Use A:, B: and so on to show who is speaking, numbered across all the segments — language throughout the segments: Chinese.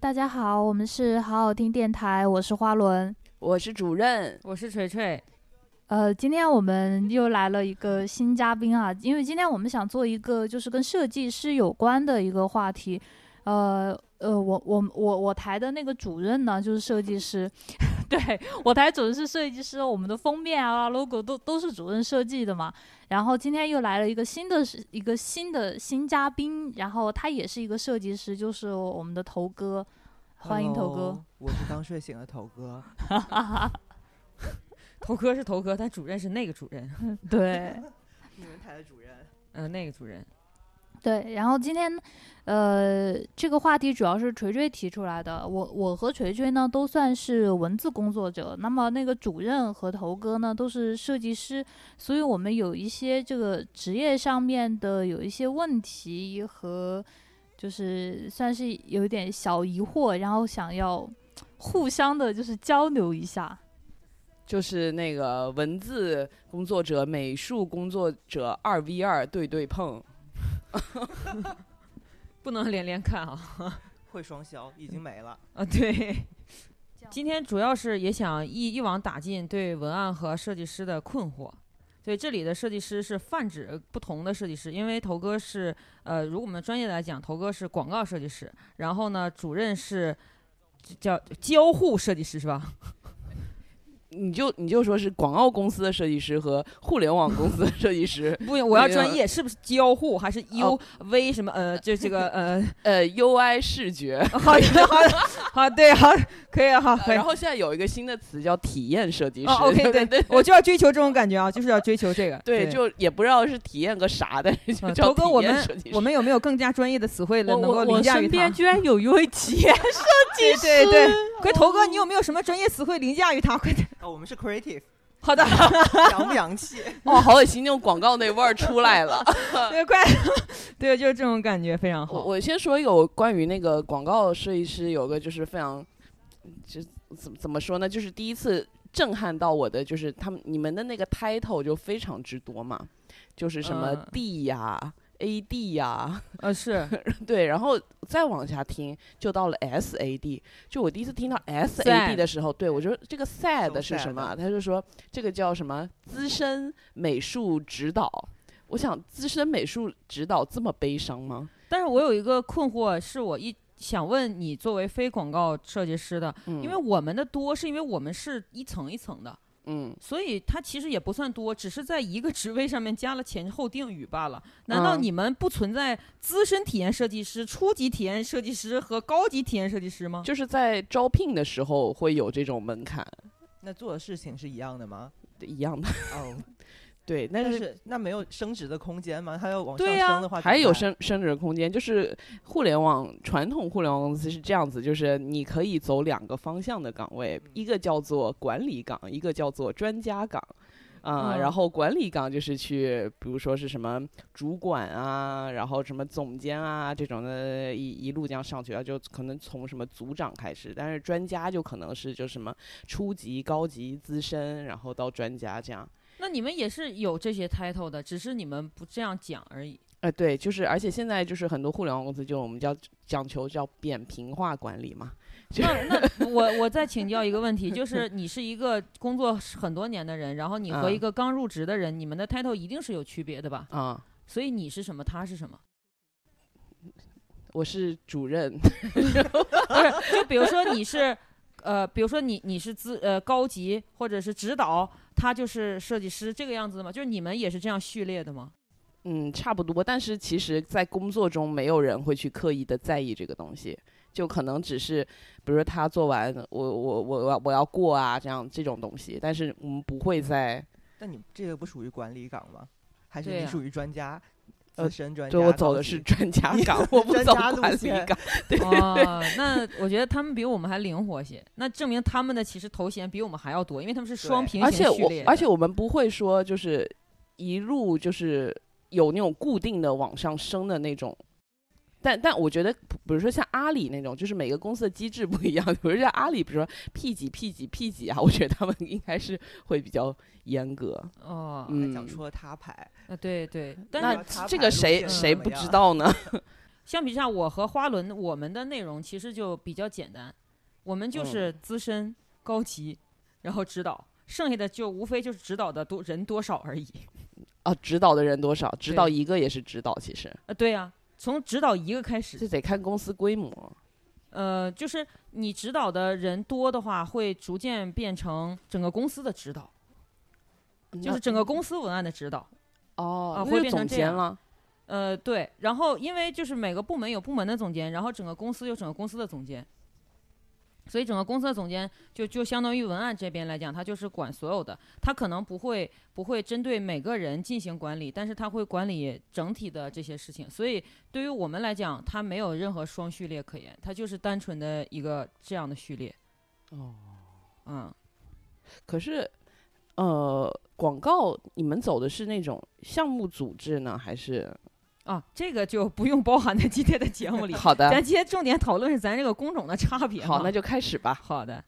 A: 大家好，我们是好好听电台，我是花轮。
B: 我是主任，
C: 我是锤锤，
A: 呃，今天我们又来了一个新嘉宾啊，因为今天我们想做一个就是跟设计师有关的一个话题。呃呃，我我我我台的那个主任呢，就是设计师， 对我台主任是设计师，我们的封面啊、logo 都都是主任设计的嘛。然后今天又来了一个新的是一个新的新嘉宾，然后他也是一个设计师，就是我们的头哥，欢迎头哥。
D: Hello，我是刚睡醒的头哥。
C: 头哥是头哥，但主任是那个主任，
A: 对，
D: 你们台的主任，
C: 呃，那个主任。
A: 对，然后今天，呃，这个话题主要是锤锤提出来的。我我和锤锤呢都算是文字工作者，那么那个主任和头哥呢都是设计师，所以我们有一些这个职业上面的有一些问题和就是算是有点小疑惑，然后想要互相的就是交流一下。
B: 就是那个文字工作者、美术工作者二 v 二对对碰。
C: 不能连连看啊！
D: 会双消已经没了。
C: 啊，对，今天主要是也想一一网打尽对文案和设计师的困惑。对，这里的设计师是泛指不同的设计师，因为头哥是呃，如果我们专业来讲，头哥是广告设计师，然后呢，主任是叫交互设计师是吧？，
B: 你就你就说是广告公司的设计师和互联网公司的设计师
C: 不，我要
B: 没有
C: 专业，是不是交互还是 U V 什么？呃，就这个呃，
B: 呃，UI 视 觉，呃
C: 好的，好的，好，对，好，可以，啊好，可以
B: 然。后现在有一个新的词叫体验设计师。
C: 哦，OK，
B: 对
C: 对我就要追求这种感觉啊，就是要追求这个。
B: 对，就也不知道是体验个啥，但是就
C: 嗯
B: 叫
C: 头哥，我
B: 体验
C: 们
B: 设计师。
C: 我们有没有更加专业的词汇了，
A: 我
C: 能够
A: 我
C: 凌
A: 我
C: 驾于
A: 身
C: 他
A: 边？居啊然有一位 体验设计师，
C: 对对，快头哥，你有没有什么专业词汇凌驾于他？快点。
D: 哦，我们是 creative，
C: 好的，
D: 洋不洋气？
B: 哦，好恶心，那种广告那味儿出来了。
C: 对，快， 对，就是这种感觉非常
B: 我
C: 好。
B: 我先说有关于那个广告设计师，有个就是非常，就怎么怎么说呢，就是第一次震撼到我的，就是他们你们的那个 title 就非常之多嘛，就是什么
C: 嗯
B: D 呀、AD 呀、
C: 呃，是
B: 对，然后再往下听就到了 SAD，就我第一次听到 SAD
C: Sad
B: 的时候，对我就这个 sad
D: So
B: 是什
D: sad
B: 么啊？他就说这个叫什么资深美术指导。我想资深美术指导这么悲伤吗？
C: 但是我有一个困惑，是我一想问你，作为非广告设计师的，
B: 嗯
C: 因为我们的多是因为我们是一层一层的，
B: 嗯，
C: 所以它其实也不算多，只是在一个职位上面加了前后定语罢了。难道
B: 嗯
C: 你们不存在资深体验设计师、初级体验设计师和高级体验设计师吗？
B: 就是在招聘的时候会有这种门槛，
D: 那做的事情是一样的吗？
B: 一样的。
D: 哦，
B: 对，但
D: 但
B: 是
D: 是那没有升值的空间吗？他要往上
C: 对呀
D: 升的话，
B: 还
D: 怎么
B: 有
D: 办
B: 升升值的空间。就是互联网传统互联网公司是这样子，就是你可以走两个方向的岗位，一个叫做管理岗，一个叫做专家岗。啊、
C: 嗯
B: 然后管理岗就是去，比如说是什么主管啊，然后什么总监啊这种的，一一路这样上去啊，就可能从什么组长开始，但是专家就可能是就什么初级、高级、资深，然后到专家这样。
C: 那你们也是有这些 title 的，只是你们不这样讲而 已。
B: 呃，对，就是，而且现在就是很多互联网公司，就我们叫讲求叫扁平化管理嘛，就
C: 那那我我再请教一个问题，就是你是一个工作很多年的人，然后你和
B: 嗯
C: 一个刚入职的人，你们的 title 一定是有区别的吧？
B: 啊、
C: 所以你是什么，他是什么？
B: 我是主任，
C: 就比如说 你是，呃，比如说你你是资呃高级或者是指导，他就是设计师这个样子的吗？就是你们也是这样序列的吗？
B: 嗯，差不多。但是其实，在工作中，没有人会去刻意的在意这个东西，就可能只是，比如说他做完，我我我我要我要过啊，这样这种东西。但是我们不会在，
D: 但你这个不属于管理岗吗？还是
C: 对
D: 你
C: 呀
D: 属于专家？
B: 呃
D: 资深专家
B: 就
D: 高级？
B: 我走的是专家
D: 你
B: 岗， 我不
D: 专
B: 走
D: 家路
B: 管理
D: 线
B: 岗。
C: 哦，那我觉得他们比我们还灵活些，那证明他们的其实头衔比我们还要多，因为他们是双
D: 对
C: 平
B: 而且
C: 行序
B: 我
C: 列的
B: 而且我们不会说就是一路就是有那种固定的往上升的那种。但但我觉得，比如说像阿里那种，就是每个公司的机制不一样。比如像阿里，比如说 P 几 P 几 P 几啊，我觉得他们 应该是会比较严格。
C: 哦，
B: 嗯
D: 还讲出了他牌，
C: 那对对，但
B: 那
C: 是
D: 是他
B: 这
D: 排
B: 个
D: 路
B: 谁
D: 线
B: 谁
D: 怎么
B: 不知
D: 样
B: 道呢？
C: 相比之下，我和花轮我们的内容其实就比较简单，我们就是
B: 嗯
C: 资深、高级，然后指导，剩下的就无非就是指导的多人多少而已。
B: 啊，指导的人多少？指导
C: 对
B: 一个也是指导，其实
C: 呃，对呀、从指导一个开始，
B: 这得看公司规模。
C: 呃，就是你指导的人多的话，会逐渐变成整个公司的指导，就
B: 那
C: 是整个公司文案的指导。
B: 哦，
C: 啊
B: 那
C: 会
B: 就
C: 变成
B: 总
C: 这
B: 监
C: 样
B: 了。
C: 呃，对，然后因为就是每个部门有部门的总监，然后整个公司有整个公司的总监，所以整个公司的总监就就相当于文案这边来讲，他就是管所有的，他可能不会不会针对每个人进行管理，但是他会管理整体的这些事情，所以对于我们来讲，他没有任何双序列可言，他就是单纯的一个这样的序列，
B: 哦，
C: 嗯。
B: 可是，呃，广告你们走的是那种项目组织呢，还 是
C: 啊，这个就不用包含在今天的节目里。
B: 好的？
C: 咱今天重点讨论是咱这个工种的差别嘛。
B: 好，那就开始吧。
C: 好的，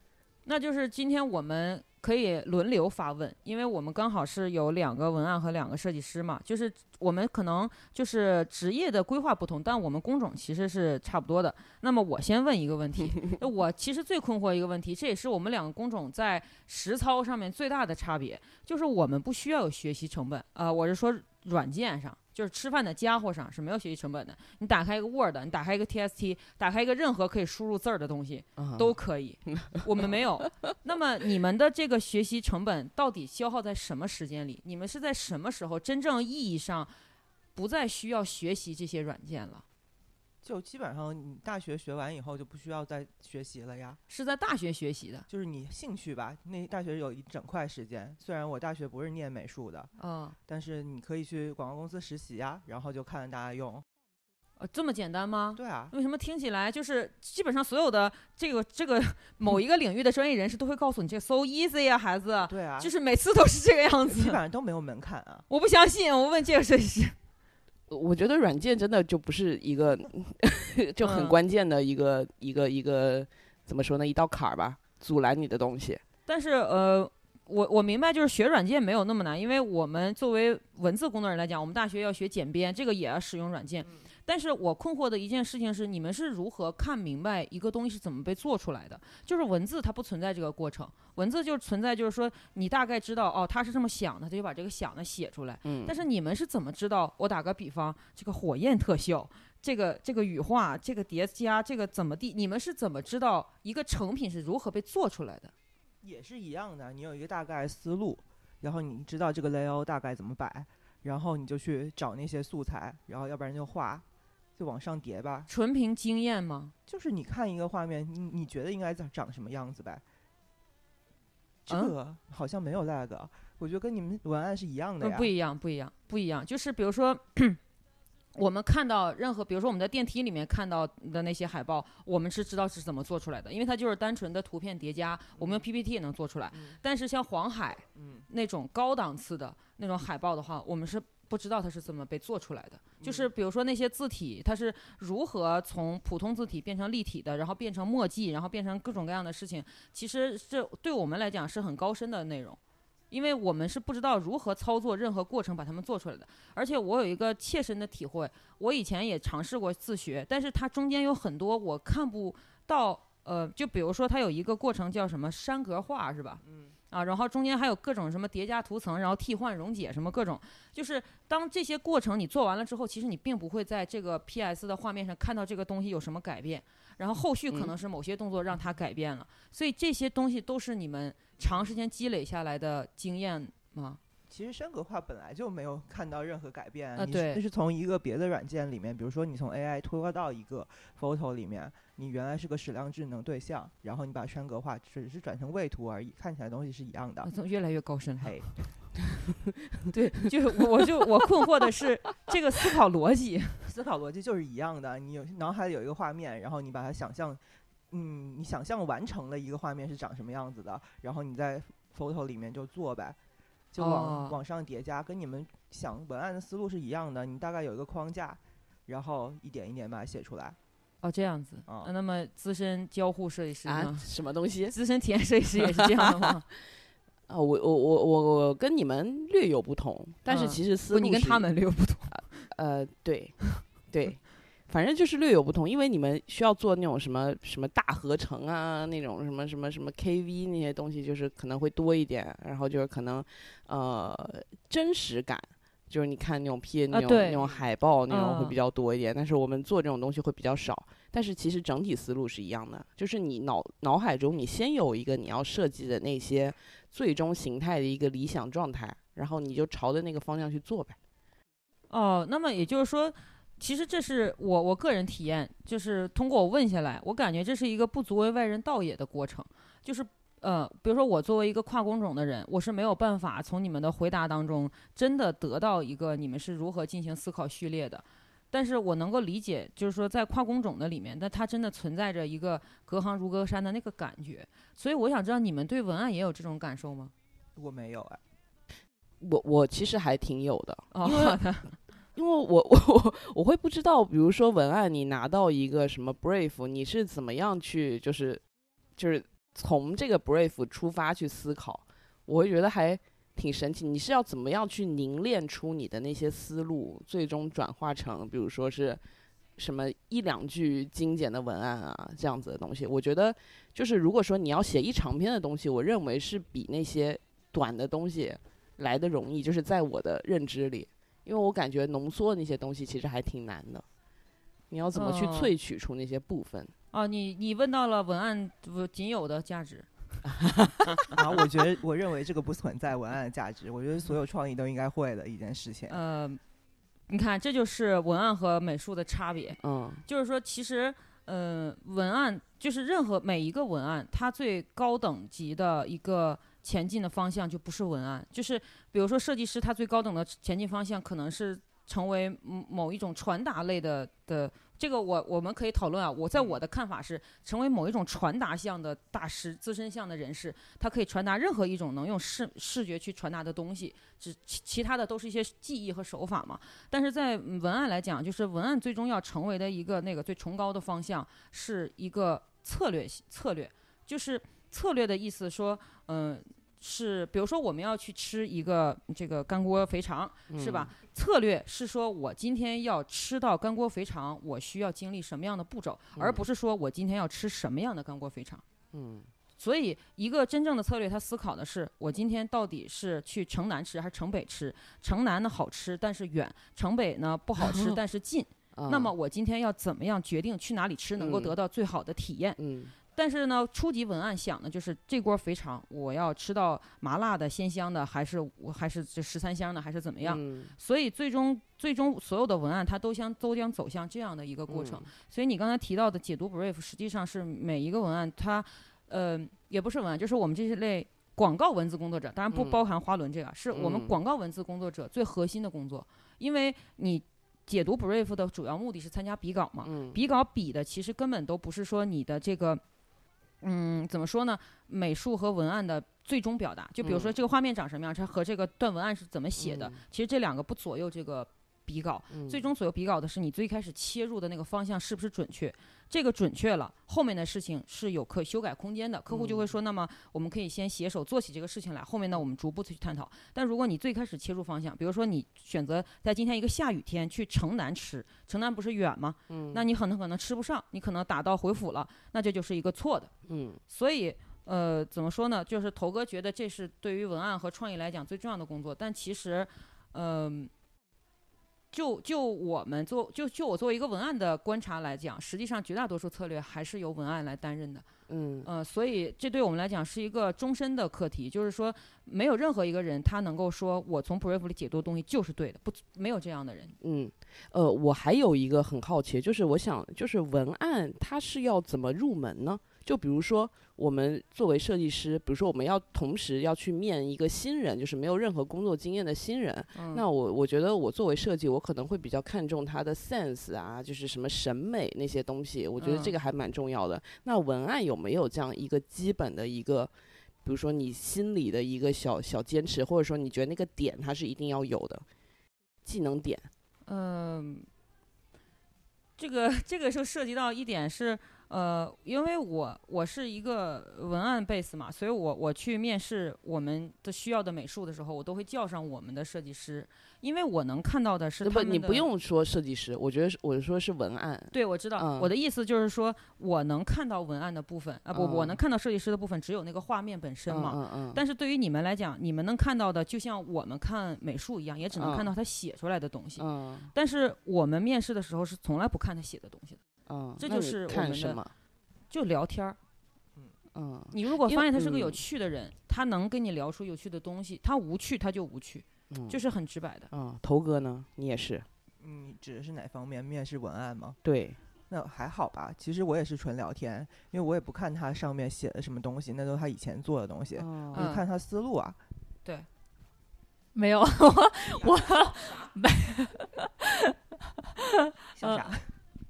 C: 那就是今天我们可以轮流发问，因为我们刚好是有两个文案和两个设计师嘛，就是我们可能就是职业的规划不同，但我们工种其实是差不多的。那么我先问一个问题，那我其实最困惑一个问题，这也是我们两个工种在实操上面最大的差别，就是我们不需要有学习成本啊、我是说软件上。就是吃饭的家伙上是没有学习成本的。你打开一个 Word，你打开一个 TST，打开一个任何可以输入字儿的东西，
B: 啊
C: 都可以，我们没有。那么你们的这个学习成本到底消耗在什么时间里？你们是在什么时候真正意义上不再需要学习这些软件了？
D: 就基本上你大学学完以后就不需要再学习了呀，
C: 是在大学学习的
D: 就是你兴趣吧。那大学有一整块时间，虽然我大学不是念美术的，
C: 啊、
D: 但是你可以去广告公司实习呀，然后就看大家用。
C: 呃，这么简单吗？
D: 对啊，
C: 为什么听起来就是基本上所有的这个 这个某一个领域的专业人士都会告诉你这 so easy 呀、孩
B: 嗯
C: 子，
D: 对啊，
C: 就是每次都是这个样
D: 基本
C: 子。
D: 上都没有门槛啊。
C: 我不相信，我问这个设计师，
B: 我觉得软件真的就不是一个 就很
C: 嗯
B: 关键的一个、一个一个怎么说呢，一道坎儿吧，阻拦你的东西。
C: 但是呃，我我明白，就是学软件没有那么难，因为我们作为文字工作人来讲，我们大学要学简编，这个也要使用软件。但是我困惑的一件事情是，你们是如何看明白一个东西是怎么被做出来的？就是文字它不存在这个过程，文字就是存在，就是说你大概知道哦，他是这么想的，他就把这个想的写出来。
B: 嗯，
C: 但是你们是怎么知道？我打个比方，这个火焰特效，这个这个羽化，这个叠加，这个怎么地？你们是怎么知道一个成品是如何被做出来的？
D: 也是一样的，你有一个大概思路，然后你知道这个 layout 大概怎么摆，然后你就去找那些素材，然后要不然就画，就往上叠吧。
C: 纯凭经验吗？
D: 就是你看一个画面，你你觉得应该长长什么样子呗？这
C: 嗯
D: 个好像没有 lag，啊我觉得跟你们文案是一样的
C: 嗯，
D: 呀。
C: 不一样，不一样，不一样。就是比如说， 我们看到任何，比如说我们在电梯里面看到的那些海报，我们是知道是怎么做出来的，因为它就是单纯的图片叠加，我们用 PPT 也能做出来。
D: 嗯
C: 但是像黄海
D: 嗯，
C: 那种高档次的那种海报的话，我们是。不知道它是怎么被做出来的，就是
D: 嗯
C: 比如说那些字体，它是如何从普通字体变成立体的，然后变成墨迹，然后变成各种各样的事情。其实这对我们来讲是很高深的内容，因为我们是不知道如何操作任何过程把它们做出来的。而且我有一个切身的体会，我以前也尝试过自学，但是它中间有很多我看不到。呃，就比如说它有一个过程叫什么栅格化是吧？
D: 嗯，
C: 啊，然后中间还有各种什么叠加图层，然后替换溶解什么各种，就是当这些过程你做完了之后，其实你并不会在这个 PS 的画面上看到这个东西有什么改变，然后后续可
B: 嗯
C: 能是某些动作让它改变了，所以这些东西都是你们长时间积累下来的经验吗？
D: 其实升格化本来就没有看到任何改变
C: 啊
D: 你
C: 对
D: 是那是从一个别的软件里面，比如说你从 AI 拖到一个 Photo 里面，你原来是个矢量智能对象，然后你把升格化只是转成位图而已，看起来东西是一样的
C: 啊，。怎么越来越高深了？
D: 嘿，
C: 对，就是我我就我困惑的是这个思考逻辑。
D: 思考逻辑就是一样的，你有脑海里有一个画面，然后你把它想象，嗯，你想象完成了一个画面是长什么样子的，然后你在 Photo 里面就做呗，就往、
C: 哦
D: 往上叠加，跟你们想文案的思路是一样的，你大概有一个框架，然后一点一点把它写出来。
C: 哦，这样子。
D: 啊
C: 啊那么资深交互设计师
B: 啊，
C: 呢？
B: 什么东西
C: 资深体验设计师也是这样 的吗？
B: 啊？我我我我我跟你们略有不同，但是
C: 嗯
B: 其实思
C: 不，
B: 路
C: 你跟
B: 是
C: 他们略有不同。
B: 呃 呃对对，反正就是略有不同，因为你们需要做那种什么什么大合成啊，那种什么什么什么 KV 那些东西，就是可能会多一点，然后就是可能呃真实感，就是你看那种 P 那种、
C: 啊对
B: 那种海报那种会
C: 嗯
B: 比较多一点，但是我们做这种东西会比较少。但是其实整体思路是一样的，就是你脑脑海中你先有一个你要设计的那些最终形态的一个理想状态，然后你就朝着那个方向去做呗。
C: 哦，那么也就是说，其实这是我我个人体验，就是通过我问下来，我感觉这是一个不足为外人道也的过程，就是。呃，比如说我作为一个跨工种的人，我是没有办法从你们的回答当中真的得到一个你们是如何进行思考序列的，但是我能够理解，就是说在跨工种的里面，但它真的存在着一个隔行如隔山的那个感觉，所以我想知道你们对文案也有这种感受吗？
D: 我没有哎，
B: 我我其实还挺有的，
C: 哦，
B: 因为
C: 好的，
B: 因为我 我我我会不知道，比如说文案，你拿到一个什么 brief，你是怎么样去就是就是从这个 brief 出发去思考，我会觉得还挺神奇。你是要怎么样去凝练出你的那些思路，最终转化成，比如说是什么一两句精简的文案啊这样子的东西？我觉得就是如果说你要写一长篇的东西，我认为是比那些短的东西来的容易，就是在我的认知里。因为我感觉浓缩那些东西其实还挺难的，你要怎么去
C: 嗯
B: 萃取出那些部分？
C: 哦，你你问到了文案呃仅有的价值，
D: 啊，我觉得我认为这个不存在文案的价值，我觉得所有创意都应该会的一件事情。
C: 呃，你看，这就是文案和美术的差别。
B: 嗯
C: 就是说，其实，呃，文案就是任何每一个文案，它最高等级的一个前进的方向就不是文案，就是比如说设计师，他最高等的前进方向可能是成为某某一种传达类的的。这个我我们可以讨论啊，我在我的看法是，成为某一种传达项的大师、资深项的人士，他可以传达任何一种能用视视觉去传达的东西，只其其他的都是一些技艺和手法嘛。但是在嗯文案来讲，就是文案最终要成为的一个那个最崇高的方向，是一个策略性策略，就是策略的意思说，嗯、是比如说我们要去吃一个这个干锅肥肠，是吧？
B: 嗯
C: 策略是说我今天要吃到干锅肥肠，我需要经历什么样的步骤，而
B: 嗯
C: 不是说我今天要吃什么样的干锅肥肠。
B: 嗯
C: 所以，一个真正的策略，他思考的是：我今天到底是去城南吃还是城北吃？城南呢好吃，但是远；城北呢不 好吃，但是近。
B: 嗯
C: 那么我今天要怎么样决定去哪里吃，能够
B: 嗯
C: 得到最好的体验？
B: 嗯
C: 但是呢，初级文案想的就是这锅肥肠，我要吃到麻辣的、鲜香的，还是我还是这十三香的，还是怎么样？
B: 嗯
C: 所以最终最终所有的文案，它都将都将走向这样的一个过程。
B: 嗯
C: 所以你刚才提到的解读 brief，实际上是每一个文案它，呃，也不是文案，就是我们这一类广告文字工作者，当然不
B: 嗯
C: 包含花轮这个，是我们
B: 嗯
C: 广告文字工作者最核心的工作，因为你解读 brief 的主要目的是参加比稿嘛，
B: 嗯
C: 比稿比的其实根本都不是说你的这个，嗯，怎么说呢？美术和文案的最终表达，就比如说
B: 嗯
C: 这个画面长什么样，它和这个段文案是怎么写的
B: 嗯，
C: 其实这两个不左右这个比稿。
B: 嗯
C: 最终左右比稿的是你最开始切入的那个方向是不是准确，这个准确了，后面的事情是有可修改空间的。客户就会说，那么我们可以先携手做起这个事情来，后面呢我们逐步地去探讨。但如果你最开始切入方向，比如说你选择在今天一个下雨天去城南吃，城南不是远吗？那你很可能吃不上，你可能打道回府了，那这就是一个错的。
B: 嗯
C: 所以，呃，怎么说呢？就是头哥觉得这是对于文案和创意来讲最重要的工作，但其实，嗯、就就我们做就就我作为一个文案的观察来讲，实际上绝大多数策略还是由文案来担任的。
B: 嗯
C: 呃，所以这对我们来讲是一个终身的课题，就是说，没有任何一个人他能够说我从 brief 里解读的东西就是对的，不没有这样的人。
B: 嗯，呃，我还有一个很好奇，就是我想，就是文案它是要怎么入门呢？就比如说，我们作为设计师，比如说我们要同时要去面一个新人，就是没有任何工作经验的新人，
C: 嗯、
B: 那我我觉得我作为设计，我可能会比较看重他的 sense 啊，就是什么审美那些东西，我觉得这
C: 嗯
B: 个还蛮重要的。那文案有没有这样一个基本的一个，比如说你心里的一个小小坚持，或者说你觉得那个点它是一定要有的技能点？
C: 嗯，这个这个就涉及到一点是，呃，因为我我是一个文案 base 嘛，所以我我去面试我们的需要的美术的时候，我都会叫上我们的设计师，因为我能看到的是他
B: 呃不，
C: 们
B: 你不
C: 的
B: 用说设计师，我觉得是我说是文案，
C: 对，我知道。
B: 嗯
C: 我的意思就是说，我能看到文案的部分啊，不，我
B: 嗯
C: 能看到设计师的部分，只有那个画面本身
B: 嗯
C: 嘛。
B: 嗯嗯，
C: 但是对于你们来讲，你们能看到的，就像我们看美术一样，也只能
B: 嗯
C: 看到他写出来的东西。
B: 嗯
C: 但是我们面试的时候是从来不看他写的东西的，
B: 嗯，
C: 这
B: 那
C: 就
B: 你
C: 是我
B: 看
C: 们
B: 什
C: 的
B: 么？
C: 就聊天儿。
B: 嗯，
C: 你如果
B: 因
C: 发
B: 为
C: 现他是个有
B: 嗯
C: 趣的人，他能跟你聊出有趣的东西，他无趣他就无趣，
B: 嗯
C: 就是很直白的。
B: 嗯，头哥呢？你也是
D: 你指的是哪方面？面试文案吗？
B: 对，
D: 那还好吧，其实我也是纯聊天，因为我也不看他上面写的什么东西，那都是他以前做的东西，
C: 哦
D: 我
B: 嗯
D: 就看他思路啊。
A: 没有， 我我
D: 像啥？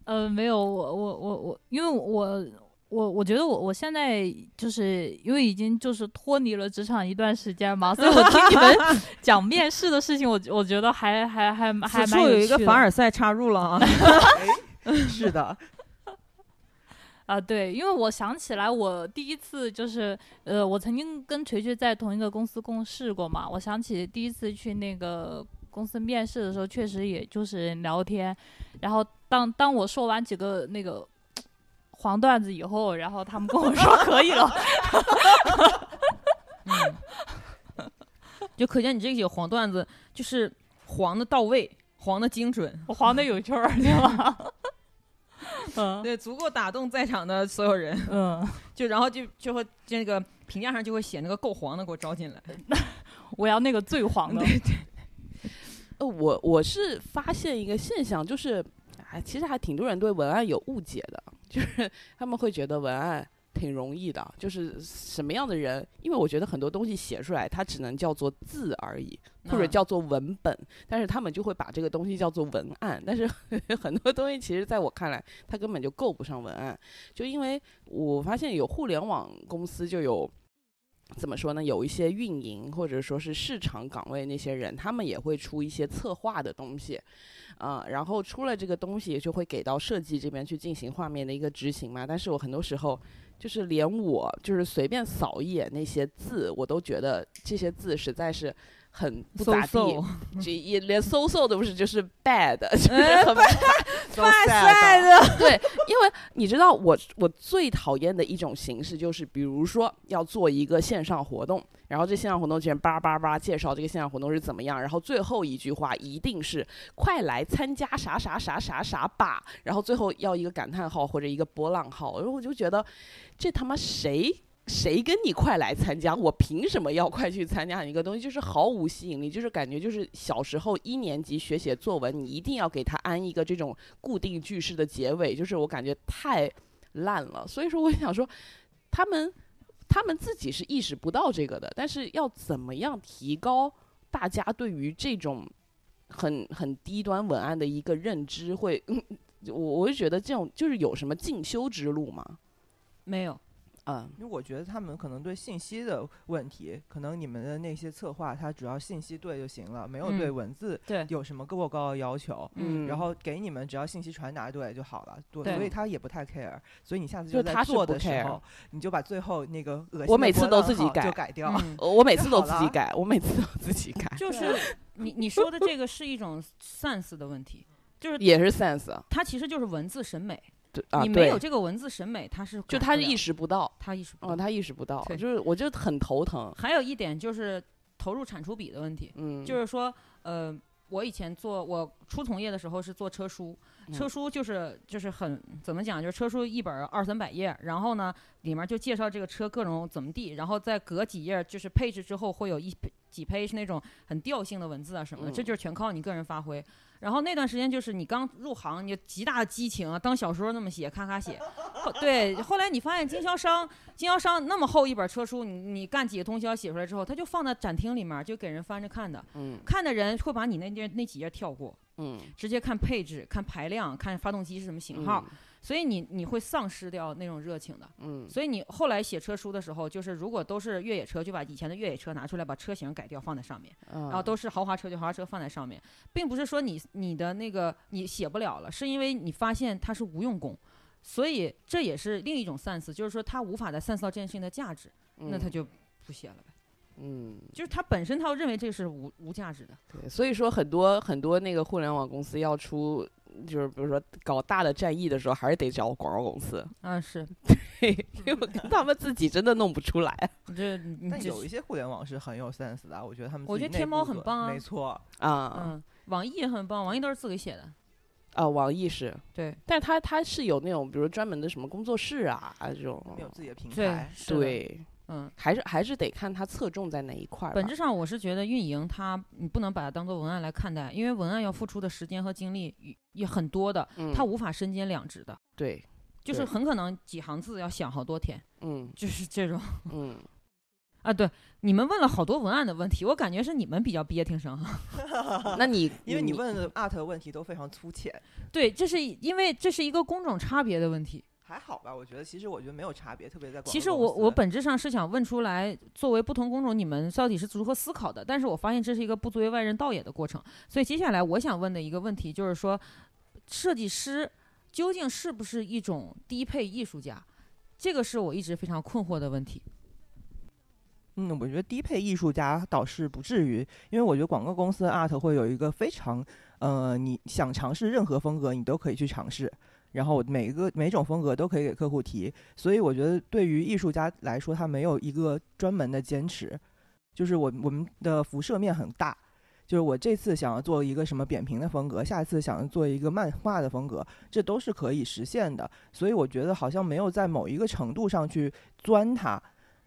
A: 呃没有，我我我我，因为我我我觉得我我现在就是因为已经就是脱离了职场一段时间嘛，所以我听你 们讲面试的事情，我我觉得还还还还
C: 此
A: 蛮
C: 处有一个
A: 趣的
C: 凡尔赛插入了 啊，
D: 是的，
A: 啊，对，因为我想起来，我第一次就是，呃，我曾经跟锤锤在同一个公司共事过嘛。我想起第一次去那个公司面试的时候，确实也就是聊天，然后当当我说完几个那个黄段子以后，然后他们跟我说 可以了，
C: 嗯 就可见你这个黄段子就是黄的到位，黄的精准。
A: 我黄的有趣儿，对吧？ 嗯
C: 对，足够打动在场的所有人，
A: 嗯，
C: 就然后就就会这个评价上就会写那个够黄的给我招进来。
A: 我要那个最黄的，
B: 呃，我我是发现一个现象，就是，哎，其实还挺多人对文案有误解的，就是 他们会觉得文案挺容易的，就是什么样的人，因为我觉得很多东西写出来，它只能叫做字而已，或者
C: 嗯
B: 叫做文本，但是他们就会把这个东西叫做文案，但是 很多东西其实在我看来，它根本就够不上文案，就因为我发现有互联网公司就有。怎么说呢？有一些运营或者说是市场岗位那些人，他们也会出一些策划的东西，啊、然后出了这个东西就会给到设计这边去进行画面的一个执行嘛。但是我很多时候就是连我就是随便扫一眼那些字，我都觉得这些字实在是很不咋地
C: So-so
B: 这也连 so so 都不是，就是 bad，就是很
D: 太帅了，
B: 对，因为你知道我我最讨厌的一种形式就是，比如说要做一个线上活动，然后这线上活动竟然叭叭叭介绍这个线上活动是怎么样，然后最后一句话一定是快来参加啥啥啥啥啥吧，然后最后要一个感叹号或者一个波浪号，然后我就觉得这他妈谁谁跟你快来参加？我凭什么要快去参加一个东西？就是毫无吸引力，就是感觉就是小时候一年级学写作文，你一定要给它安一个这种固定句式的结尾，就是我感觉太烂了。所以说，我想说，他们他们自己是意识不到这个的，但是要怎么样提高大家对于这种很很低端文案的一个认知会？ 嗯我我就觉得这种就是有什么进修之路吗？
C: 没有，
B: 嗯
D: 因为我觉得他们可能对信息的问题，可能你们的那些策划，它主要信息对就行了，没有
C: 嗯
D: 对文字
C: 对，
D: 有什么过高的要求。
C: 嗯
D: 然后给你们只要信息传达对就好了，对，
C: 对
D: 所以他也不太 care，所以你下次
B: 就
D: 在
B: 他是
D: 做
B: 不
D: 的时
B: care
D: 候，你就把最后那个恶心
B: 我
D: 的
B: 每次
D: 波
B: 都
D: 浪
B: 自己
D: 号
B: 改
D: 就改掉，
C: 嗯
B: 我我每次都
D: 太
B: 自
D: 好
B: 己
D: 了
B: 改，我每次都自己改，
C: 就是你你说的这个是一种 sense 的问题，就是
B: 也是 sense 啊
C: 它其实就是文字审美，
B: 对啊，
C: 你没
B: 对
C: 有这个文字审美，它是
B: 就
C: 改
B: 他
C: 不
B: 是
C: 了
B: 意识不到，
C: 他意识不
B: 哦，
C: 到。
B: 他意识不到，
C: 对
B: 就是我就很头疼，
C: 还有一点就是投入产出比的问题，
B: 嗯，
C: 就是说，呃，我以前做我初从业的时候是做车书，车
B: 嗯
C: 书就是就是很怎么讲，就是车书一本儿二三百页，然后呢里面就介绍这个车各种怎么地，然后再隔几页就是配置之后会有一几配是那种很调性的文字啊什么的，这
B: 嗯
C: 就是全靠你个人发挥。然后那段时间就是你刚入行，你就极大的激情啊，当小说那么写，咔咔写。后对，后来你发现经销商，经销商那么厚一本车书，你你干几个通宵写出来之后，他就放在展厅里面，就给人翻着看的。
B: 嗯
C: 看的人会把你那那那几页跳过，
B: 嗯
C: 直接看配置、看排量、看发动机是什么型号，所以你你会丧失掉那种热情的。
B: 嗯，
C: 所以你后来写车书的时候，就是如果都是越野车，就把以前的越野车拿出来，把车型改掉放在上面，
B: 然
C: 然后都是豪华车就豪华车放在上面，并不是说你你的那个你写不了了，是因为你发现它是无用功。所以这也是另一种 sense，就是说他无法再 sense 到这件事情的价值，那他
B: 嗯
C: 就不写了呗。
B: 嗯，
C: 就是他本身他认为这是无无价值的，
B: 对所以说很多很多那个互联网公司要出。就是比如说搞大的战役的时候，还是得找广告公司，
C: 啊是，
B: 因为他们自己真的弄不出 来
C: 这你
D: 但
C: 这
D: 有一些互联网是很有 sense 的啊，我觉得他们
C: 嗯我
D: 自己
C: 觉得天
D: 内
C: 猫
D: 部
C: 很
D: 做
C: 棒啊
D: 没错，
B: 啊
C: 嗯，网易也很棒，网易都是自己写的，
B: 啊！网易是，
C: 对
B: 但他他是有那种，比如专门的什么工作室啊这种
D: 他，们有自己的平
C: 对
D: 台，
C: 是的，
B: 对，
C: 嗯，
B: 还是还是得看他侧重在哪一块儿吧。
C: 本质上，我是觉得运营它你不能把它当做文案来看待，因为文案要付出的时间和精力也也很多的，
B: 嗯
C: 它无法身兼两职的，
B: 对，
C: 就是
B: 对
C: 很可能几行字要想好多天，
B: 嗯
C: 就是这种
B: 嗯，
C: 啊。对，你们问了好多文案的问题，我感觉是你们比较憋挺生。
B: 那你
D: 因为你问的 art 问题都非常粗浅，
C: 对，这是因为这是一个工种差别的问题。
D: 还好吧？我觉得其实我觉得没有差别，特别在广
C: 其
D: 告
C: 实
D: 公
C: 我我
D: 司
C: 本质上是想问出来，作为不同工种，你们到底是如何思考的？但是我发现这是一个不作为外人道也的过程。所以接下来我想问的一个问题就是说，设计师究竟是不是一种低配艺术家？这个是我一直非常困惑的问题。
D: 嗯，我觉得低配艺术家倒是不至于，因为我觉得广告公司的 art 会有一个非常，呃，你想尝试任何风格，你都可以去尝试，然后每一个每种风格都可以给客户提，所以我觉得对于艺术家来说，他没有一个专门的坚持，就是我我们的辐射面很大。就是我这次想要做一个什么扁平的风格，下次想要做一个漫画的风格，这都是可以实现的。所以我觉得好像没有在某一个程度上去钻它，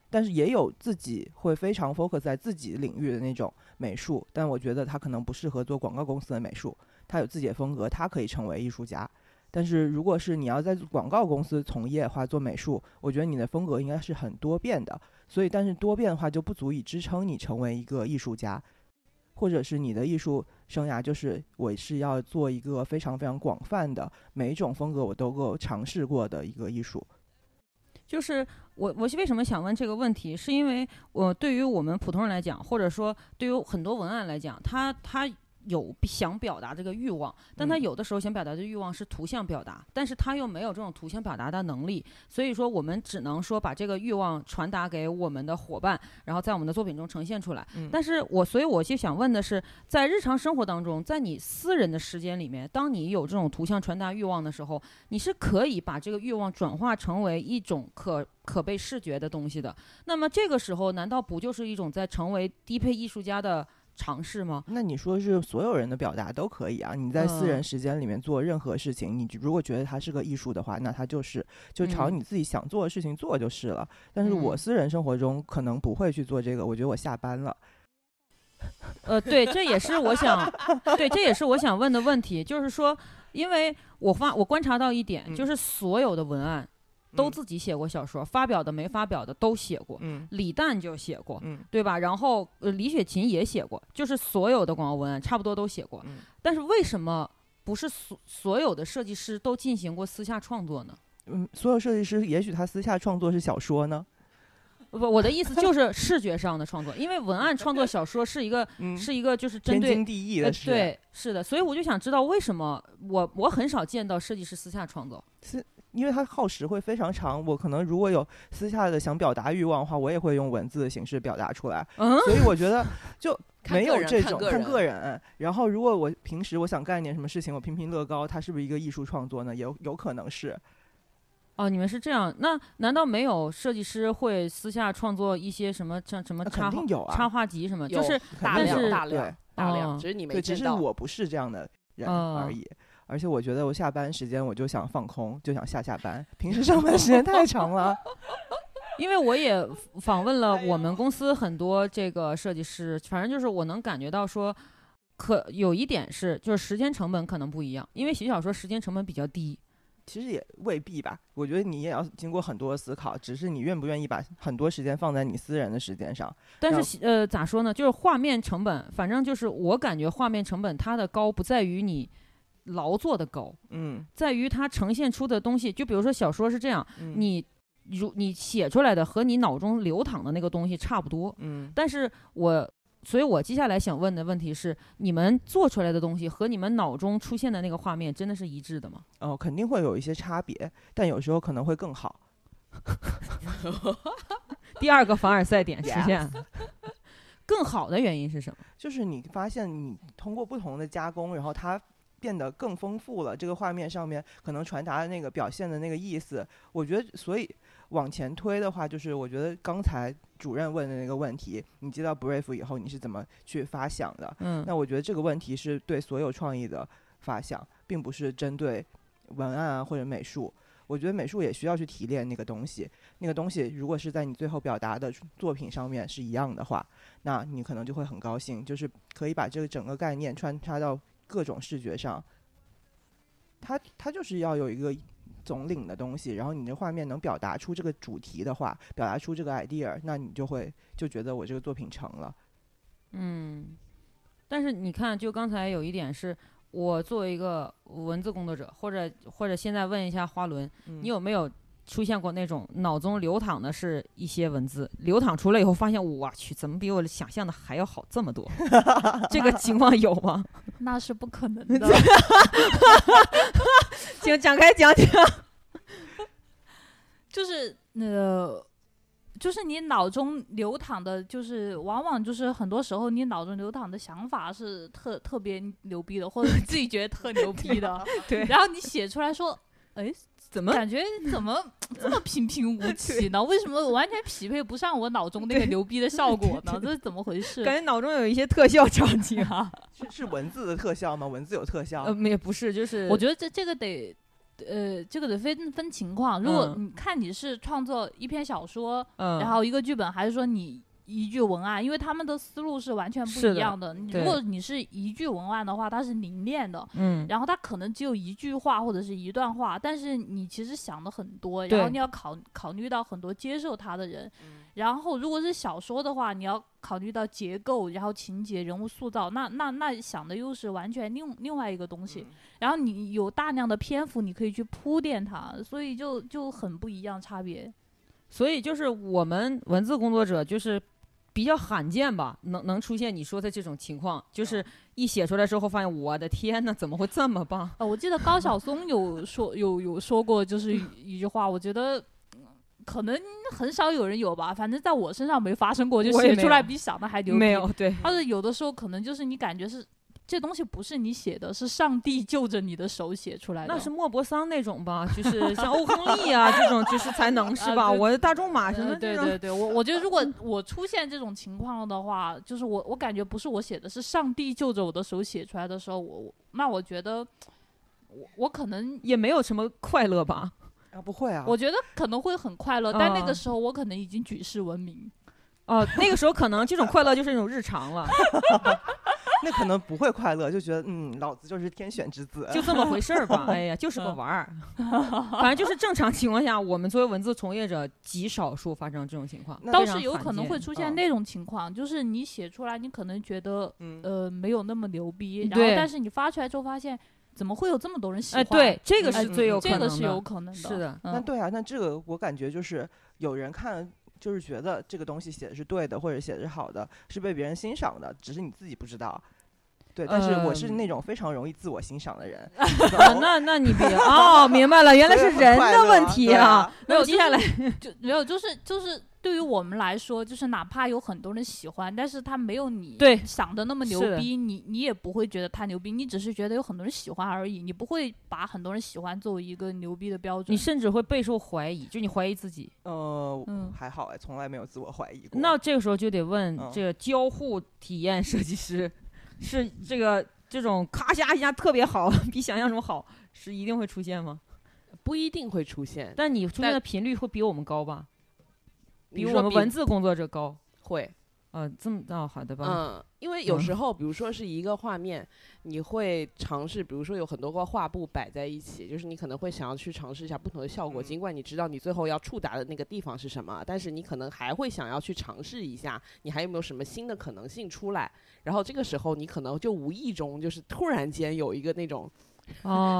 D: 但是也有自己会非常 focus 在自己领域的那种美术，但我觉得他可能不适合做广告公司的美术，他有自己的风格，他可以成为艺术家。但是如果是你要在广告公司从业的话，做美术，我觉得你的风格应该是很多变的，所以但是多变的话就不足以支撑你成为一个艺术家，或者是你的艺术生涯就是我是要做一个非常非常广泛的每一种风格我都够尝试过的一个艺术。
C: 就是我，我是为什么想问这个问题，是因为我对于我们普通人来讲，或者说对于很多文案来讲，他他有想表达这个欲望，但他
D: 嗯
C: 有的时候想表达的欲望是图像表达，但是他又没有这种图像表达的能力，所以说我们只能说把这个欲望传达给我们的伙伴，然后在我们的作品中呈现出来。
D: 嗯
C: 但是我所以我就想问的是，在日常生活当中，在你私人的时间里面，当你有这种图像传达欲望的时候，你是可以把这个欲望转化成为一种可可被视觉的东西的。那么这个时候，难道不就是一种在成为低配艺术家的尝试吗？
D: 那你说是所有人的表达都可以啊？你在私
C: 嗯
D: 人时间里面做任何事情，你如果觉得它是个艺术的话，那它就是就朝
C: 嗯
D: 你自己想做的事情做就是了。但是我
C: 嗯
D: 私人生活中可能不会去做这个，我觉得我下班了。
C: 呃，对，这也是我想，对，这也是我想问的问题，就是说，因为我发我观察到一点，
D: 嗯
C: 就是所有的文案都
D: 嗯
C: 自己写过小说，发表的没发表的都写过，
D: 嗯
C: 李诞就写过，
D: 嗯
C: 对吧？然后呃，李雪琴也写过，就是所有的广告文案差不多都写过。
D: 嗯
C: 但是为什么不是所所有的设计师都进行过私下创作呢？
D: 嗯，所有设计师也许他私下创作是小说呢。
C: 不，我的意思 就是视觉上的创作，因为文案创作小说是一个、
D: 嗯，
C: 是一个就是针
D: 天
C: 对
D: 经地义
C: 呃
D: 的事。，
C: 对，是的，所以我就想知道为什么我我很少见到设计师私下创作。
D: 因为它耗时会非常长。我可能如果有私下的想表达欲望的话，我也会用文字的形式表达出来。
C: 嗯，
D: 所以我觉得就
B: 看
D: 没
B: 个
D: 有
B: 人
D: 这
B: 看
D: 种
B: 个
D: 看
B: 人
D: 个人。然后，如果我平时我想干一点什么事情，我拼拼乐高，它是不是一个艺术创作呢？有有可能是。
B: 嗯
C: 哦，你们是这样，那难道没有设计师会私下创作一些什么像什么
D: 那
C: 插
D: 肯
C: 画
D: 定、有啊
C: 插，画集什么？
B: 有
C: 就是
B: 大
C: 但
B: 量
C: 是
B: 大量
D: 对
B: 大量，
C: 哦
B: 只是你没
D: 对，只
B: 见
D: 是
B: 到。
D: 我不是这样的人
C: 哦
B: 嗯
D: 而已。而且我觉得我下班时间我就想放空，就想下下班。平时上班时间太长 了，
C: 因为我也访问了我们公司很多这个设计师，反正就是我能感觉到说，可有一点是就是时间成本可能不一样，因为写小说时间成本比较低。
D: 其实也未必吧。我觉得你也要经过很多思考，只是你愿不愿意把很多时间放在你私人的时间上。
C: 但
D: 然
C: 是
D: 后
C: 写呃，咋说呢？就是画面成本，反正就是我感觉画面成本它的高不在于你劳作的高，
D: 嗯，
C: 在于它呈现出的东西。就比如说小说是这样，
D: 嗯
C: 你如你写出来的和你脑中流淌的那个东西差不多，
D: 嗯
C: 但是我所以我接下来想问的问题是：你们做出来的东西和你们脑中出现的那个画面真的是一致的吗？
D: 哦，肯定会有一些差别，但有时候可能会更好。
C: 第二个凡尔赛点实现了。 更好的原因是什么？
D: 就是你发现你通过不同的加工，然后它变得更丰富了。这个画面上面可能传达的那个表现的那个意思，我觉得，所以往前推的话，就是我觉得刚才主任问的那个问题，你接到 brief 以后，你是怎么去发想的？
C: 嗯，
D: 那我觉得这个问题是对所有创意的发想，并不是针对文案啊或者美术。我觉得美术也需要去提炼那个东西，那个东西如果是在你最后表达的作品上面是一样的话，那你可能就会很高兴，就是可以把这个整个概念穿插到各种视觉上。它它就是要有一个总领的东西，然后你这画面能表达出这个主题的话，表达出这个 idea，那你就会就觉得我这个作品成了。
C: 嗯，但是你看，就刚才有一点是，我作为一个文字工作者，或者或者现在问一下花轮，
D: 嗯
C: 你有没有出现过那种脑中流淌的是一些文字，流淌出来以后发现，我去，怎么比我想象的还要好这么多？ 这个情况有吗？
A: 那是不可能的。
C: 请展开讲讲。
A: 就是呃，就是你脑中流淌的，就是往往就是很多时候你脑中流淌的想法是特特别牛逼的，或者你自己觉得特牛逼的，
C: 对嗯
A: 然后你写出来说，哎，
C: 怎么
A: 感觉怎么 这么平平无奇呢？为什么完全匹配不上我脑中那个牛逼的效果 呢？这是怎么回事？
C: 感觉脑中有一些特效场景？
A: 啊，
D: 是是文字的特效吗？文字有特效？
C: 呃，也不是，就是
A: 我觉得这这个得。呃，这个得分分情况。如果
C: 嗯
A: 你看你是创作一篇小说，
C: 嗯，
A: 然后一个剧本，还是说你一句文案，因为他们的思路是完全不
C: 是
A: 一
C: 的
A: 样的。你
C: 对
A: 如果你是一句文案的话，它是凝练的，
C: 嗯，
A: 然后它可能只有一句话或者是一段话，但是你其实想的很多，
C: 对
A: 然后你要考考虑到很多接受它的人。然后如果是小说的话，你要考虑到结构，然后情节、人物塑造，那那那想的又是完全另另外一个东西。然后你有大量的篇幅，你可以去铺垫它，所以就就很不一样差别。
C: 所以就是我们文字工作者就是比较罕见吧，能能出现你说的这种情况，就是一写出来之后发现，我的天呐，怎么会这么棒？
A: 呃，我记得高晓松有说有有说过，就是一一句话，我觉得。嗯可能很少有人有吧，反正在我身上没发生过，就
C: 我也
A: 写
C: 没
A: 出来
C: 有
A: 比想的还牛逼。
C: 没有，对，
A: 但是有的时候可能就是你感觉是这东西不是你写的，是上帝就着你的手写出来的。
C: 那是莫泊桑那种吧，就是 像欧亨利 啊这种，就是才能是吧？
A: 啊对
C: 我的大仲马什
A: 呃
C: 么
A: 对
C: 这种，
A: 对对，我我觉得如 果我出现这种情况的话，就是我我感觉不是我写的，是上帝就着我的手写出来的时候，我我那我觉得我我可能
C: 也没有什么快乐吧？
D: 啊，不会啊，
A: 我觉得可能会很快乐，但那
C: 啊
A: 个时候我可能已经举世闻名。
C: 哦，那个时候可能这种快乐就是一种日常了，
D: 那可能不会快乐，就觉得嗯，老子就是天选之 子。
C: 就这么回事儿吧。哎呀，就是个玩儿，反正就是正常情况下，我们作为文字从业者，极少数发生这种情况，
D: 那
A: 倒
C: 非常
A: 是有
C: 罕
A: 可能
C: 见
A: 会出现
D: 嗯
A: 那种情况，就是你写出来，你可能觉得
D: 嗯，
A: 呃没有那么牛逼，然后
C: 嗯对
A: 但是你发出来之后发现，怎么会有这么多人喜
C: 哎，
A: 欢？
C: 对，这个
A: 哎
C: 是最有
A: 这
C: 可能的，
A: 个是有可能的。
C: 是的
D: 那
A: 嗯，
D: 对啊，那这个我感觉就是有人看，就是觉得这个东西写的是对的，或者写的是好的，是被别人欣赏的，只是你自己不知道。对，但是我是
C: 嗯
D: 那种非常容易自我欣赏的 人。
C: 啊那那你别哦，明白了，原来是人的问
A: 所
C: 题啊。
A: 以很快乐啊对啊没有
C: 那接下来，
A: 就没有，就是就是对于我们来说，就是哪怕有很多人喜欢，但是他没有你
C: 对
A: 想的那么牛
C: 是的
A: 逼，你你也不会觉得他牛逼，你只是觉得有很多人喜欢而已，你不会把很多人喜欢作为一个牛逼的标准。
C: 你甚至会备受怀疑，就你怀疑自己。
D: 呃，
A: 嗯
D: 还好哎，从来没有自我怀疑过。
C: 那这个时候就得问
D: 嗯
C: 这个交互体验设计师，是这个这种咔嚓一下特别好， 比想象中好，是一定会出现吗？
B: 不一定会出现，
C: 但你出现
B: 但
C: 的频率会比我们高吧？
B: 你
C: 比
B: 说
C: 我们
B: 比
C: 文字工作者高。
B: 会，
C: 呃，这么哦，好的吧。
B: 嗯，因为有
C: 嗯
B: 时候，比如说是一个画面，你会尝试，比如说有很多个画布摆在一起，就是你可能会想要去尝试一下不同的效果，
D: 嗯
B: 尽管你知道你最后要触达的那个地方是什么，但是你可能还会想要去尝试一下，你还有没有什么新的可能性出来？然后这个时候，你可能就无意中就是突然间有一个那种
C: 哦，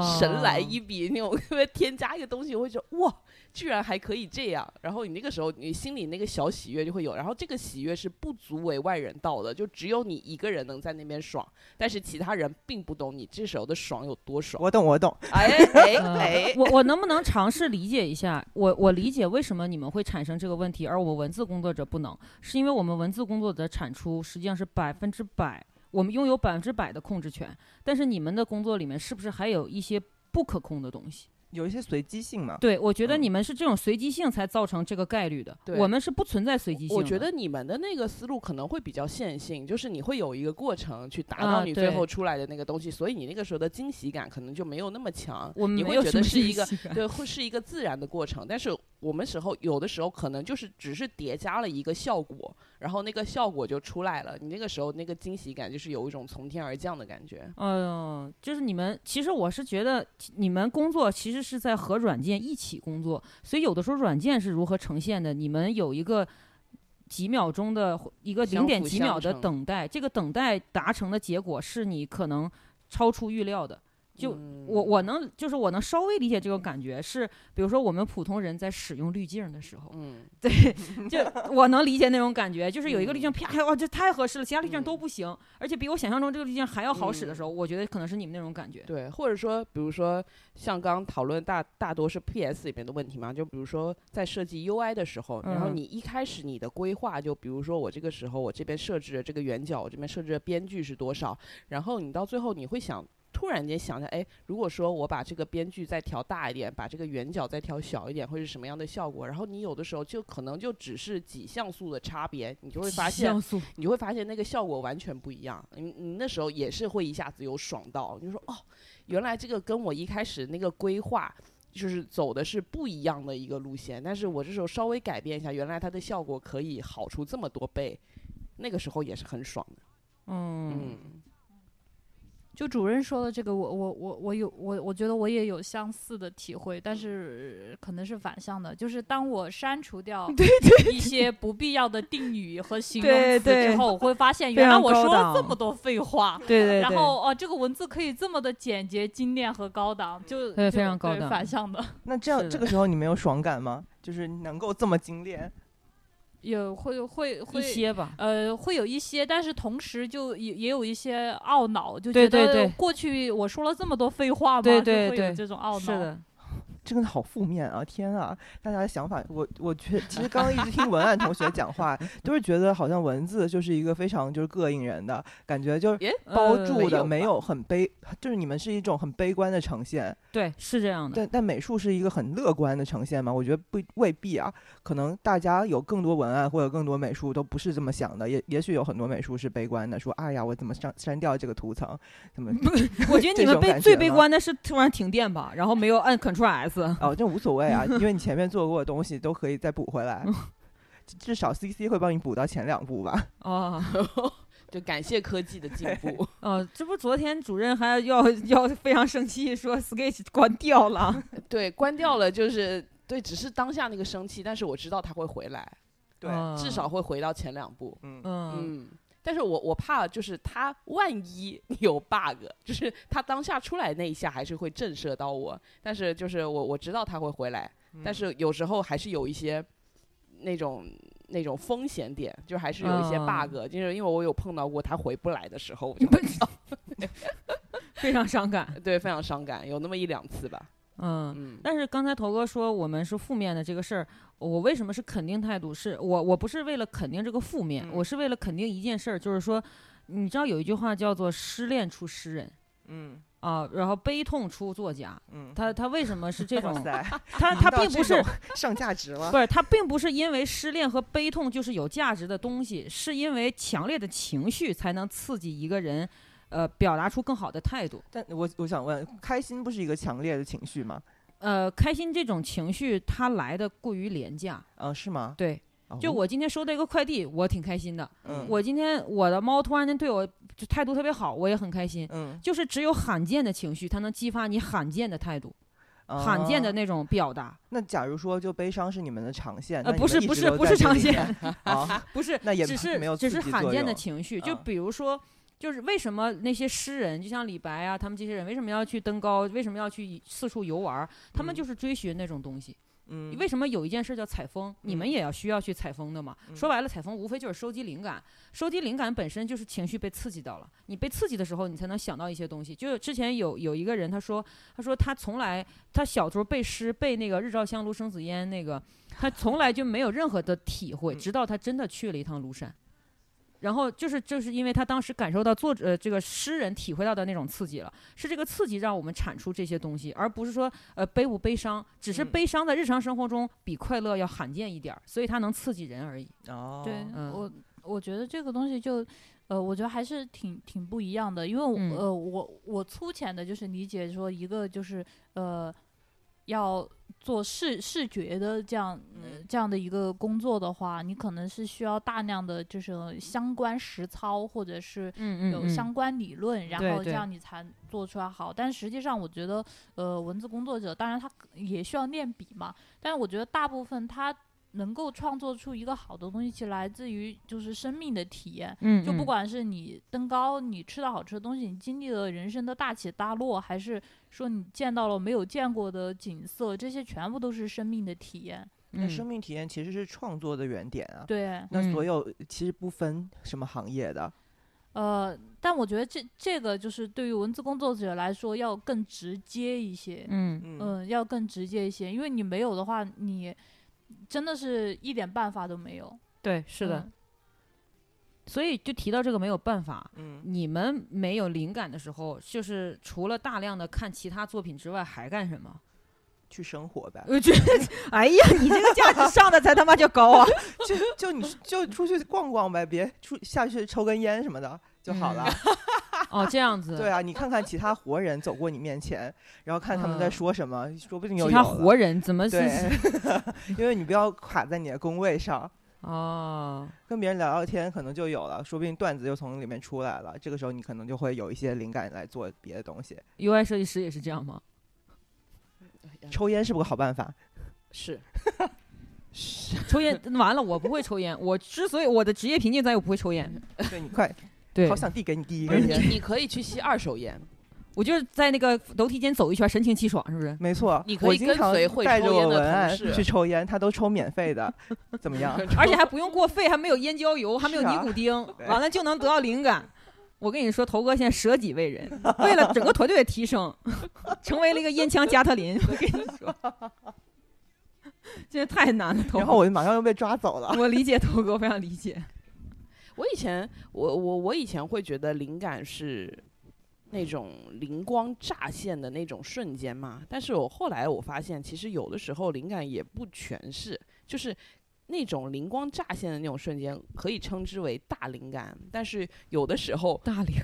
B: 嗯神来一笔那种，因为添加一个东西，我会觉得哇，居然还可以这样。然后你那个时候，你心里那个小喜悦就会有。然后这个喜悦是不足为外人道的，就只有你一个人能在那边爽，但是其他人并不懂你这时候的爽有多爽。
D: 我懂，我懂。
B: 哎 哎
C: 呃
B: 哎，
C: 我我能不能尝试理解一下？我我理解为什么你们会产生这个问题，而我们文字工作者不能，是因为我们文字工作者产出实际上是百分之百，我们拥有百分之百的控制权。但是你们的工作里面是不是还有一些不可控的东西？
D: 有一些随机性嘛，
C: 对，我觉得
D: 嗯
C: 你们是这种随机性才造成这个概率的，
B: 对
C: 我们是不存在随机嗯性
B: 我
C: 的。
B: 觉得你们的那个思路可能会比较线性，就是你会有一个过程去达到
C: 啊
B: 你最
C: 对
B: 后出来的那个东西，所以你那个时候的惊喜感可能就没有那么强。
C: 我们
B: 你
C: 没
B: 会
C: 有
B: 觉得
C: 什么
B: 是一
C: 信
B: 个
C: 息 感
B: 对，会是一个自然的过程。但是我们时候有的时候可能就是只是叠加了一个效果，然后那个效果就出来了。你那个时候那个惊喜感就是有一种从天而降的感觉。
C: 嗯、就是你们，其实我是觉得其你们工作其实是在和软件一起工作，所以有的时候软件是如何呈现的，你们有一个几秒钟的一个
B: 相
C: 零
B: 辅
C: 点几秒的
B: 相成
C: 等待，这个等待达成的结果是你可能超出预料的。就
B: 嗯
C: 我我能就是我能稍微理解这种感觉，是比如说我们普通人在使用滤镜的时候，
B: 嗯，
C: 就我能理解那种感觉，就是有一个滤镜
B: 嗯
C: 啪，哎呦哇这太合适了，其他滤镜
B: 嗯
C: 都不行，而且比我想象中这个滤镜还要好使的时候，我觉得可能是你们那种感觉。
B: 对，或者说，比如说像刚刚讨论大大多是 PS 里面的问题嘛，就比如说在设计 UI 的时候，然后
C: 嗯
B: 你一开始你的规划，就比如说我这个时候我这边设置的这个圆角，我这边设置的边距是多少，然后你到最后你会想。突然间想着，哎，如果说我把这个边距再调大一点，把这个圆角再调小一点，会是什么样的效果？然后你有的时候就可能就只是几像素的差别，你就会发现
C: 像素，
B: 你会发现那个效果完全不一样。你你那时候也是会一下子有爽到，你就说哦，原来这个跟我一开始那个规划就是走的是不一样的一个路线，但是我这时候稍微改变一下，原来它的效果可以好出这么多倍。那个时候也是很爽的，
C: 嗯，
B: 嗯，
A: 就主任说的这个，我我我我有我我觉得我也有相似的体会，但是可能是反向的，就是当我删除 掉一些不必要的定语和形容
C: 对
A: 词
C: 对
A: 之后，我会发现
C: 非
A: 原来
C: 常
A: 我
C: 高
A: 说了这
C: 档
A: 么多废话。
C: 对对
A: 然后哦、这个文字可以这么的简洁、精炼和高档，就
C: 对
A: 就
C: 非常高
A: 对
C: 档
A: 反向的，
D: 那这样
C: 是的
D: 这个时候你没有爽感吗？就是能够这么精炼，
A: 也会会
C: 一
A: 会
C: 些吧，
A: 呃，会有一些，但是同时就也也有一些懊恼，就
C: 对
A: 觉
C: 对
A: 得
C: 对
A: 过去我说了这么多废话嘛，
C: 对
A: 就
C: 对
A: 会有
C: 对
A: 这种懊恼。
C: 是的，
D: 真的好负面啊！天啊，大家的想法，我我觉得其实刚刚一直听文案同学讲 话，都是觉得好像文字就是一个非常就是膈应人的感觉，就是
B: 耶，
D: 包
C: 呃
D: 住的，
B: 没
D: 没
B: 有吧
D: 有很悲，就是你们是一种很悲观的呈现。
C: 对，是这样的，
D: 但但美术是一个很乐观的呈现嘛，我觉得不未必啊，可能大家有更多文案或者更多美术都不是这么想的，也也许有很多美术是悲观的，说哎呀我怎么删删掉这个图层，怎么
C: 我觉得你们
D: 这种
C: 悲
D: 感觉
C: 最悲
D: 吗
C: 观的是突然停电吧，然后没有按 Ctrl S，
D: 哦这无所谓啊，因为你前面做过的东西都可以再补回来， 至少 CC 会帮你补到前两步吧。
C: 哦，
B: 就感谢科技的 进步。
C: 哦，这不昨天主任还要要非常生气说 Sketch 关掉了，
B: 对，关掉了就是对，只是当下那个生气，但是我知道它会回来，
C: 嗯
B: 至少会回到前两步。
D: 嗯，
C: 嗯，
B: 嗯，但是我我怕就是他万一有 bug，就是 他当下出来那一下还是会震慑到我，但是就是我我知道他会回来，但是有时候还是有一些那种那种风险点，就还是有一些
C: 嗯
B: bug，、就是因为我有碰到过他回不来的时候，我就 会
C: 非常伤感，
B: 对非常伤感，有那么一两次吧，
C: 嗯。
B: 嗯。
C: 但是刚才头哥说我们是负面的这个事儿，我为什么是肯定态度？是我我不是为了肯定这个负面，
B: 嗯
C: 我是为了肯定一件事儿，就是说，你知道有一句话叫做“失恋出诗人
D: 嗯
C: 啊，然后悲痛出作家”
D: 嗯，
C: 他。他为什么是这
D: 哇
C: 种？
D: 塞，
C: 他他并不是
D: 上价值了
C: 不，是他并不是因为失恋和悲痛就是有价值的东西，是因为强烈的情绪才能刺激一个人，呃，表达出更好的态度。
D: 但我我想问，开心不是一个强烈的情绪吗？
C: 呃，开心这种情绪它来的过于廉价，
D: 嗯，是吗？
C: 对，
D: 哦
C: 就，我今天收到一个快递，我挺开心的。
D: 嗯
C: 我今天我的猫突然间对我就态度特别好，我也很开心。
D: 嗯，
C: 就是只有罕见的情绪，它能激发你罕见的态度，罕见
D: 啊
C: 的那种表达。
D: 那假如说，就悲伤是你们的长线，
C: 呃
D: 哎那你
C: 不
D: 们
C: 是
D: 一
C: 不
D: 直
C: 是
D: 都
C: 不
D: 在
C: 是
D: 这
C: 长
D: 里
C: 线
D: 面啊，
C: 不是，
D: 那也
C: 只
D: 没有
C: 是只
D: 刺
C: 是
D: 激
C: 罕
D: 作
C: 见的
D: 用
C: 情绪。就
D: 嗯
C: 比如说，就是为什么那些诗人，就像李白啊，他们这些人为什么要去登高，为什么要去四处游玩儿？他们
D: 嗯
C: 就是追寻那种东西。
D: 嗯，
C: 为什么有一件事叫采风？你们
D: 嗯
C: 也要需要去采风的嘛？
D: 嗯
C: 说白了，采风无非就是收集灵感，收集灵感本身就是情绪被刺激到了。你被刺激的时候，你才能想到一些东西。就是之前有有一个人，他说，他说他从来他小时候背诗背那个“日照香炉生紫烟”那个，他从来就没有任何的体会，
D: 嗯
C: 直到他真的去了一趟庐山。然后就是就是因为他当时感受到作者、呃、这个诗人体会到的那种刺激了，是这个刺激让我们产出这些东西，而不是说呃悲无悲伤，只是
D: 嗯
C: 悲伤在日常生活中比快乐要罕见一点儿，所以它能刺激人而已。
D: 哦，
A: 对、
C: 嗯
A: 我，我觉得这个东西就，呃，我觉得还是挺挺不一样的，因为我、
C: 嗯
A: 呃，我我粗浅的就是理解说，一个就是呃，要做视视觉的这样、呃
D: 嗯
A: 这样的一个工作的话，你可能是需要大量的就是相关实操或者是。
C: 嗯
A: 有相关理论，
C: 对
A: 然后这
C: 对
A: 样你才做出来好。但实际上，我觉得，呃，文字工作者当然他也需要练笔嘛，但是我觉得大部分他能够创作出一个好的东西，其实来自于就是生命的体验。
C: 嗯
A: 就不管是你登高，你吃到好吃的东西，你经历了人生的大起大落，还是说你见到了没有见过的景色，这些全部都是生命的体验。
C: 嗯
D: 那生命体验其实是创作的原点啊。
A: 对，
D: 那所
C: 嗯
D: 有其实不分什么行业的，
A: 呃，但我觉得这这个就是对于文字工作者来说要更直接一些。
C: 嗯
D: 嗯，
A: 嗯，要更直接一些，因为你没有的话，你真的是一点办法都没有。
C: 对是的，
A: 嗯
C: 所以就提到这个没有办法。
D: 嗯
C: 你们没有灵感的时候，就是除了大量的看其他作品之外，还干什么？
D: 去生活呗，
B: 嗯
C: 我觉得，哎呀，你这个价值上的才他妈叫高啊！
D: 就就你就出去逛逛呗，别出下去抽根烟什么的就好了。
C: 哦，这样
B: 嗯
C: 子，
D: 对啊，你看看其他活人走过你面前，然后看他们在
C: 嗯
D: 说什么，说不定又
C: 其他
D: 有了
C: 活人怎么是
D: 对，因为你不要卡在你的工位上，
C: 哦，
D: 跟别人聊聊天可能就有了，说不定段子就从里面出来了。这个时候你可能就会有一些灵感来做别的东西。
C: UI 设计师也是这样吗？
B: 哎 嗯
D: 抽烟是不是个好办法？
B: 是是，
C: 抽烟完了，我不会抽烟。我之所以我的职业瓶颈在于我不会抽烟。
D: 对你快，
C: 对
D: 好想递给你第一
B: 不
D: 根
B: 是
D: 烟。
B: 你你可以去吸二手 烟，
C: 我就是在那个楼梯间走一圈，神清气爽，是不是？
D: 没错，
B: 你可
D: 我
B: 以
D: 经
B: 跟
D: 常
B: 随会
D: 带
B: 抽
D: 着我
B: 烟的
D: 文
B: 同
D: 案
B: 事
D: 去抽烟，他都抽免费的，怎么 样？
C: 而且还不用过费，还没有烟焦油，还没有
D: 是
C: 尼
D: 啊
C: 古丁，
D: 对
C: 完了就能得到灵感。我跟你说，头哥现在舍己为人，为了整个团队的提升， 成为了一个烟枪加特林。我跟你说，这太难了。头哥
D: 然后我就马上又被抓走了。
C: 我理解头哥，我非常理解。
B: 我以前，我我我以前会觉得灵感是那种灵光乍现的那种瞬间嘛，但是我后来我发现，其实有的时候灵感也不全是，就是那种灵光乍现的那种瞬间，可以称之为大灵感，但是有的时候
C: 大龄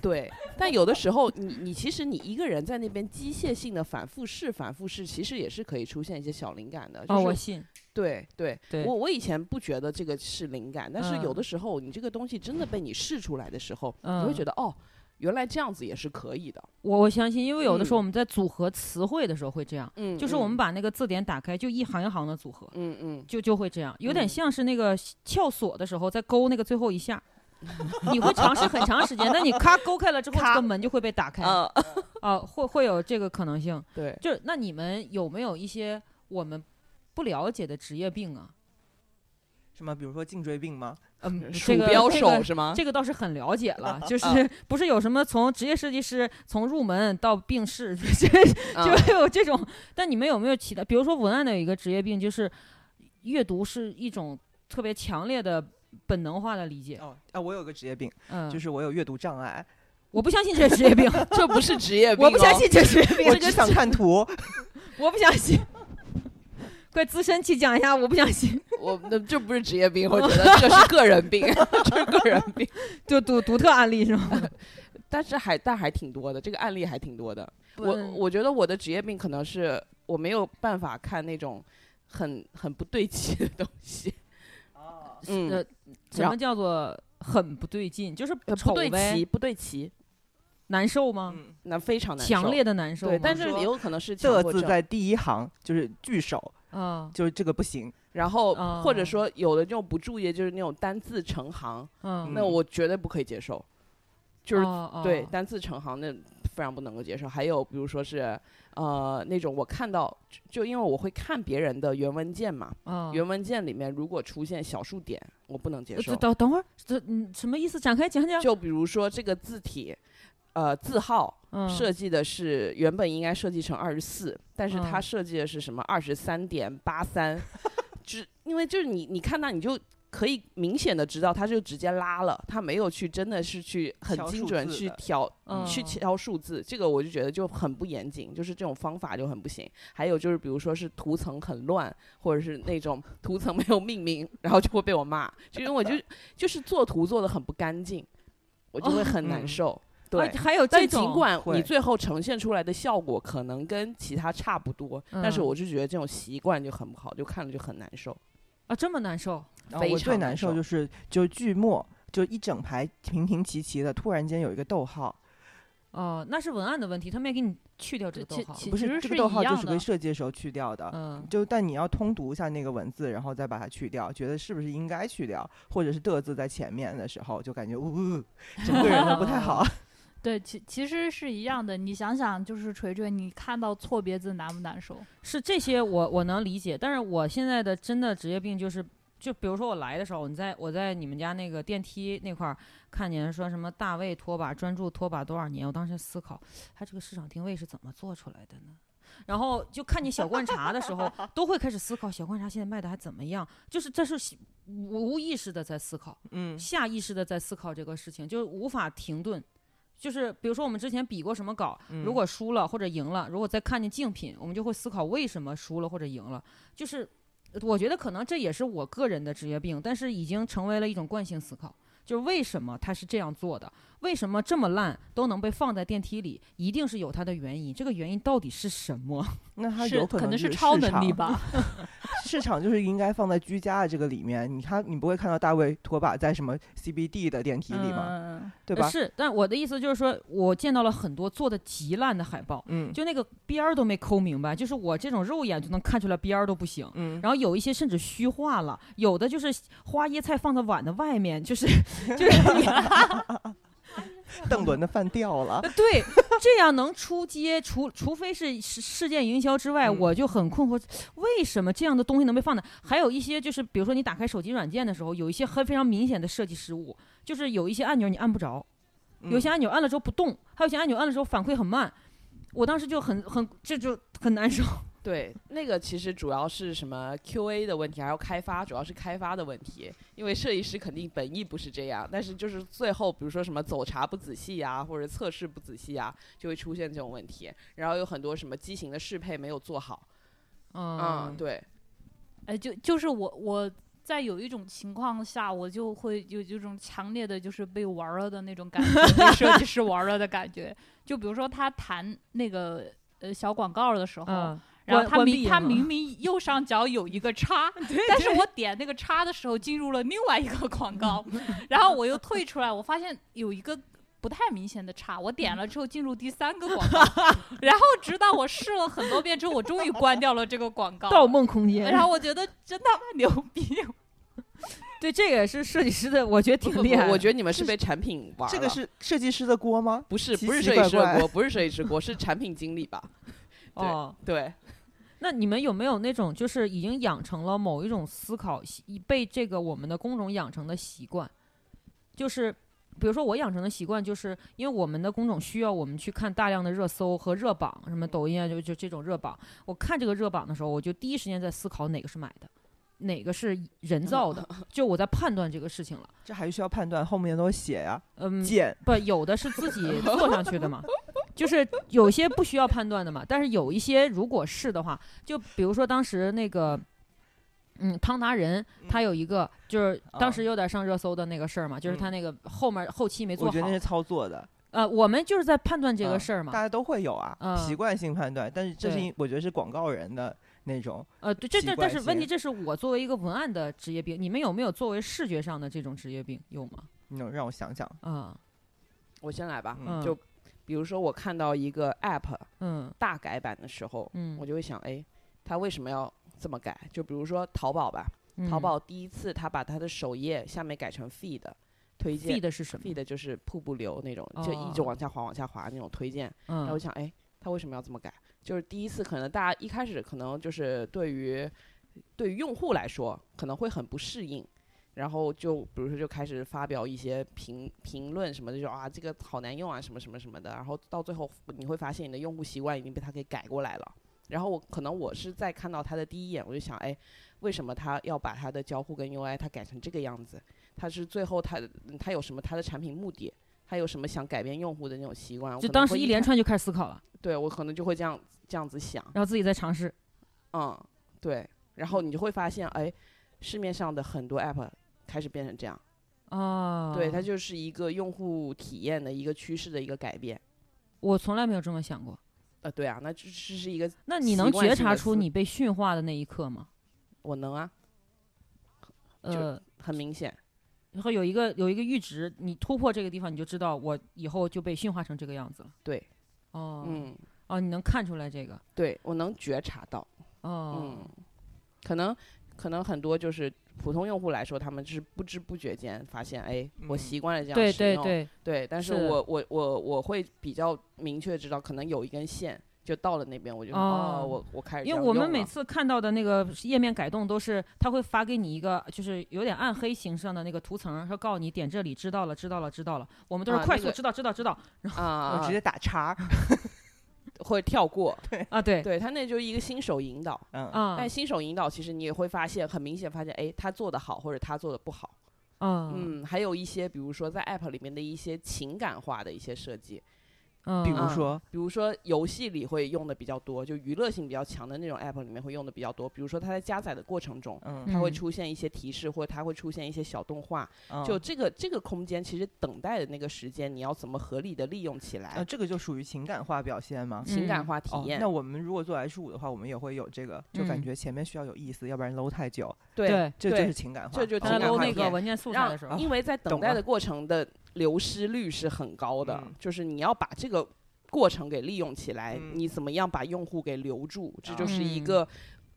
B: 对， 但有的时候你你其实你一个人在那边机械性的反复试、反复试，其实也是可以出现一些小灵感的。就
C: 哦，
B: 是
C: 我信。
B: 对对，
C: 对
B: 我我以前不觉得这个是灵感，但是有
C: 嗯
B: 的时候你这个东西真的被你试出来的时候，你
C: 嗯
B: 会觉得哦，原来这样子也是可以的。
C: 我我相信，因为有的时候
B: 嗯
C: 我们在组合词汇的时候会这样，
B: 嗯
C: 就是我们
B: 把
C: 把那个字典打开，就一行一行的组合，
B: 嗯嗯
C: 就就会这样，有点
B: 嗯
C: 像是那个撬锁的时候在勾那个最后一下。 你会尝试很长时间，但你咔勾开了之后，这个门就会被打开啊、
B: 啊，
C: 会会有这个可能性。
B: 对，
C: 就是那你们有没有一些我们不了解的职业病啊？
D: 什么？比如说颈椎病吗？
C: 嗯，
B: 鼠
C: 这个
B: 标
C: 这
B: 手
C: 个
B: 是吗？嗯
C: 这个倒是很了解 了，就是不是有什么从职业设计师从入门到病逝，
B: 啊
C: 就会有这种。但你们有没有其他？比如说文案的有一个职业病，就是阅读是一种特别强烈的本能化的理解。
D: 哦啊，我有个职业病，
C: 嗯，
D: 就是我有阅读障碍，
C: 我不相信这是职业 病，
B: 这不是职业病、哦，哦
C: 我不相。信这是职业
D: 我
C: 病，
D: 只想看图。
C: 我不相信。 快资深去讲一下，我不相信，
B: 我那这不是职业病，我觉得这是个人病， 这是个人病。
C: 就独独特案例是吗？
B: 但是还但还挺多的，这个案例还挺多的。我
C: 嗯
B: 我觉得我的职业病可能是我没有办法看那种很很不对齐的东西。嗯
C: 呃，什
B: 然
C: 么叫做很不对劲？就是
B: 呃不
C: 丑
B: 对齐，
C: 呗，
B: 不对齐，
C: 难受吗？
D: 嗯，
B: 那非常难受，
C: 强烈的难受吗。
B: 对，但是
D: 说
B: 也有可能是强
D: 这
B: 迫
D: 字
B: 症
D: 在第一行就是句首，
C: 啊，
D: 就是这个不行。
B: 然后、
C: 哦
B: 或者说有的这种不注意，就是那种单字成行，
C: 嗯，
B: 那我绝对不可以接受。就是
C: 哦哦
B: 对单字成行那非常不能够接受。还有比如说是呃那种我看到就就因为我会看别人的原文件嘛，
C: 哦
B: 原文件里面如果出现小数点，我不能接
C: 呃
B: 受
C: 这。等等会儿，这嗯什么意思？展开讲讲。
B: 就比如说这个字体，呃字号。
C: 嗯
B: 设计的是原本应该设计成二十四，但是它
C: 嗯
B: 设计的是什么二十三点八 三，只因为就是你你看到你就可以明显的知道它就直接拉了，它没有去真的是去很
D: 调
B: 精
D: 数
B: 准
D: 字
B: 去
D: 的
B: 调、
C: 嗯
B: 去调数字，这个我就觉得就很不严谨，就是这种方法就很不行。还有就是比如说是图层很乱，或者是 那种图层没有命名，然后就会被我骂，就因为我就就是做图做的很不干净，我就会很难
D: 嗯
B: 受。对、
C: 啊还有这
B: 但
C: 种
B: 尽管你
D: 会
B: 最后呈现出来的效果可能跟其他差不多，但是
C: 嗯
B: 我就觉得这种习惯就很不好，就看了就很难受。
C: 啊这么难受，
D: 然后
B: 非
D: 我最
B: 常
D: 难
B: 难
D: 受
B: 受
D: 就是就剧末就一整排平平齐齐的，突然间有一个逗号，
C: 哦，那是文案的问题，他没给你去掉这
A: 对
C: 个
A: 其
C: 逗号。
A: 其
D: 不
A: 实
D: 是这个
A: 是
D: 逗
A: 一
D: 号就
A: 样
D: 是
A: 的
D: 跟设计的时候去掉的。
C: 嗯，
D: 就但你要通读一下那个文字，然后再把它去掉，觉得是不是应该去掉，或者是的字在前面的时候，就感觉呜、呜，整个人都不太好。
A: 对，其其实是一样的。你想想，就是锤锤，你看到错别字难不难受？
C: 是这些我我能理解，但是我现在的真的职业病就是，就比如说我来的时候，你在我在你们家那个电梯那块儿看见说什么大卫拖把专注拖把多少年，我当时思考，他这个市场定位是怎么做出来的呢？然后就看见小罐茶的时候，都会开始思考小罐茶现在卖的还怎么样，就是这是喜无无意识的在思考。
D: 嗯，
C: 下意识的在思考这个事情，就是无法停顿。就是比如说我们之前比过什么稿，如
D: 嗯
C: 果输了或者赢了，如果再看见竞品，我们就会思考为什么输了或者赢了。就是我觉得可能这也是我个人的职业病，但是已经成为了一种惯性思考。就是为什么他是这样做的？为什么这么烂都能被放在电梯里？一定是有它的原因。这个原因到底是什么？
D: 那它
A: 是
D: 有
A: 可
D: 能
A: 能
D: 就是市
A: 超能力
D: 场？
A: 吧？
D: 市场就是应该放在居家的这个里面，你看你不会看到大卫拖把在什么 CBD 的电梯里吗？
A: 嗯，嗯
D: 对
C: 呃
D: 吧？
C: 是，但我的意思就是说，我见到了很多做的极烂的海报，
D: 嗯
C: 就那个边儿都没抠明白，就是我这种肉眼就能看出来边儿都不行。
D: 嗯，
C: 然后有一些甚至虚化了，有的就是花椰菜放在碗的外面， 就是就是 你
D: 邓伦的饭掉了。
C: 对这样能出街，除除非是事事件营销之外，
D: 嗯
C: 我就很困惑，为什么这样的东西能被放在？还有一些就是，比如说你打开手机软件的时候，有一些很非常明显的设计失误，就是有一些按钮你按不着，
D: 嗯
C: 有些按钮按了之后不动，还有一些按钮按了之后反馈很慢，我当时就很很这就很难受。
B: 对，那个其实主要是什么 QA 的问题，还有开发，主要是开发的问题。因为设计师肯定本意不是这样，但是就是最后，比如说什么走查不仔细啊，或者测试不仔细啊，就会出现这种问题。然后有很多什么机型的适配没有做好，嗯，对，
A: 哎，就就是我我在有一种情况下，我就会有有一种强烈的就是被玩儿了的那种感觉，被设计师玩儿了的感觉。就比如说他弹那个呃小广告的时候，
C: 嗯，
A: 然后
C: 关
A: 他
C: 关
A: 明
C: 闭
A: 他
C: 吗
A: 明明右上角有一个 叉，但是我点那个叉的时候进入了另外一 个广告，然后我又退出来，我发现有一个。不太明显的叉，我点了之后进入第三个广 告，然后直到我试了很多遍之后，我终于关掉了这个广告。
C: 盗梦空间，
A: 然后我觉得真他妈牛逼，
C: 对，这个也是设计师的，我觉得挺厉害的。
B: 我觉得你们是被产品玩
D: 这
B: 了
D: 个是设计师的锅吗？
B: 不是
D: 奇
B: 不是
D: 奇
B: 设计
D: 怪
B: 师的
D: 怪
B: 锅，不是设计师锅，是产品经理吧？对
C: 哦，
B: 对，
C: 那你们有没有那种就是已经养成了某一种思考习，被这个我们的工种养成的习惯？就是比如说我养成的习惯，就是因为我们的工种需要我们去看大量的热搜和热榜，什么抖音啊，就就这种热榜。我看这个热榜的时候，我就第一时间在思考哪个是买的，哪个是人造的，就我在判断这个事情了。
D: 这还需要判断，后面都写呀、
C: 嗯，
D: 剪
C: 不，有的是自己做上去的嘛，就是有些不需要判断的嘛，但是有一些如果是的话，就比如说当时那个，嗯，汤达人他有一个就是
B: 啊
C: 当时有点上热搜的那个事儿嘛，就是
B: 嗯
C: 他那个后面后期没做
D: 我
C: 好
D: 觉得，那是操作的，
C: 呃，我们就是在判断这
B: 啊
C: 个
D: 嗯
C: 事儿
D: 大
C: 嘛，
D: 家都会有啊，
C: 嗯
D: 习惯性判断。但是这是
C: 对
D: 因我觉得是广告人的那种，
C: 呃，对，这
D: 习
C: 这但
D: 惯
C: 是问题
D: 性
C: 这是我作为一个文案的职业病，你们有没有作为视觉上的这种职业病有吗？
D: 你能让我想啊想，
C: 啊，
B: 我先来吧。
C: 嗯，
B: 就比如说我看到一个 App
C: 嗯
B: 大改版的时候，我
C: 嗯，
B: 就会想，哎，它为什么要这么改？就比如说淘宝吧，淘
C: 嗯
B: 宝第一次它把它的首页下面改成 feed，推荐
C: feed 是什么？
B: feed 就是瀑布流那种，就一直
C: 哦
B: 往下滑往下滑那种推荐。然后我
C: 嗯，
B: 想，哎，他为什么要这么改？就是第一次，可能大家一开始可能就是对于对于用户来说可能会很不适应，然后就比如说就开始发表一些评评论什么的，就说啊这个好难用啊什么什么什么的，然后到最后你会发现你的用户习惯已经被他给改过来了。然后我可能我是在看到他的第一眼，我就想，哎，为什么他要把他的交互跟 UI 他改成这个样子？他是最后他嗯他有什么他的产品目的？他有什么想改变用户的那种习惯？我可
C: 就
B: 能
C: 当时
B: 会
C: 一
B: 一
C: 连
B: 看
C: 串就开始思考了，
B: 对我可能就会这样这样子想，
C: 然后自己再尝试。
B: 嗯，对，然后你就会发现，哎，市面上的很多 app 开始变成这样，
C: 啊，
B: 对，它就是一个用户体验的一个趋势的一个改变，
C: 我从来没有这么想过。
B: 呃，对啊，那这这是一个
C: 那你
B: 习
C: 能
B: 惯
C: 觉
B: 性
C: 察
B: 的
C: 出
B: 思
C: 你被驯化的那一刻吗？
B: 我能啊，就
C: 呃，
B: 很明显，
C: 然后有一个有一个阈值，你突破这个地方，你就知道我以后就被驯化成这个样子了。
B: 对，
C: 哦，
B: 嗯，
C: 哦，你能看出来这个，
B: 对我能觉察到，
C: 哦，
B: 嗯，可能可能很多就是普通用户来说，他们是不知不觉间发现，哎，我
D: 嗯
B: 习惯了这样
C: 对
B: 使
C: 对
B: 用
C: 对，
B: 对，但是
C: 是
B: 我我我我会比较明确知道，可能有一根线就到了那边，我就说
C: 哦
B: 哦，我我开始这
C: 因为
B: 样
C: 我们
B: 用
C: 每
B: 了
C: 次看到的那个页面改动都是，它会发给你一个就是有点暗黑形式上的那个图层，说告诉你点这里，知道了，知道了，知道了。我们都是
B: 啊
C: 快
B: 那
C: 速
B: 个
C: 知道知道知道
B: 啊 啊
D: 我直接打叉。
B: 会跳过，
C: 啊，对
B: 对他那就是一个新手引导，
D: 嗯，
C: 啊
B: 但新手引导其实你也会发现，很明显发现，哎，他做的好或者他做的不好，
C: 啊
B: 嗯，还有一些比如说在 app 里面的一些情感化的一些设计，
C: 嗯，
D: 比如
B: 啊
D: 说，
B: 比如说游戏里会用的比较多，就娱乐性比较强的那种 app 里面会用的比较多，比如说它在加载的过程中。
D: 嗯，
B: 它会
C: 嗯
B: 出现一些提示，或者它会出现一些小动画，
D: 嗯
B: 就这个这个空间，其实等待的那个时间，你要怎么合理的利用起来
D: 呃，？这个就属于情感化表现吗？
B: 情感
C: 哦嗯
B: 化体
D: 哦
B: 验，
D: 那我们如果做 H 五的话，我们也会有这个，就感
C: 嗯
D: 觉前面需要有意思，要不然 low 太久。
B: 对，
C: 对，
D: 这就
B: 对
D: 是情感化，
B: 这就
D: 哦
B: 情
C: 他
B: 感
C: 搂
B: 化
C: 那
B: 体验
C: 个文件素材
B: 让
C: 的时候，
B: 因为在等
D: 懂
B: 待
D: 了
B: 的过程的流失率是很高的
D: 嗯，
B: 就是你要把这个过程给利用起来，
D: 嗯
B: 你怎么样把用户给留住？这就
D: 啊
B: 是一
C: 嗯
B: 个，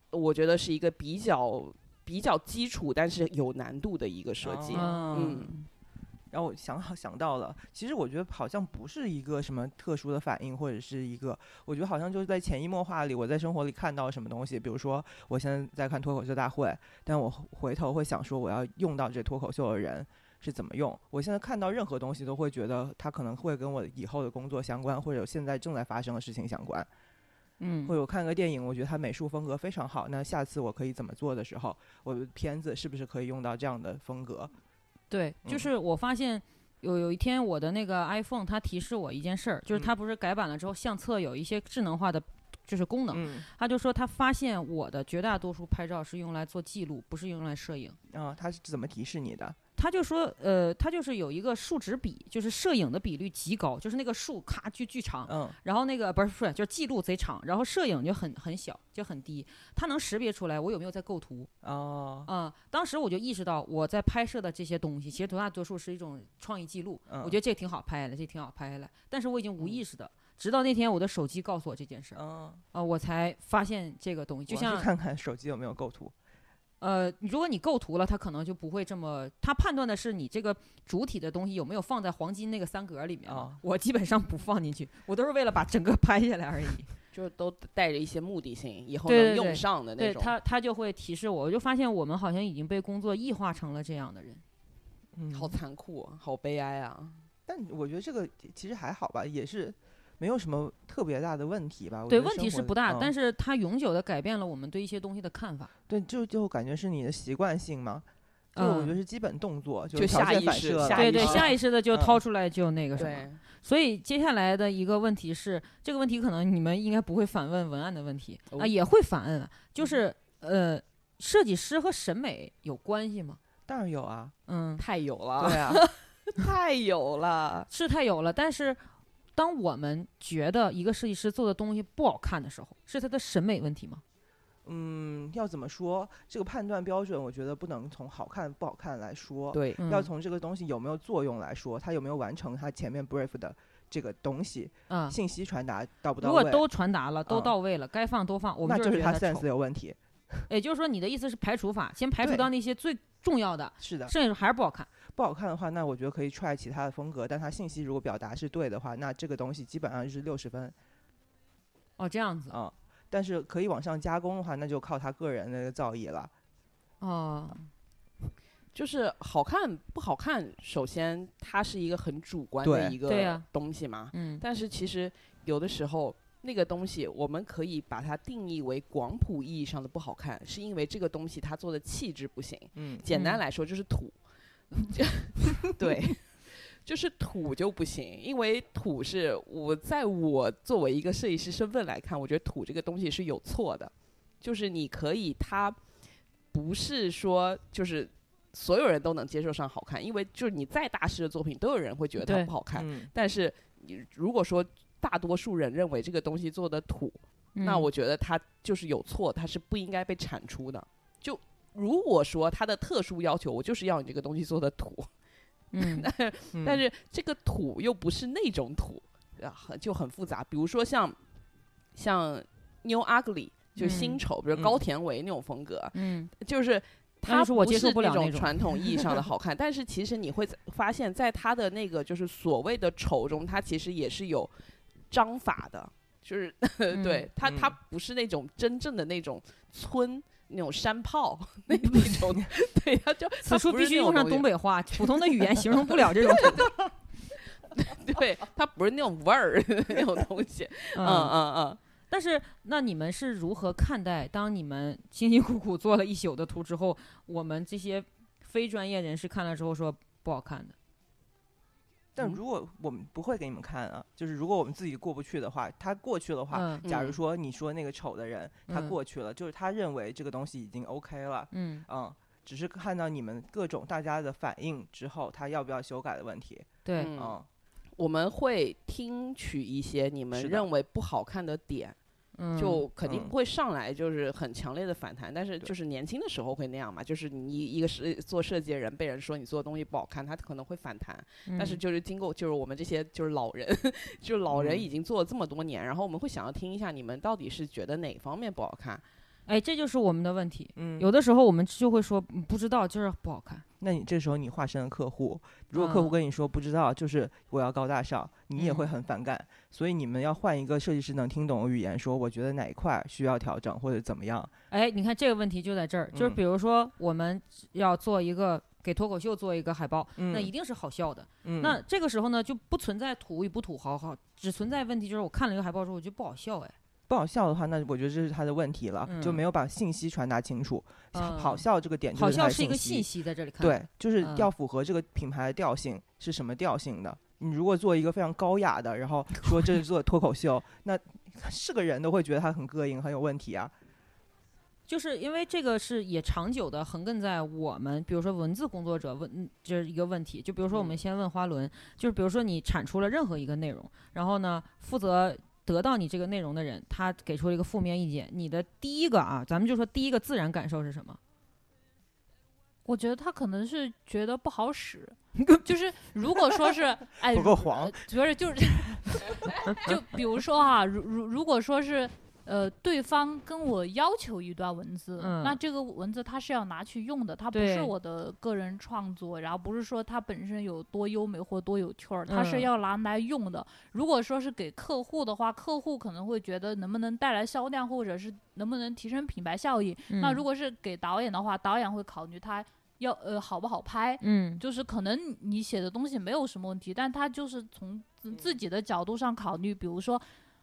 B: 我觉得是一个比较比较基础，但是有难度的一个设计。
D: 啊
C: 嗯
D: 然后我想好想到了，其实我觉得好像不是一个什么特殊的反应，或者是一个，我觉得好像就是在潜移默化里，我在生活里看到什么东西，比如说我现在在看脱口秀大会，但我回回头会想说，我要用到这脱口秀的人是怎么用。我现在看到任何东西都会觉得它可能会跟我以后的工作相关，或者现在正在发生的事情相关。
C: 嗯
D: 或者我看个电影，我觉得它美术风格非常好，那下次我可以怎么做的时候，我的片子是不是可以用到这样的风格？
C: 对，
D: 嗯
C: 就是我发现有有一天我的那个 iPhone 它提示我一件事儿，就是它不是改版了之后相册有一些智能化的就是功能，
D: 嗯，
C: 它就说它发现我的绝大多数拍照是用来做记录，不是用来摄影。
D: 啊，它是怎么提示你的？
C: 他就说，呃，他就是有一个数值比，就是摄影的比率极高，就是那个数咔巨巨长，
D: 嗯，
C: 然后那个不是不是就是记录贼长，然后摄影就很很小，就很低，它能识别出来我有没有在构图，
D: 哦，
C: 嗯，当时我就意识到我在拍摄的这些东西，其实绝大多数是一种创意记录。
D: 嗯
C: 我觉得这挺好拍下来，这挺好拍下来。但是我已经无意识的，直到那天我的手机告诉我这件事儿，啊、
D: 嗯，
C: 我才发现这个东西。就
D: 我要去
C: 像
D: 看看手机有没有构图。
C: 呃，如果你构图了，它可能就不会这么，它判断的是你这个主体的东西有没有放在黄金那个三格里面嘛。
D: 哦
C: 我基本上不放进去，我都是为了把整个拍下来 而已。
B: 就是都带着一些目的性，以后
C: 对
B: 能
C: 对对
B: 用上的那
C: 对
B: 种。
C: 他，他就会提示我，我就发现我们好像已经被工作异化成了这样的人。
D: 嗯
B: 好残酷啊，好悲哀啊！
D: 但我觉得这个其实还好吧，也是没有什么特别大的问题吧。我
C: 对，
D: 觉得
C: 问题
D: 生
C: 是
D: 活
C: 不大，
D: 嗯
C: 但是它永久的改变了我们对一些东西的看法。
D: 对，就就感觉是你的习惯性嘛，就我觉得
C: 嗯
D: 是基本动作，就
B: 就是
D: 条
B: 下
D: 件
B: 意
D: 反
B: 识
D: 射了。啊
B: 下
C: 对
B: 意
C: 对，
B: 识
C: 下意识的就
D: 嗯
C: 掏出来就那个什么。
B: 对，
C: 所以接下来的一个问题是，这个问题可能你们应该不会反问文案的问题啊，
B: 哦
C: 也会反问啊，
D: 嗯
C: 就是呃，设计师和审美有关系吗？
D: 当然有啊，
C: 嗯，
B: 太有了，
D: 对啊，
B: 太有了。
C: 是太有了，但是。当我们觉得一个设计师做的东西不好看的时候，是他的审美问题吗？
D: 嗯，要怎么说这个判断标准？我觉得不能从好看不好看来说，
B: 对，
C: 嗯、
D: 要从这个东西有没有作用来说，它有没有完成它前面 brief 的这个东西，
C: 啊，
D: 信息传达到不
C: 如
D: 到
C: 果
D: 位，
C: 都传达了，都
D: 嗯
C: 到位了，该放都放，我
D: 那
C: 们
D: 就是是
C: 觉
D: 它
C: 得丑
D: sense 有问题。
C: 也就是说，你的意思是排除法，先排除
D: 对
C: 掉那些最重要的，
D: 是的，
C: 剩下的还是不好看。
D: 不好看的话，那我觉得可以 try 其他的风格，但它信息如果表达是对的话，那这个东西基本上就是六十分
C: 哦，这样子
D: 啊、但是可以往上加工的话，那就靠他个人的造诣了。
C: 哦，
B: 就是好看不好看，首先它是一个很主观的
D: 对
B: 一
C: 对
B: 个
C: 啊
B: 东西嘛。
C: 嗯，
B: 但是其实有的时候那个东西，我们可以把它定义为广谱意义上的不好看，是因为这个东西它做的气质不行。
D: 嗯，
B: 简单
C: 嗯
B: 来说就是土， 对，就是土就不行，因为土是我在我作为一个设计师身份来看，我觉得土这个东西是有错的，就是你可以它不是说就是所有人都能接受上好看，因为就是你再大师的作品都有人会觉得它
C: 对
B: 不好看，
D: 嗯
B: 但是你如果说大多数人认为这个东西做的土，那
C: 嗯
B: 我觉得它就是有错，它是不应该被铲除的。就如果说它的特殊要求，我就是要你这个东西做的土，
C: 嗯
D: 嗯
B: 但是这个土又不是那种土，啊，很就很复杂。比如说像像 New Ugly 就新
C: 嗯
B: 丑，比如高田唯那种风格，
C: 嗯
B: 就是
C: 那
B: 它
C: 就是我接受
B: 不
C: 不
B: 是
C: 了
B: 那种
C: 那种
B: 传统意义上的好看，但是其实你会发现，在它的那个就是所谓的丑中，它其实也是有章法的，就是 对它它
D: 嗯
B: 不是那种真正的那种村。那种山 炮那那种，对，它就它
C: 此处
B: 不
C: 必
B: 是
C: 须
B: 那
C: 用
B: 种
C: 上
B: 东西
C: 东北话，普通的语言形容不了这种。
B: 对，它不是那种味儿 那种东西。 嗯嗯嗯，
C: 但是，那你们是如何看待当你们辛辛苦苦做了一宿的图之后，我们这些非专业人士看了之后说不好看的？
D: 但
B: 嗯
D: 如果我们不会给你们看啊，就是如果我们自己过不去的话，他过去的话，
C: 嗯
D: 假如
B: 嗯
D: 说你说那个丑的人，他
C: 嗯
D: 过去了，就是他认为这个东西已经 OK 了，
C: 嗯，
D: 嗯，只是看到你们各种大家的反应之后，他要不要修改的问题，
C: 对，
B: 嗯
D: 嗯
B: 我们会听取一些你们
D: 是的
B: 认为不好看的点，
C: 嗯，
B: 就肯定
D: 嗯
B: 不会上来就是很强烈的反弹。但是
D: 对
B: 就是年轻的时候会那样嘛，就是你一个是做设计的人被人说你做的东西不好看，他可能会反弹。但是
C: 嗯
B: 就是经过就是我们这些就是老人， 就是老人
D: 嗯
B: 已经做了这么多年，然后我们会想要听一下你们到底是觉得哪方面不好看。
C: 哎，这就是我们的问题。
D: 嗯
C: 有的时候我们就会说嗯不知道，就是不好看。
D: 那你这时候你化身了客户，如果客户
C: 嗯
D: 跟你说不知道，就是我要高大上，你也会
C: 嗯
D: 很反感。所以你们要换一个设计师能听懂的语言，说我觉得哪一块需要调整或者怎么样。
C: 哎，你看这个问题就在这儿，就是
D: 嗯
C: 比如说我们要做一个给脱口秀做一个海报，
D: 嗯
C: 那一定是好笑的。
D: 嗯
C: 那这个时候呢，就不存在土与不土豪好，只存在问题就是我看了一个海报之后，我觉得不好笑哎。
D: 不好笑的话，那我觉得这是他的问题了，就
C: 嗯
D: 没有把信息传达清楚。
C: 嗯
D: 好笑这个点哎就
C: 好
D: 它
C: 笑
D: 的
C: 是一个
D: 信
C: 信，息，在这里看。
D: 对，就是
C: 嗯
D: 要符合这个品牌的调性是什么调性的。你如果做一个非常高雅的，然 后说这是做脱口秀，那是个人都会觉得他很膈应，很有问题啊。
C: 就是因为这个是也长久的横亘在我们，比如说文字工作者问，嗯这、是一个问题。就比如说
D: 嗯
C: 我们先问花轮，就是比如说你产出了任何一个内容，然后呢，负责得到你这个内容的人，他给出了一个负面意见，你的第一个啊，咱们就说第一个自然感受是什么？
A: 我觉得他可能是觉得不好使，就是如果说是哎
D: 不够黄
A: 呃不是就是 就比如说哈、如如如果说是呃对方跟我要求一段文字，
C: 嗯
A: 那这个文字它是要拿去用的，它不
C: 对
A: 是我的个人创作，然后不是说它本身有多优美或多有趣儿，它
C: 嗯
A: 是要拿来用的。如果说是给客户的话，客户可能会觉得能不能带来销量，或者是能不能提升品牌效益，那如
C: 果
A: 果是给导演的话，导演会考虑他要呃好不好拍，
C: 嗯
A: 就是可能你写的东西没有什么问题，但他就是从自
C: 嗯
A: 自己的角度上考虑，比如说。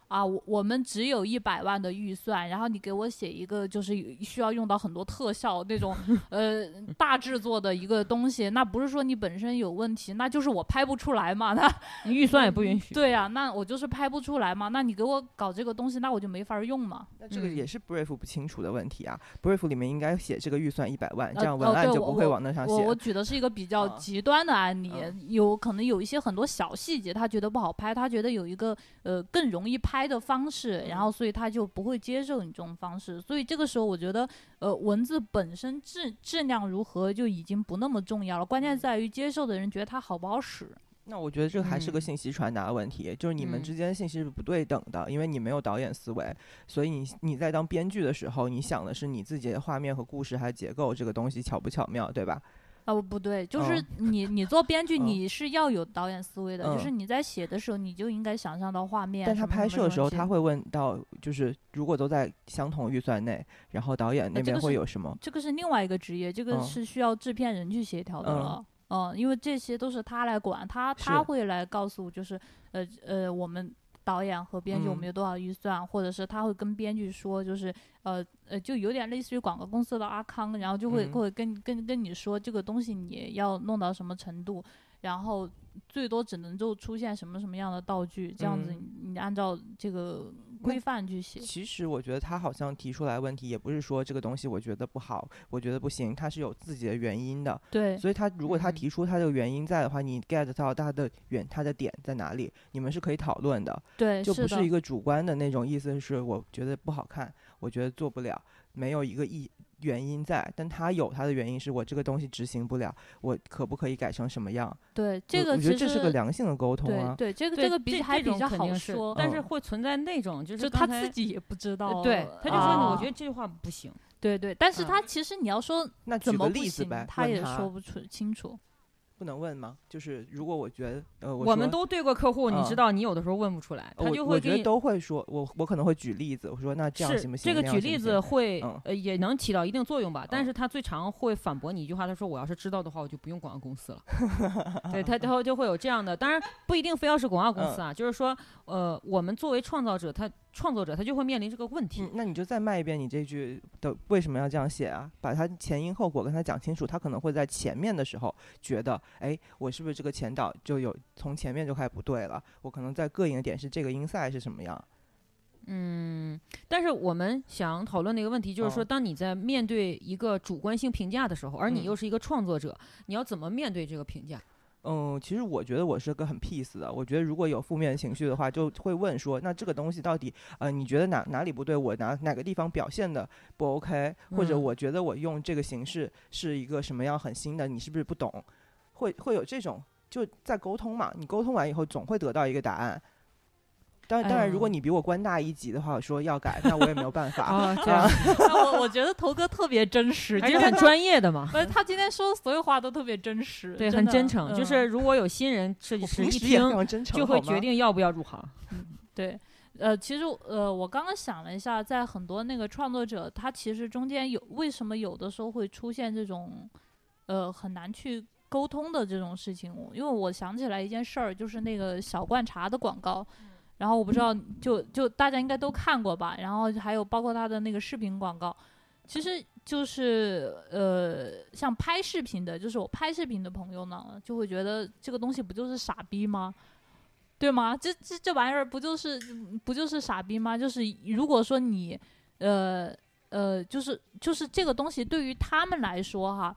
A: 啊，我我们只有一百万的预算，然后你给我写一个就是需要用到很多特效那 种呃大制作的一个东西，那不是说你本身有问题，那就是我拍不出来嘛，那
C: 预算也不允许，
A: 对呀、啊那我就是拍不出来嘛，那你给我搞这个东西，那我就没法儿用嘛。
D: 那这个
C: 嗯
D: 也是 brief 不清楚的问题啊。brief 里面应该写这个预算一百万，这
A: 呃
D: 样文
A: 哦
D: 案
A: 对
D: 就
A: 我
D: 不会
A: 我
D: 往那上写。
A: 我我举的是一个比较
D: 啊
A: 极端的案例，
D: 嗯
A: 有可能有一些很多小细节，他觉得不好拍，他觉得有一个呃更容易拍的方式，
D: 嗯
A: 然后所以他就不会接受你这种方式。所以这个时候，我觉得呃文字本身质质量如何就已经不那么重要了，
D: 嗯
A: 关键在于接受的人觉得它好不好使。
D: 那我觉得这个还是个
C: 嗯
D: 信息传达的问题，就是你们
C: 嗯
D: 之间信息是不对等的，因为你没有导演思维，所以你你在当编剧的时候，你想的是你自己的画面和故事还有结构这个东西巧不巧妙，对吧？
A: 啊，我不对，就是
D: 嗯
A: 你你做编剧，
D: 嗯
A: 你是要有导演思维的，就是
D: 嗯
A: 你在写的时候，你就应该想象到画面
D: 但
A: 什么
D: 他
A: 什么东西。
D: 拍摄的时候，他会问到，就是如果都在相同预算内，然后导演那
A: 这
D: 边
A: 个
D: 会
A: 是
D: 有什么？
A: 这个是另外一个职业，这个
D: 嗯
A: 是需要制片人去协调的
D: 嗯
A: 了。嗯，因为这些都是他来管，他他
D: 是
A: 会来告诉，就是呃呃，我们导演和编剧我们
D: 嗯
A: 有多少预算，或者是他会跟编剧说，就是呃呃，就有点类似于广告公司的阿康，然后就会、
D: 嗯
A: 会跟跟跟你说这个东西你要弄到什么程度，然后最多只能就出现什么什么样的道具，这样子
D: 嗯
A: 你你按照这个
D: 那
A: 规范去写。
D: 其实我觉得他好像提出来问题，也不是说这个东西我觉得不好，我觉得不行，他是有自己的原因的。
A: 对，
D: 所以他如果他
C: 嗯
D: 提出他的原因在的话，你 get 到他的原他的点在哪里，你们是可以讨论的，
A: 对，
D: 就不
A: 呃是
D: 是
A: 的
D: 一个主观的那种意思，是我觉得不好看，我觉得做不了，没有一个意原因在，但他有他的原因，是我这个东西执行不了，我可不可以改成什么样？
A: 对，这
D: 我
A: 个
D: 呃我
A: 其
D: 觉
A: 实
D: 得这是个良性的沟通啊。
A: 对对，这个
C: 对
A: 个比还比
C: 种
A: 较
C: 肯
A: 好
C: 定是
A: 说，
C: 但是
D: 嗯
C: 会存在那种就是
A: 就
C: 刚
A: 他
C: 才
A: 自己也不知
C: 呃
A: 道。
C: 对，他就
A: 啊
C: 说我觉得这句话不行，
A: 对对，但是
C: 嗯
A: 他其实你要说
D: 那
A: 怎
D: 举
A: 么
D: 个
A: 不
D: 例子
A: 行
D: 呗，，
A: 他
D: 问
A: 也说不出清 楚。
D: 不能问吗？就是如果我觉得呃，
C: 我们
D: 说
C: 都对过客户，你
D: 嗯呃
C: 知道你有的时候问不出来，他
D: 我
C: 就
D: 我
C: 会
D: 觉
C: 给
D: 得
C: 你。
D: 都会说，我我可能会举例子，我说那这样
C: 是
D: 行不行？
C: 这个
D: 那样
C: 举
D: 行
C: 例
D: 不
C: 子
D: 行
C: 会
D: 嗯
C: 呃也能起到一定作用吧，但
D: 嗯
C: 是他最常会反驳你一句话，他说我要是知道的话，我就不用广告公 司了。对他他就会有这样的，当然不一定非要是广告公
D: 嗯
C: 司啊，就是说呃我们作为创造者，他创作者他就会面临这个问题
D: 嗯，。那你就再卖一遍你这句的为什么要这样写啊？把它前因后果跟他讲清楚，他可能会在前面的时候觉得，哎，我是不是这个前导就有从前面就开始不对了？我可能在膈应的点是这个音赛是什么样？
C: 嗯，但是我们想讨论的一个问题就是说，
D: 嗯
C: 当你在面对一个主观性评价的时候，而你
D: 嗯
C: 又是一个创作者，你要怎么面对这个评价？
D: 嗯，其实我觉得我是个很 peace 的。我觉得如果有负面情绪的话，就会问说，那这个东西到底，呃，你觉得哪哪里不对？我哪哪个地方表现的不 OK，或者
C: 嗯
D: 我觉得我用这个形式是一个什么样很新的，你是不是不懂？会会有这种就在沟通嘛，你沟通完以后总会得到一个答案。当然，当然，如果
C: 嗯
D: 你比我官大一级的话，说要改，那我也没有办法。
C: 啊，这样
A: 但我我觉得头哥特别真实，
C: 还
A: 就是
C: 很专业的嘛。
A: 不是他今天说的所有话都特别真实，
C: 对，
A: 真
C: 很
A: 的
C: 真诚。就
A: 嗯
C: 是如果有新人设计
D: 我
C: 师一
D: 平时也非
C: 听，
D: 常真诚，
C: 就会
D: 好吗
C: 决。定要不要入行。
A: 对，呃，其实呃，我刚刚想了一下，在很多那个创作者，他其实中间有为什么有的时候会出现这种呃很难去沟通的这种事情，我因为我想起来一件事儿，就是那个小罐茶的广告。然后我不知道，就就大家应该都看过吧。然后还有包括他的那个视频广告，其实就是呃，像拍视频的，就是我拍视频的朋友呢，就会觉得这个东西不就是傻逼吗？对吗？这这这玩意儿不就是嗯不就是傻逼吗？就是如果说你，呃呃，就是就是这个东西对于他们来说哈，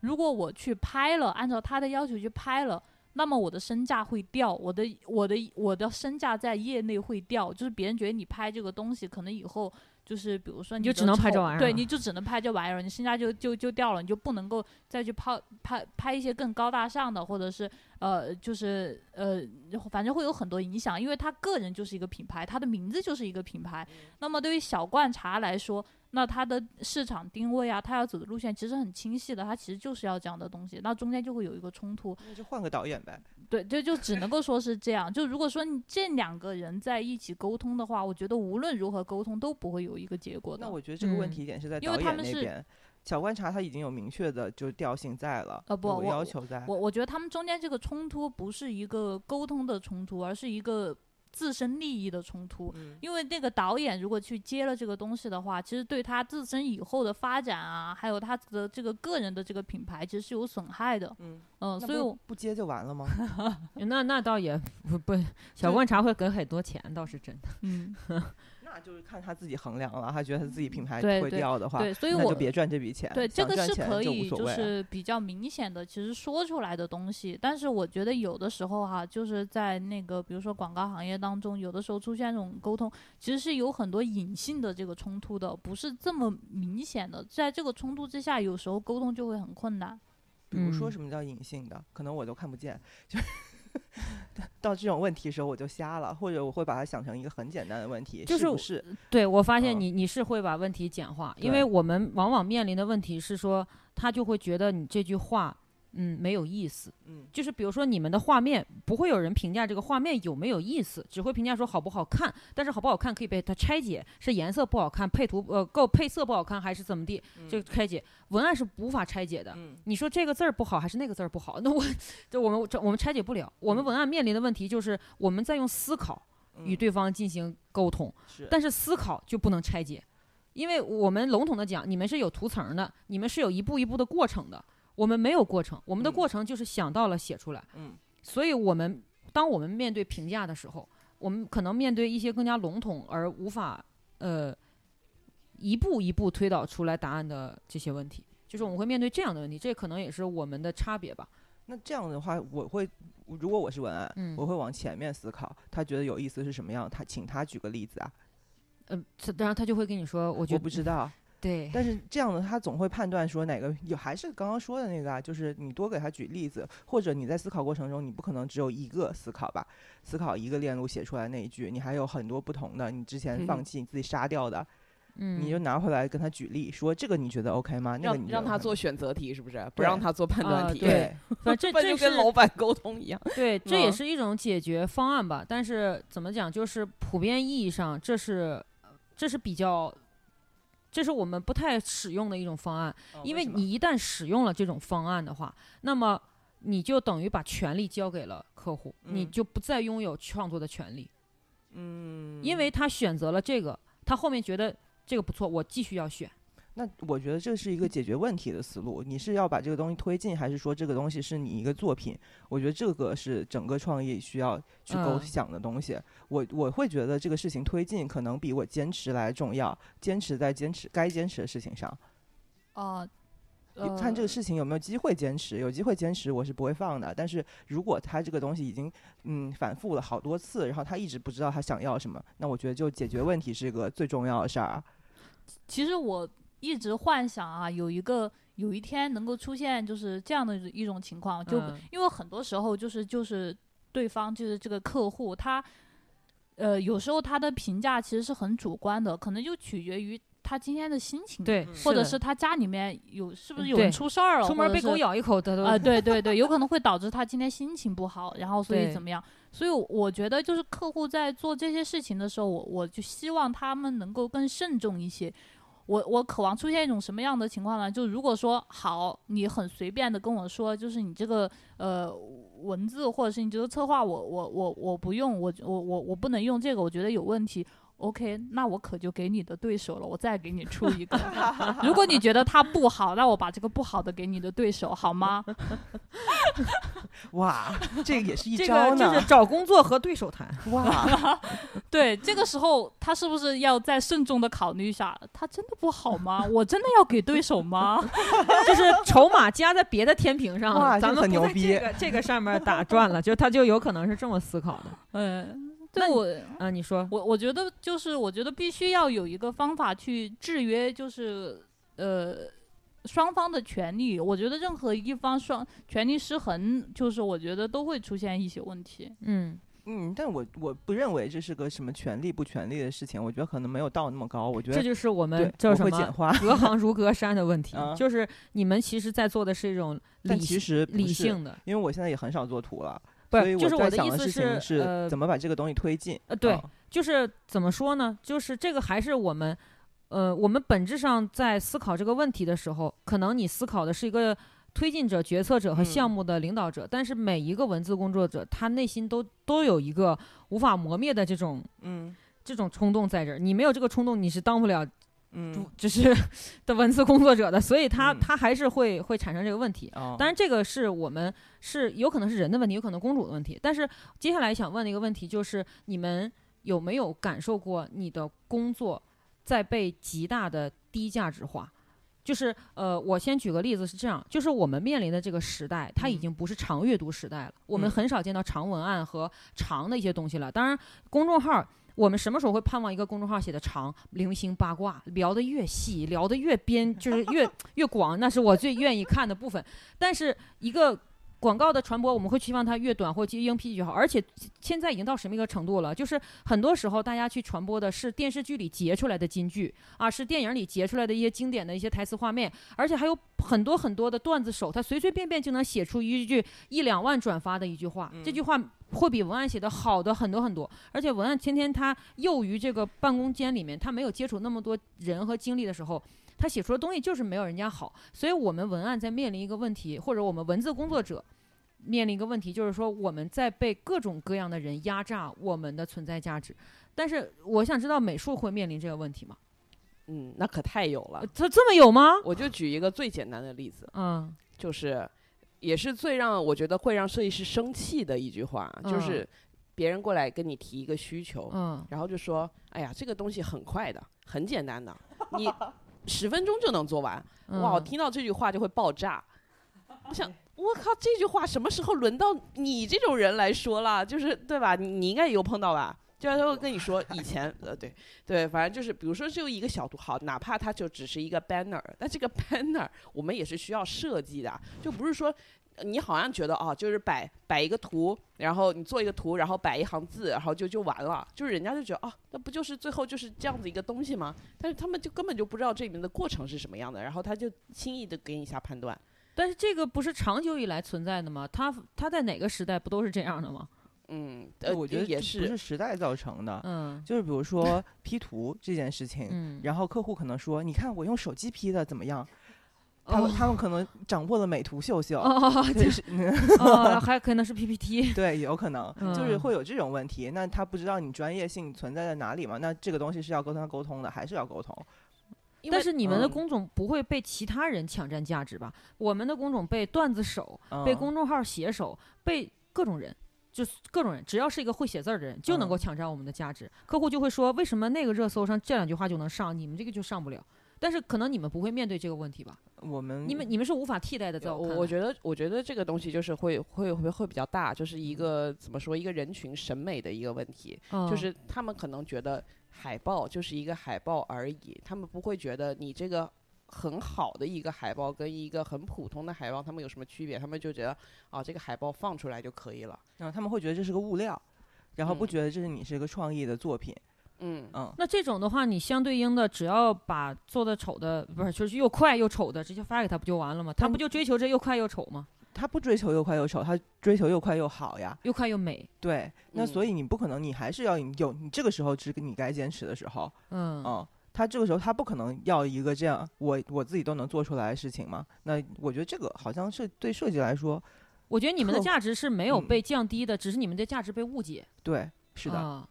A: 如果我去拍了，按照他的要求去拍了，那么我的身价会掉，我的我的我的身价在业内会掉，就是别人觉得你拍这个东西，可能以后就是比如说
C: 你就
A: 的
C: 只能拍这
A: 丑
C: 玩意儿
A: 对，
C: 了
A: 你就只能拍这玩意儿，你身价就就就掉了，你就不能够再去拍拍拍一些更高大上的，或者是呃，就是呃，反正会有很多影响，因为他个人就是一个品牌，他的名字就是一个品牌。那么对于小罐茶来说，那它的市场定位啊，它要走的路线其实很清晰的，它其实就是要这样的东西，那中间就会有一个冲突。
D: 那就换个导演呗。
A: 对，这就只能够说是这样。就如果说你这两个人在一起沟通的话，我觉得无论如何沟通都不会有一个结果的
D: 那。我觉得这个问
C: 嗯
D: 题点是在
A: 因为
D: 导
A: 他
D: 演
A: 们
D: 那
A: 是
D: 边，小观察他已经有明确的就调性在了，
A: 呃不
D: 有
A: 我
D: 要求在，
A: 我我觉得他们中间这个冲突不是一个沟通的冲突，而是一个自身利益的冲突。
D: 嗯
A: 因为那个导演如果去接了这个东西的话，其实对他自身以后的发展啊，还有他的这个个人的这个品牌，其实是有损害的。
D: 嗯，
A: 嗯，
D: 那
A: 所以
D: 不
A: 我
D: 不接就完了吗？
C: 那那倒也不不，小
D: 就
C: 观察会给很多钱，倒是真的。
A: 嗯，
D: 那就是看他自己衡量了，他觉得他自己品牌
A: 对
D: 会
A: 对
D: 掉的话，
A: 对，所以
D: 那
A: 我
D: 就别赚这笔钱。
A: 对这
D: 想
A: 个
D: 赚
A: 是
D: 钱
A: 可
D: 就
A: 以
D: 无所
A: 就
D: 谓啊
A: 是比较明显的，其实说出来的东西。但是我觉得有的时候哈、就是在那个比如说广告行业当中，有的时候出现这种沟通，其实是有很多隐性的这个冲突的，不是这么明显的。在这个冲突之下，有时候沟通就会很困难。
D: 比如说
C: 嗯
D: 什么叫隐性的，可能我都看不见，就 到这种问题的时候我就瞎了，或者我会把它想成一个很简单的问题，
C: 就是
D: 是不
C: 我
D: 是？
C: 对我发现
D: 嗯
C: 你你是会把问题简化，因
D: 对
C: 为我们往往面临的问题是说，他就会觉得你这句话嗯没有意思。
D: 嗯
C: 就是比如说你们的画面，不会有人评价这个画面有没有意思，只会评价说好不好看。但是好不好看可以被它拆解，是颜色不好看，配图呃够配色不好看，还是怎么地，就拆解。文案是无法拆解的。
D: 嗯
C: 你说这个字儿不好还是那个字儿不好？那 我这我们这我们拆解不了。我们文案面临的问题就是我们在用思考
D: 嗯
C: 与对方进行沟通，
D: 是
C: 但是思考就不能拆解，因为我们笼统的讲，你们是有图层的，你们是有一步一步的过程的，我们没有过程，我们的
D: 嗯
C: 过程就是想到了写出来。
D: 嗯
C: 所以我们当我们面对评价的时候，我们可能面对一些更加笼统而无法呃一步一步推导出来答案的这些问题，就是我们会面对这样的问题，这可能也是我们的差别吧。
D: 那这样的话，我会如果我是文案，
C: 嗯
D: 我会往前面思考，他觉得有意思是什么样，他请他举个例子啊，
C: 嗯、这然后他就会跟你说，我
D: 我
C: 觉得
D: 不知 道，
C: 对，
D: 但是这样的他总会判断说哪个有，还是刚刚说的那个啊，就是你多给他举例子，或者你在思考过程中，你不可能只有一个思考吧，思考一个链路写出来那一句，你还有很多不同的，你之前放弃你自己杀掉的，
C: 嗯，
D: 你就拿回来跟他举例，说这个你觉得 OK 吗？那个
B: 让
D: 你觉
B: 让
D: 得
B: 他
D: OK
B: 做
D: 吗
B: 选择题是不是？不
D: 对
B: 让他做判断
C: 啊
B: 题，
C: 对
D: 对，
C: 反 正
B: 不
C: 这
B: 然
C: 这
B: 就是跟老板沟通一样。
C: 对，这也
B: 嗯
C: 是一种解决方案吧。但是怎么讲，就是普遍意义上，这是这是比较，这是我们不太使用的一种方案。
D: 哦
C: 因哦为你一旦使用了这种方案的话，那么你就等于把权利交给了客户，你
D: 嗯
C: 就不再拥有创作的权利，
D: 嗯，
C: 因为他选择了这个，他后面觉得这个不错，我继续要选。
D: 那我觉得这是一个解决问题的思路。你是要把这个东西推进，还是说这个东西是你一个作品？我觉得这个是整个创意需要去构
C: 嗯
D: 想的东西。我我会觉得这个事情推进可能比我坚持来重要，坚持在坚持该坚持的事情上。
A: 哦、
D: 你
A: 呃，
D: 看这个事情有没有机会坚持，有机会坚持我是不会放的。但是如果他这个东西已经嗯反复了好多次，然后他一直不知道他想要什么，那我觉得就解决问题是个最重要的事儿啊。
A: 其实我一直幻想啊，有一个有一天能够出现就是这样的一种情况，哦就、
C: 嗯
A: 因为很多时候就是就是对方就是这个客户他，呃，有时候他的评价其实是很主观的，可能就取决于他今天的心情，，
C: 对，
D: 嗯
A: 或者
C: 的
A: 是他家里面有是不是
C: 嗯
A: 有人
C: 对
A: 出事儿了，
C: 出门
A: 或者
C: 被狗
A: 是
C: 咬一口，他都
A: 啊、 对对对，有可能会导致他今天心情不好，然后所以
C: 对
A: 怎么样？所以我觉得就是客户在做这些事情的时候，我我就希望他们能够更慎重一些。我我渴望出现一种什么样的情况呢？就如果说好，你很随便的跟我说，就是你这个呃文字或者是你这个策划我，我我我不用，我我我我不能用这个，我觉得有问题。OK，那我可就给你的对手了，我再给你出一个。如果你觉得它不好，那我把这个不好的给你的对手，好吗？
D: 哇，这个也是一
C: 这
D: 招
C: 个
D: 呢！
C: 就是找工作和对手谈。
D: 哇。
A: 对，这个时候他是不是要再慎重的考虑一下？他真的不好吗？我真的要给对手吗？
C: 就是筹码加在别的天平上，
D: 哇这
C: 咱
D: 个
C: 们
D: 很
C: 不
D: 牛
C: 在
D: 逼
C: 这个这个上面打转了，就他就有可能是这么思考的。
A: 嗯，
C: 那
A: 对
C: 你
A: 我
C: 啊，你说，
A: 我我觉得就是我觉得必须要有一个方法去制约，就是呃双方的权利。我觉得任何一方双权利失衡，就是我觉得都会出现一些问题。
C: 嗯，
D: 嗯，但我我不认为这是个什么权利不权利的事情，我觉得可能没有到那么高。我觉
C: 这
D: 得
C: 就是我
D: 对
C: 们叫
D: 我
C: 什
D: 会简
C: 么
D: 化，
C: 隔行如隔山的问题
D: 啊，
C: 就是你们其实在做的是一种
D: 但
C: 理
D: 其
C: 性
D: 实不
C: 理
D: 是，
C: 性的，
D: 因为我现在也很少做图了，
C: 不
D: 所以
C: 是？就是
D: 在
C: 我
D: 想
C: 意
D: 的
C: 思
D: 事情
C: 是，呃
D: 怎，么把这个东西推进。
C: 呃对
D: 嗯
C: 就是怎么说呢？就是这个还是我们，呃，我们本质上在思考这个问题的时候，可能你思考的是一个推进者、决策者和
D: 嗯
C: 项目的领导者，但是每一个文字工作者，他内心都都有一个无法磨灭的这种
D: 嗯
C: 这种冲动在这儿。你没有这个冲动，你是当不了主
D: 嗯，
C: 只是 的文字工作者的，所以他、
D: 嗯
C: 他还是会会产生这个问题。
D: 哦
C: 当然，这个是我们是有可能是人的问题，有可能公主的问题。但是接下来想问的一个问题就是，你们有没有感受过你的工作在被极大的低价值化？就是呃，我先举个例子是这样，就是我们面临的这个时代，它已
D: 嗯
C: 经不是长阅读时代了，我们
D: 嗯
C: 很少见到长文案和长的一些东西了。当然，公众号。我们什么时候会盼望一个公众号写的长、零星八卦，聊得越细，聊 得越边，就是越越广，那是我最愿意看的部分。但是一个广告的传播，我们会希望它越短或越应聘越好。而且现在已经到什么一个程度了？就是很多时候大家去传播的是电视剧里截出来的金句啊，是电影里截出来的一些经典的一些台词画面，而且还有很多很多的段子手，他随随便便就能写出一句一两万转发的一句话。这句话会比文案写的好的很多很多。而且文案天天他囿于这个办公间里面，他没有接触那么多人和精力的时候，他写出的东西就是没有人家好。所以我们文案在面临一个问题，或者我们文字工作者面临一个问题，就是说我们在被各种各样的人压榨我们的存在价值。但是我想知道美术会面临这个问题吗？
B: 嗯，那可太有了
C: 呃。这这么有吗？
B: 我就举一个最简单的例子，
C: 嗯
B: 就是也是最让我觉得会让设计师生气的一句话，就
C: 嗯
B: 是别人过来跟你提一个需求，
C: 嗯
B: 然后就说：“哎呀，这个东西很快的，很简单的，你十分钟就能做完。”
C: 嗯，
B: 哇，我听到这句话就会爆炸。我想，我靠，这句话什么时候轮到你这种人来说了？就是对吧？你你应该也有碰到吧？就是他会跟你说，以前呃，对对，反正就是，比如说就一个小图，好，哪怕它就只是一个 banner，但这个 banner 我们也是需要设计的，就不是说呃你好像觉得啊，就是摆摆一个图，然后你做一个图，然后摆一行字，然后就就完了，就是人家就觉得啊，那不就是最后就是这样子一个东西吗？但是他们就根本就不知道这里面的过程是什么样的，然后他就轻易的给你下判断。
C: 但是这个不是长久以来存在的吗？它它在哪个时代不都是这样的吗？
B: 嗯，呃，
D: 我觉得
B: 也
D: 这不是时代造成的，
C: 嗯
D: 就是比如 说 P 图这件事情，
C: 嗯，
D: 然后客户可能说：“你看我用手机 P 的怎么样？”他们、
C: 哦
D: 他们可能掌握了美图秀秀，
C: 哦
D: 就是 嗯
C: 哦，还可能是 PPT。
D: 对，有可能就是
C: 嗯
D: 会有这种问题。那他不知道你专业性存在在哪里嘛？那这个东西是要跟他沟通的，还是要沟通？
B: 因为
C: 但是你们的
D: 嗯
C: 工种不会被其他人抢占价值吧？我们的工种被段子手、
D: 嗯、
C: 被公众号写手、被各种人，就是各种人，只要是一个会写字儿的人，就能
D: 嗯
C: 够抢占我们的价值。客户就会说，为什么那个热搜上这两句话就能上，你们这个就上不了？但是可能你们不会面对这个问题吧？
D: 我们
C: 你们你们是无法替代的，在
B: 嗯我
C: 我看
B: 我
C: 来
B: 觉得，我觉得这个东西就是会会会会比较大，就是一个怎么说一个人群审美的一个问题，
C: 嗯
B: 就是他们可能觉得海报就是一个海报而已，他们不会觉得你这个很好的一个海报跟一个很普通的海报他们有什么区别，他们就觉得啊这个海报放出来就可以了。
D: 嗯，他们会觉得这是个物料，然后不
B: 嗯
D: 觉得这是你是一个创意的作品。
B: 嗯，
D: 嗯，
C: 那这种的话，你相对应的只要把做的丑的，不是就是又快又丑的直接发给他不就完了吗？他
D: 但
C: 不就追求这又快又丑吗？
D: 他不追求又快又丑，他追求又快又好呀。
C: 又快又美，
D: 对，那所
B: 嗯
D: 以你不可能，你还是要有你这个时候只你该坚持的时候。
C: 嗯
D: 嗯，
B: 哦
D: 他这个时候他不可能要一个这样我我自己都能做出来的事情嘛。那我觉得这个好像是对设计来说，
C: 我觉 得你们的
D: 客户
C: 价值是没有
D: 嗯
C: 被降低的，只是你们的价值被误解。
D: 对，是的，
C: 啊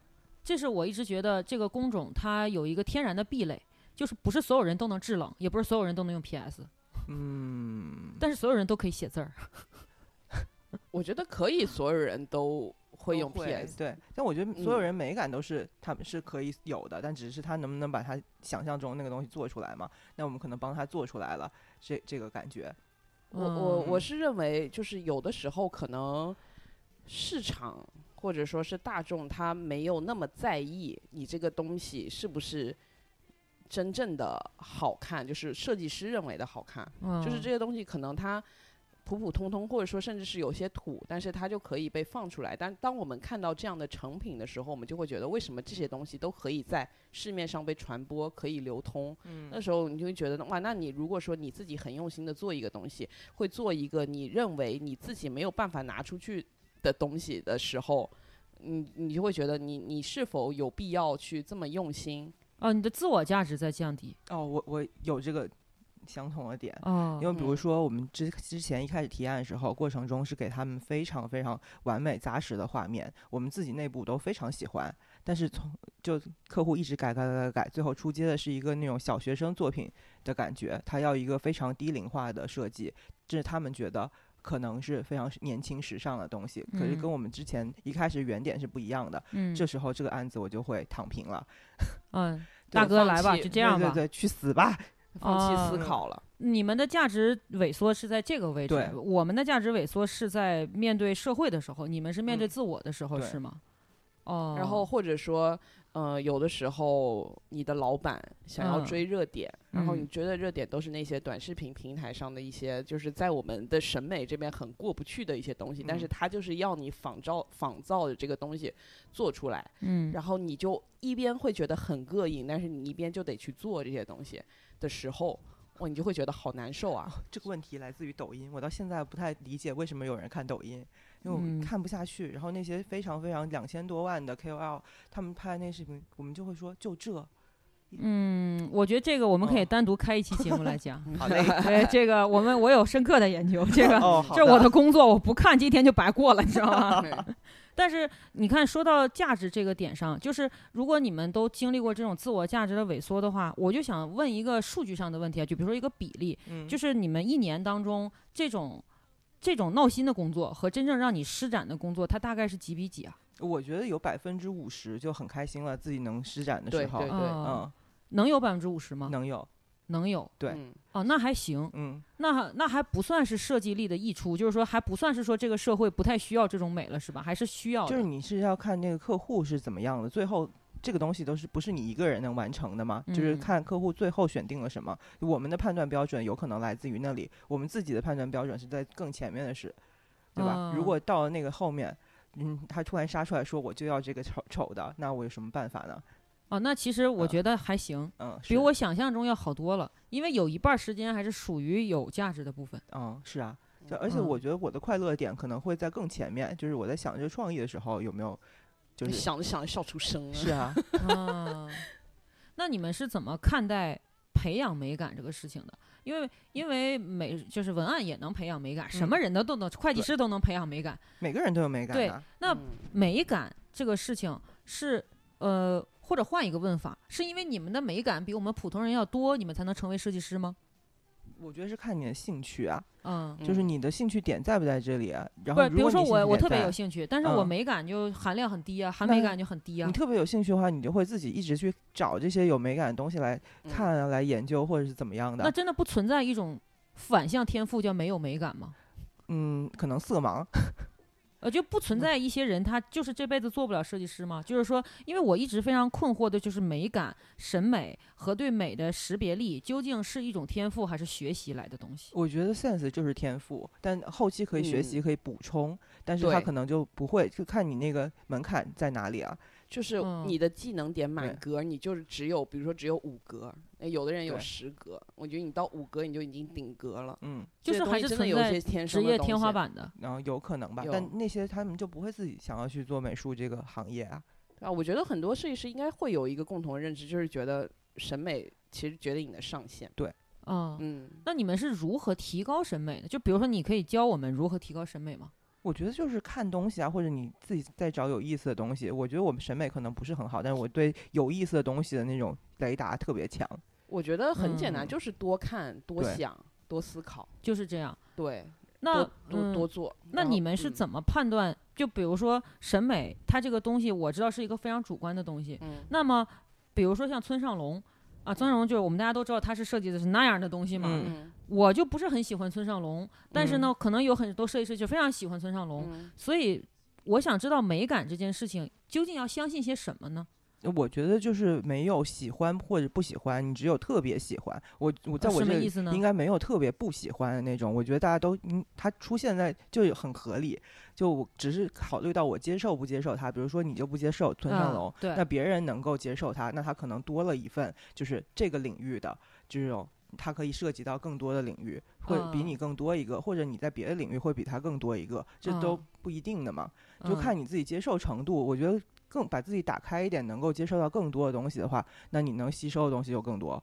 C: 这是我一直觉得这个工种它有一个天然的壁垒，就是不是所有人都能制冷，也不是所有人都能用 PS，
D: 嗯，
C: 但是所有人都可以写字儿。
B: 我觉得可以，所有人都会
D: 都
B: 用 PS。
D: 对，但我觉得所有
B: 嗯
D: 人美感都是他们是可以有的，但只是他能不能把他想象中那个东西做出来嘛？那我们可能帮他做出来了，这这个感觉，
B: 我我我
D: 嗯
B: 是认为，就是有的时候可能市场或者说是大众，他没有那么在意你这个东西是不是真正的好看，就是设计师认为的好看，
C: 嗯
B: 就是这些东西可能它。普普通通，或者说甚至是有些土，但是它就可以被放出来。但当我们看到这样的成品的时候，我们就会觉得，为什么这些东西都可以在市面上被传播，可以流通？那
D: 嗯
B: 时候你就会觉得哇，那你如果说你自己很用心的做一个东西，会做一个你认为你自己没有办法拿出去的东西的时候，你你就会觉得你你是否有必要去这么用心？
C: 哦、你的自我价值在降低
D: 哦，我我有这个相同的点，
C: 哦
D: 呃因为比如
B: 嗯
D: 说我们之之前一开始提案的时候，过程中是给他们非常非常完美扎实的画面，我们自己内部都非常喜欢。但是从就客户一直改改改改改，最后出街的是一个那种小学生作品的感觉，他要一个非常低龄化的设计，这是他们觉得可能是非常年轻时尚的东西，可是跟
C: 嗯
D: 我们之前一开始原点是不一样的。
C: 嗯
D: 这时候这个案子我就会躺平了，
C: 嗯，大
B: 对
C: 哥
B: 放
C: 来吧，
B: 弃
C: 就这样
D: 对
C: 吧。
D: 对对，去死吧！
B: 放弃思
C: 哦
B: 考了。
C: 你们的价值萎缩是在这个位置
D: 对，
C: 我们的价值萎缩是在面对社会的时候，你们是面对
D: 嗯
C: 自我的时候，
D: 对
C: 是吗？哦，
B: 然后或者说，呃，有的时候你的老板想要
C: 嗯
B: 追热点，然后
C: 嗯
B: 你追的热点都是那些短视频平台上的一些，就是在我们的审美这边很过不去的一些东西，但是
D: 嗯
B: 他就是要你仿照仿造的这个东西做出来，
C: 嗯，
B: 然后你就一边会觉得很膈应，但是你一边就得去做这些东西的时候，哇，你就会觉得好难受啊。
D: 这个问题来自于抖音，我到现在不太理解为什么有人看抖音，因为
C: 嗯
D: 我看不下去。然后那些非常非常两千多万的 KOL，他们拍那视频，我们就会说就这，
C: 嗯，我觉得这个我们可以
D: 哦
C: 单独开一期节目来讲。
D: 好嘞，
C: 对， 这个我们我有深刻的研究，这个
D: 哦，好
C: 这是我
D: 的
C: 的工作，我不看今天就白过了，你知道 吗？
B: 对
C: 但是你看，说到价值这个点上，就是如果你们都经历过这种自我价值的萎缩的话，我就想问一个数据上的问题啊，就比如说一个比例，
D: 嗯
C: 就是你们一年当中这种这种闹心的工作和真正让你施展的工作，它大概是几比几啊？
D: 我觉得有百分之五十就很开心了，自己能施展的
B: 对
D: 时候，
B: 对
C: 嗯，
D: 嗯，
C: 能有百分之五十吗？
D: 能有，
C: 能有
D: 对
B: 嗯
C: 哦，那还行，
D: 嗯，
C: 那那还不算是设计力的溢出，就是说还不算是说这个社会不太需要这种美了，是吧？还是需要的。
D: 就是你是要看那个客户是怎么样的，最后这个东西都是不是你一个人能完成的嘛？就是
C: 嗯
D: 看客户最后选定了什么。我们的判断标准有可能来自于那里，我们自己的判断标准是在更前面的事，对吧？如
C: 嗯
D: 果到了那个后面。嗯，他突然杀出来说我就要这个丑丑的，那我有什么办法呢？
C: 哦，那其实
D: 嗯
C: 我觉得还行。
D: 嗯，
C: 比
D: 是
C: 我想象中要好多了，因为有一半儿时间还是属于有价值的部分。
D: 嗯是啊，就
B: 嗯
D: 而且
C: 嗯
D: 我觉得我的快乐点可能会在更前面，就是我在想这个创意的时候有没有，就是
B: 想着想着笑出声了。
D: 是啊，
C: 啊，那你们是怎么看待培养美感这个事情的？因为因为美就是文案也能培养美感，什么人的都能，会
D: 嗯
C: 计
D: 对
C: 师都能培养美感。
D: 每个人都有美感
C: 对
D: 啊，
C: 那
B: 嗯
C: 美感这个事情是呃，或者换一个问法，是因为你们的美感比我们普通人要多，你们才能成为设计师吗？
D: 我觉得是看你的兴趣啊，
C: 嗯。
D: 就是
B: 嗯
D: 你的兴趣点在不在这里啊？然
C: 不
D: 后
C: 是，
D: 如
C: 比如
D: 果
C: 说
D: 你兴
C: 我
D: 趣
C: 我
D: 点
C: 特别
D: 在
C: 有兴趣，但是我
D: 嗯
C: 美感就含量很低啊，含
D: 那
C: 美感就很低啊
D: 你。特别有兴趣的话，你就会自己一直去找这些有美感的东西来
B: 嗯
D: 看啊，来研究或者是怎么样
C: 那
D: 的。
C: 真的不存在一种反向天赋叫没有美感吗？
D: 嗯，可能色盲，
C: 呃，就不存在一些人他就是这辈子做不了设计师吗？就是说，因为我一直非常困惑的就是美感、审美和对美的识别力究竟是一种天赋还是学习来的东西？
D: 我觉得 sense 就是天赋，但后期可以学习，
B: 嗯
D: 可以补充，但是他
B: 对
D: 可能就不会，就看你那个门槛在哪里啊。
B: 就是
C: 嗯
B: 你的技能点满
D: 对
B: 格，你就是只有，比如说只有五格，哎有的人有
D: 对
B: 十格，我觉得你到五格你就已经顶格了。
D: 嗯，
C: 就
B: 这
C: 是
B: 东
C: 还
B: 西
C: 是
B: 真的
C: 存
B: 有一些
C: 在
B: 天
C: 职
B: 生的
C: 业
B: 东
C: 天
B: 西
C: 花。板的。
D: 然后有可能吧，
B: 有
D: 但那些他们就不会自己想要去做美术这个行业啊。
B: 啊，我觉得很多设计师应该会有一个共同的认知，就是觉得审美其实决定你的上限。
C: 嗯，
B: 嗯，
C: 那你们是如何提高审美的？就比如说，你可以教我们如何提高审美吗？
D: 我觉得就是看东西啊，或者你自己在找有意思的东西。我觉得我们审美可能不是很好，但是我对有意思的东西的那种雷达特别强。
B: 我觉得很简单，
D: 嗯
B: 就是多看、多
D: 对
B: 想、多思考，
C: 就是这样。
B: 对，
C: 那
B: 多多
C: 嗯
B: 多做。
C: 那
B: 然后
C: 你们是
B: 嗯
C: 怎么判断？就比如说审美，它这个东西我知道是一个非常主观的东西。
B: 嗯
C: 那么，比如说像村上龙啊，村上龙就是我们大家都知道他是设计的是那样的东西嘛。
D: 嗯
B: 嗯
C: 我就不是很喜欢村上龙，但是呢，可能有很多设计师就非常喜欢村上龙，
B: 嗯
C: 所以我想知道美感这件事情究竟要相信些什么呢？
D: 我觉得就是没有喜欢或者不喜欢，你只有特别喜欢。我我在
C: 呃
D: 我
C: 什么
D: 这
C: 意思呢
D: 里应该没有特别不喜欢的那种。我觉得大家都，嗯，它出现在就很合理。就我只是考虑到我接受不接受它，比如说你就不接受村上
C: 嗯
D: 龙，
C: 对
D: 那别人能够接受它，那他可能多了一份就是这个领域的这种。它可以涉及到更多的领域，会比
C: 嗯
D: 你更多一个，或者你在别的领域会比他更多一个，这都
C: 嗯
D: 不一定的嘛。就
C: 嗯
D: 看你自己接受程度。我觉得更把自己打开一点，能够接受到更多的东西的话，那你能吸收的东西就更多。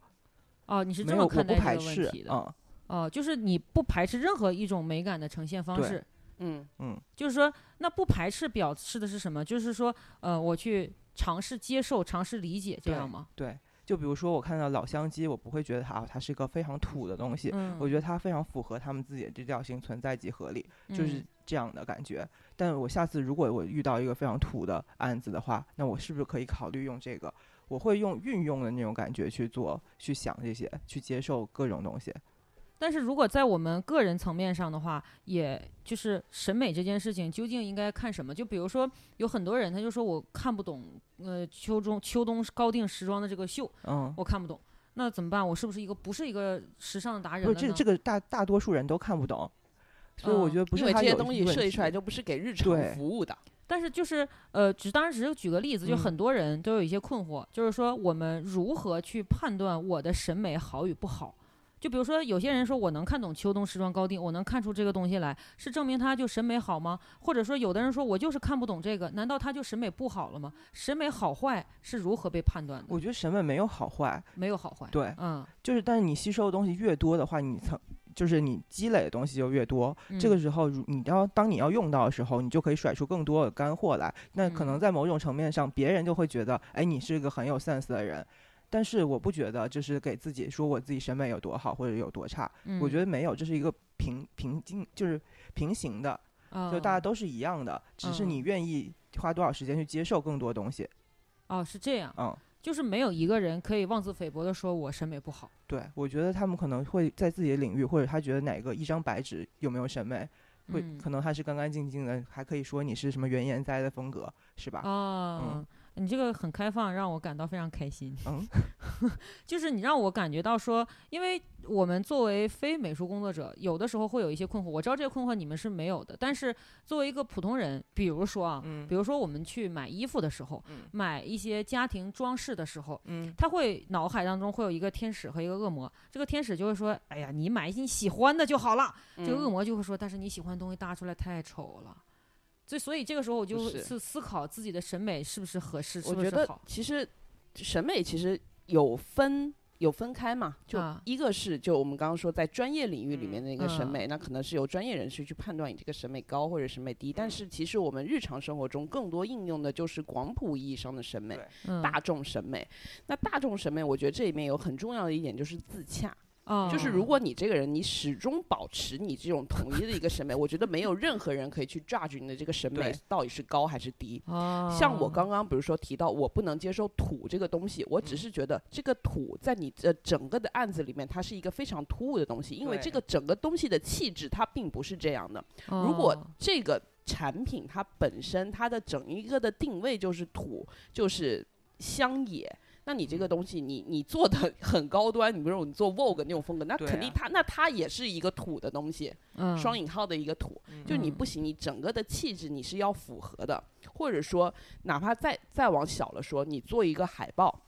C: 哦，你是
D: 没
C: 这
D: 有，
C: 么
D: 我
C: 看
D: 不
C: 待
D: 排
C: 这个
D: 斥
C: 问题。的
D: 嗯，
C: 哦，就是你不排斥任何一种美感的呈现方
D: 对
C: 式，
B: 嗯
C: 就是说那不排斥表示的是什么？就是说呃，我去尝试接受、尝试理解这
D: 对
C: 样吗？
D: 对。就比如说，我看到老乡鸡，我不会觉得它啊它是一个非常土的东西，
C: 嗯，
D: 我觉得它非常符合他们自己的这调性存在即合理，就是
C: 嗯
D: 这样的感觉。但我下次如果我遇到一个非常土的案子的话，那我是不是可以考虑用这个？我会用运用的那种感觉去做，去想这些，去接受各种东西。
C: 但是如果在我们个人层面上的话，也就是审美这件事情究竟应该看什么？就比如说有很多人他就说我看不懂，呃，秋中秋冬高定时装的这个秀，
D: 嗯，
C: 我看不懂，那怎么办？我是不是一个不是一个时尚达人
D: 不
C: 了
D: 是
C: 呢？
D: 这个这个大大多数人都看不懂，所以我
C: 嗯
D: 觉得不
B: 因
D: 是
B: 为这
D: 他
B: 些
D: 有
B: 东西
D: 问
B: 设计
D: 题
B: 出来就不是给日常
D: 对
B: 服务的。
C: 但是就是呃，只当然只是举个例子，就
D: 嗯
C: 很多人都有一些困惑，就是说我们如何去判断我的审美好与不好？就比如说，有些人说我能看懂秋冬时装高定，我能看出这个东西来，是证明他就审美好吗？或者说，有的人说我就是看不懂这个，难道他就审美不好了吗？审美好坏是如何被判断的？
D: 我觉得审美没有好坏，
C: 没有好坏。
D: 对，
C: 嗯，
D: 就是但是你吸收的东西越多的话，你层就是你积累的东西就越多。这
C: 嗯
D: 个时候，如你要当你要用到的时候，你就可以甩出更多的干货来。那可能
C: 嗯
D: 在某种层面上，别人就会觉得，哎，你是一个很有 sense 的人。但是我不觉得这是给自己说我自己审美有多好或者有多差，
C: 嗯
D: 我觉得没有，这是一个平平静，就是平行的，
C: 得
D: 就大家都是一样的，只是
C: 哦嗯
D: 你愿意花多少时间去接受更多东西。
C: 哦是这样，
D: 嗯，
C: 就是没有一个人可以妄自菲薄的说我审美不好。
D: 对，我觉得他们可能会在自己的领域，或者他觉得哪个一张白纸有没有审美，会、
C: 嗯
D: 可能他是干干净净的，还可以说你是什么原研哉的风格，是吧？
C: 啊，你这个很开放，让我感到非常开心。
D: 嗯，
C: 就是你让我感觉到说，因为我们作为非美术工作者，有的时候会有一些困惑。我知道这些困惑你们是没有的，但是作为一个普通人，比如说啊，
D: 嗯
C: 比如说我们去买衣服的时候，
D: 嗯
C: 买一些家庭装饰的时候。
D: 嗯
C: 他会脑海当中会有一个天使和一个恶魔，这个天使就会说：“哎呀，你买你喜欢的就好了。”这个恶
B: 嗯
C: 魔就会说：“但是你喜欢的东西搭出来太丑了。”所以，所以这个时候我就
B: 不
C: 会
B: 是
C: 思思考自己的审美是不是合适，是
B: 我
C: 不
B: 觉
C: 是
B: 得
C: 好。
B: 其实审美其实有分有分开嘛，就
C: 啊
B: 一个是就我们刚刚说在专业领域里面的一个审
C: 嗯
B: 美，那可能是由专业人士去判断你这个审美高或者审美低，但是其实我们日常生活中更多应用的就是广谱意义上的审美
D: 对，
C: 嗯
B: 大众审美。那大众审美，我觉得这里面有很重要的一点就是自洽，
C: 啊，
B: 就是如果你这个人你始终保持你这种统一的一个审美，我觉得没有任何人可以去 judge 你的这个审美
D: 对
B: 到底是高还是低。
C: 啊
B: 像
D: 嗯
B: 我刚刚比如说提到，我不能接受土这个东西，我只
D: 嗯
B: 是觉得这个土在你的整个的案子里面，它是一个非常突兀的东西，因为这
D: 对
B: 个整个东西的气质它并不是这样的。如果
D: 哦
C: 啊
B: 这个产品它本身它的整一个的定位就是土，就是乡野。那你这
D: 嗯
B: 个东西你，你做的很高端，你比如说你做 Vogue 那种风格，那
D: 对
B: 肯定
D: 啊
B: 它、那它也是一个土的东西，
C: 嗯
B: 双引号的一个土。就你
C: 嗯
B: 不行，你整个的气质你是要符合的，或者说哪怕再再往小了说，你做一个海报。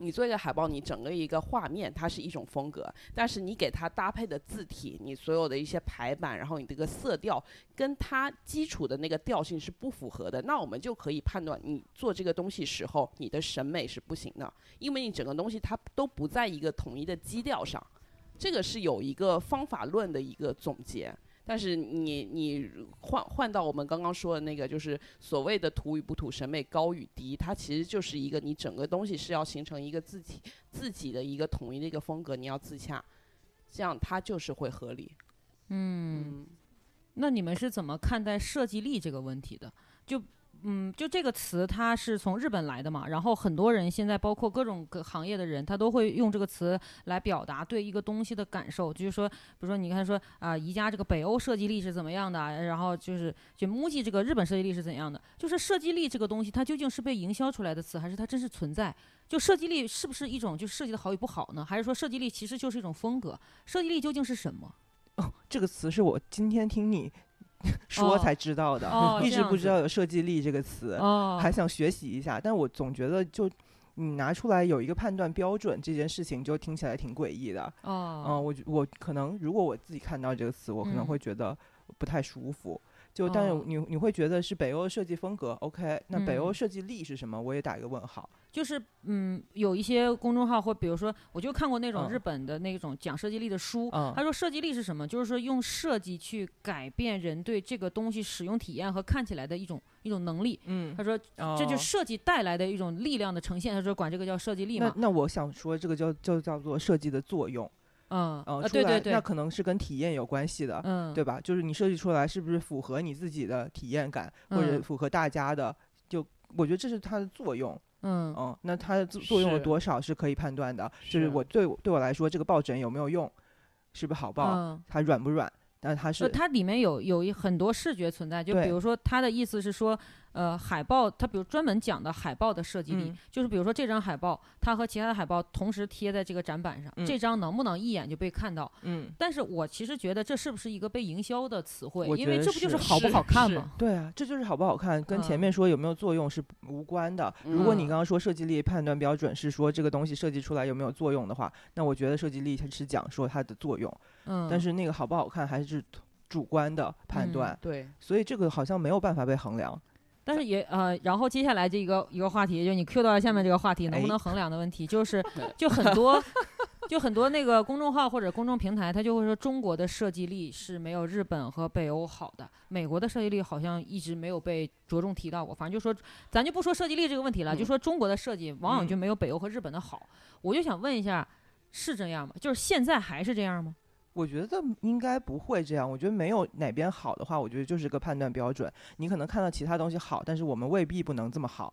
B: 你做一个海报，你整个一个画面，它是一种风格，但是你给它搭配的字体，你所有的一些排版，然后你这个色调跟它基础的那个调性是不符合的，那我们就可以判断你做这个东西时候，你的审美是不行的，因为你整个东西它都不在一个统一的基调上，这个是有一个方法论的一个总结。但是你你换换到我们刚刚说的那个，就是所谓的土与不土、审美高与低，它其实就是一个你整个东西是要形成一个自己自己的一个统一的一个风格，你要自洽，这样它就是会合理。
C: 嗯，
B: 嗯，
C: 那你们是怎么看待设计力这个问题的？就嗯，就这个词它是从日本来的嘛，然后很多人现在包括各种各行业的人，他都会用这个词来表达对一个东西的感受，就是说，比如说你看说啊、宜家这个北欧设计力是怎么样的啊，然后就是就 MUJI 这个日本设计力是怎样的，就是设计力这个东西，它究竟是被营销出来的词，还是它真实存在？就设计力是不是一种就设计的好与不好呢？还是说设计力其实就是一种风格？设计力究竟是什么？
D: 哦这个词是我今天听你 说
C: 哦
D: 才知道的，
C: 哦
D: 一
C: 这
D: 直
C: 样
D: 不知
C: 子
D: 道有设计力这个词，
C: 哦
D: 呃还想学习一下，但我总觉得就你拿出来有一个判断标准这件事情，就听起来挺诡异的。
C: 哦
D: 嗯、，我觉我可能如果我自己看到这个词，我可能
C: 嗯
D: 会觉得不太舒服。就但是
C: 哦
D: 你你会觉得是北欧设计风格，OK？那北欧
C: 嗯
D: 设计力是什么？我也打一个问号。
C: 就是嗯，有一些公众号或比如说，我就看过那种
D: 嗯
C: 日本的那种讲设计力的书，
D: 嗯
C: 他说设计力是什么？就是说用设计去改变人对这个东西使用体验和看起来的一种一种能力。
D: 嗯
C: 他，说这
D: 这
C: 就是设计带来的一种力量的呈现，他说管这个叫设计力
D: 那
C: 嘛。
D: 那我想说，这个叫就叫做设计的作用。
C: 嗯
D: 嗯、
C: 啊，
D: 出
C: 对
D: 来
C: 对对
D: 那，可能是跟体验有关系的。
C: 嗯，
D: 对吧？就是你设计出来是不是符合你自己的体验感，或者
C: 嗯
D: 符合大家的？就我觉得这是它的作用，
C: 嗯
D: 嗯，那它的作作用有
B: 是
D: 多少是可以判断的。就是是我对我对我来说，这个抱枕有没有用，是不是好不好，
C: 嗯，
D: 它软不软，但它
C: 就是呃它里面有有一很多视觉存在，就比
D: 对
C: 如说它的意思是说，呃，海报它比如专门讲到海报的设计力，
D: 嗯
C: 就是比如说这张海报，它和其他的海报同时贴在这个展板上，
D: 嗯
C: 这张能不能一眼就被看到？
D: 嗯，
C: 但是我其实觉得这是不是一个被营销的词汇？
D: 我
C: 因
D: 觉
C: 为
D: 得
C: 这不就
D: 是
C: 是好不
B: 是
C: 好看
B: 是
C: 吗？
D: 对啊，这就是好不好看，跟前
C: 嗯
D: 面说有没有作用是不无关的。如果你
C: 嗯
D: 刚刚说设计力判断标准是说这个东西设计出来有没有作用的话，那我觉得设计力它是讲说它的作用，
C: 嗯，
D: 但是那个好不好看还是主观的判
C: 嗯
D: 断，
B: 对，
D: 所以这个好像没有办法被衡量。
C: 但是也呃，然后接下来这一个一个话题，就是你 Q 到了下面这个话题，能不
D: 哎
C: 能衡量的问题，就是 就很多 就很多那个公众号或者公众平台，他就会说中国的设计力是没有日本和北欧好的，美国的设计力好像一直没有被着重提到过。反正就说咱就不说设计力这个问题了，
B: 嗯
C: 就说中国的设计往往
D: 嗯
C: 就没有北欧和日本的好。我就想问一下，是这样吗？就是现在还是这样吗？
D: 我觉得应该不会这样。我觉得没有哪边好的话，我觉得就是个判断标准。你可能看到其他东西好，但是我们未必不能这么好。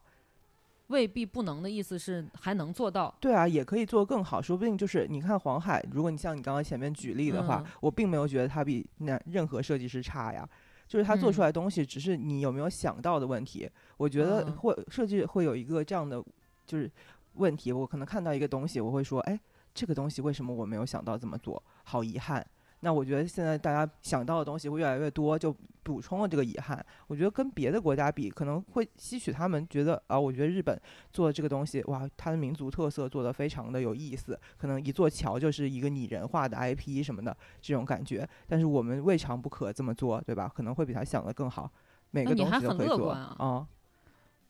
C: 未必不能的意思是还能做到。
D: 对啊，也可以做更好，说不定就是你看黄海，如果你像你刚刚前面举例的话，
C: 嗯
D: 我并没有觉得他比那任何设计师差呀。就是他做出
C: 嗯
D: 来的东西，只是你有没有想到的问题。我觉得
C: 嗯
D: 会设计会有一个这样的就是问题，我可能看到一个东西，我会说，哎，这个东西为什么我没有想到这么做？好遗憾。那我觉得现在大家想到的东西会越来越多，就补充了这个遗憾。我觉得跟别的国家比，可能会吸取他们觉得啊，我觉得日本做这个东西，哇，它的民族特色做得非常的有意思，可能一座桥就是一个拟人化的 IP 什么的这种感觉。但是我们未尝不可这么做，对吧？可能会比他想的更好，每
C: 那
D: 个
C: 你
D: 东
C: 还
D: 西都
C: 很
D: 可以
C: 乐
D: 做
C: 观啊
D: 嗯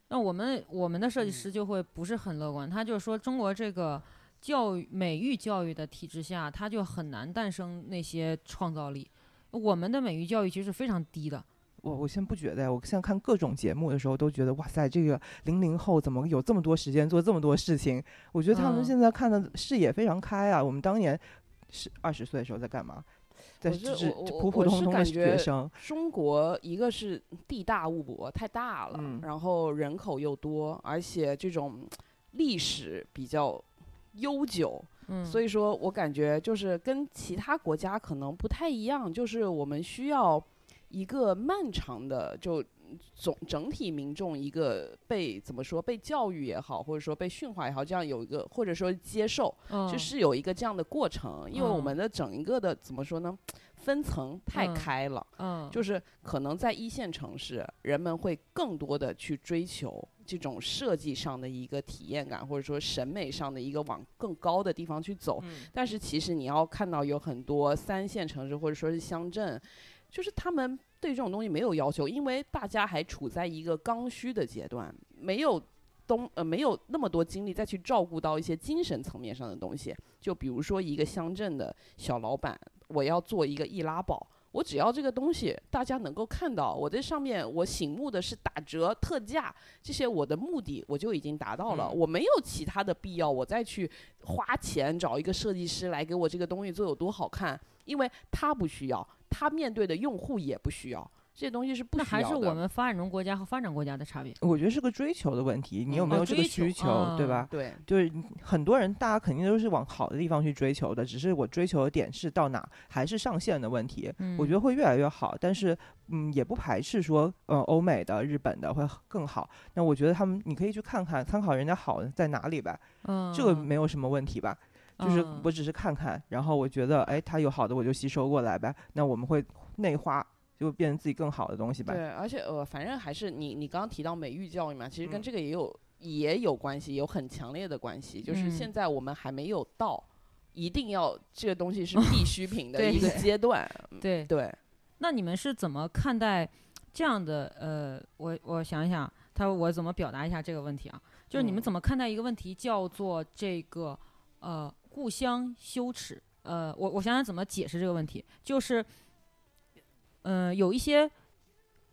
C: 那我们我们的设计
B: 嗯
C: 师就会不是很乐观，他就是说中国这个教育美育教育的体制下，他就很难诞生那些创造力。我们的美育教育其实是非常低的，
D: 我我先不觉得，我现在看各种节目的时候都觉得，哇塞，这个零零后怎么有这么多时间做这么多事情？我觉得他
C: 嗯
D: 们现在看的视野非常开啊。我们当年是二十岁的时候在干嘛？在
B: 我是
D: 就是
B: 我我
D: 普普
B: 我是
D: 通通的
B: 感
D: 学
B: 觉
D: 生，
B: 中国一个是地大物博，太大了，
D: 嗯
B: 然后人口又多，而且这种历史比较悠久，
C: 嗯，
B: 所以说我感觉就是跟其他国家可能不太一样，就是我们需要一个漫长的就总整体民众一个被怎么说被教育也好，或者说被驯化也好，这样有一个或者说接受，
C: 嗯
B: 就是有一个这样的过程，因为我
C: 嗯
B: 们的整一个的怎么说呢，分层太
C: 嗯
B: 开了。
C: 嗯，
B: 就是可能在一线城市，人们会更多的去追求这种设计上的一个体验感，或者说审美上的一个往更高的地方去走。
D: 嗯
B: 但是其实你要看到有很多三线城市或者说是乡镇，就是他们对这种东西没有要求，因为大家还处在一个刚需的阶段，没有东呃没有那么多精力再去照顾到一些精神层面上的东西。就比如说一个乡镇的小老板，我要做一个易拉宝。我只要这个东西，大家能够看到，我在上面我醒目的是打折、特价这些，我的目的我就已经达到了，
D: 嗯
B: 我没有其他的必要，我再去花钱找一个设计师来给我这个东西做有多好看，因为他不需要，他面对的用户也不需要，这些东西是不
C: 那
B: 需要
C: 还
B: 的。
C: 是我们发展中国家和发展国家的差别。
D: 我觉得是个追求的问题，你有
B: 嗯
D: 没
C: 哦
D: 有这个
C: 追求
D: 需求，对
C: 嗯
D: 吧？
B: 对
D: 就是你很多人，大家肯定都是往好的地方去追求的，只是我追求的点是到哪，还是上限的问题。
C: 嗯
D: 我觉得会越来越好，但是嗯，也不排斥说，呃，欧美的、日本的会更好。那我觉得他们，你可以去看看，参考人家好的在哪里吧，
C: 嗯，
D: 这个没有什么问题吧。就是
C: 嗯
D: 我只是看看，然后我觉得，哎，他有好的我就吸收过来呗。那我们会内化，就变成自己更好的东西吧。
B: 对，而且呃，反正还是你你刚刚提到美育教育嘛，其实跟
D: 嗯
B: 这个也有、也有关系，有很强烈的关系，就是
C: 嗯
B: 现在我们还没有到一定要这个东西 是必需品的
C: 对
B: 一个阶 段。
C: 对
B: 对，
C: 那你们是怎么看待这样的？呃，我我想一想，他我怎么表达一下这个问题啊？就是你们
B: 嗯
C: 怎么看待一个问题，叫做这个呃故乡羞耻？呃，我我想想怎么解释这个问题，就是，嗯、有一些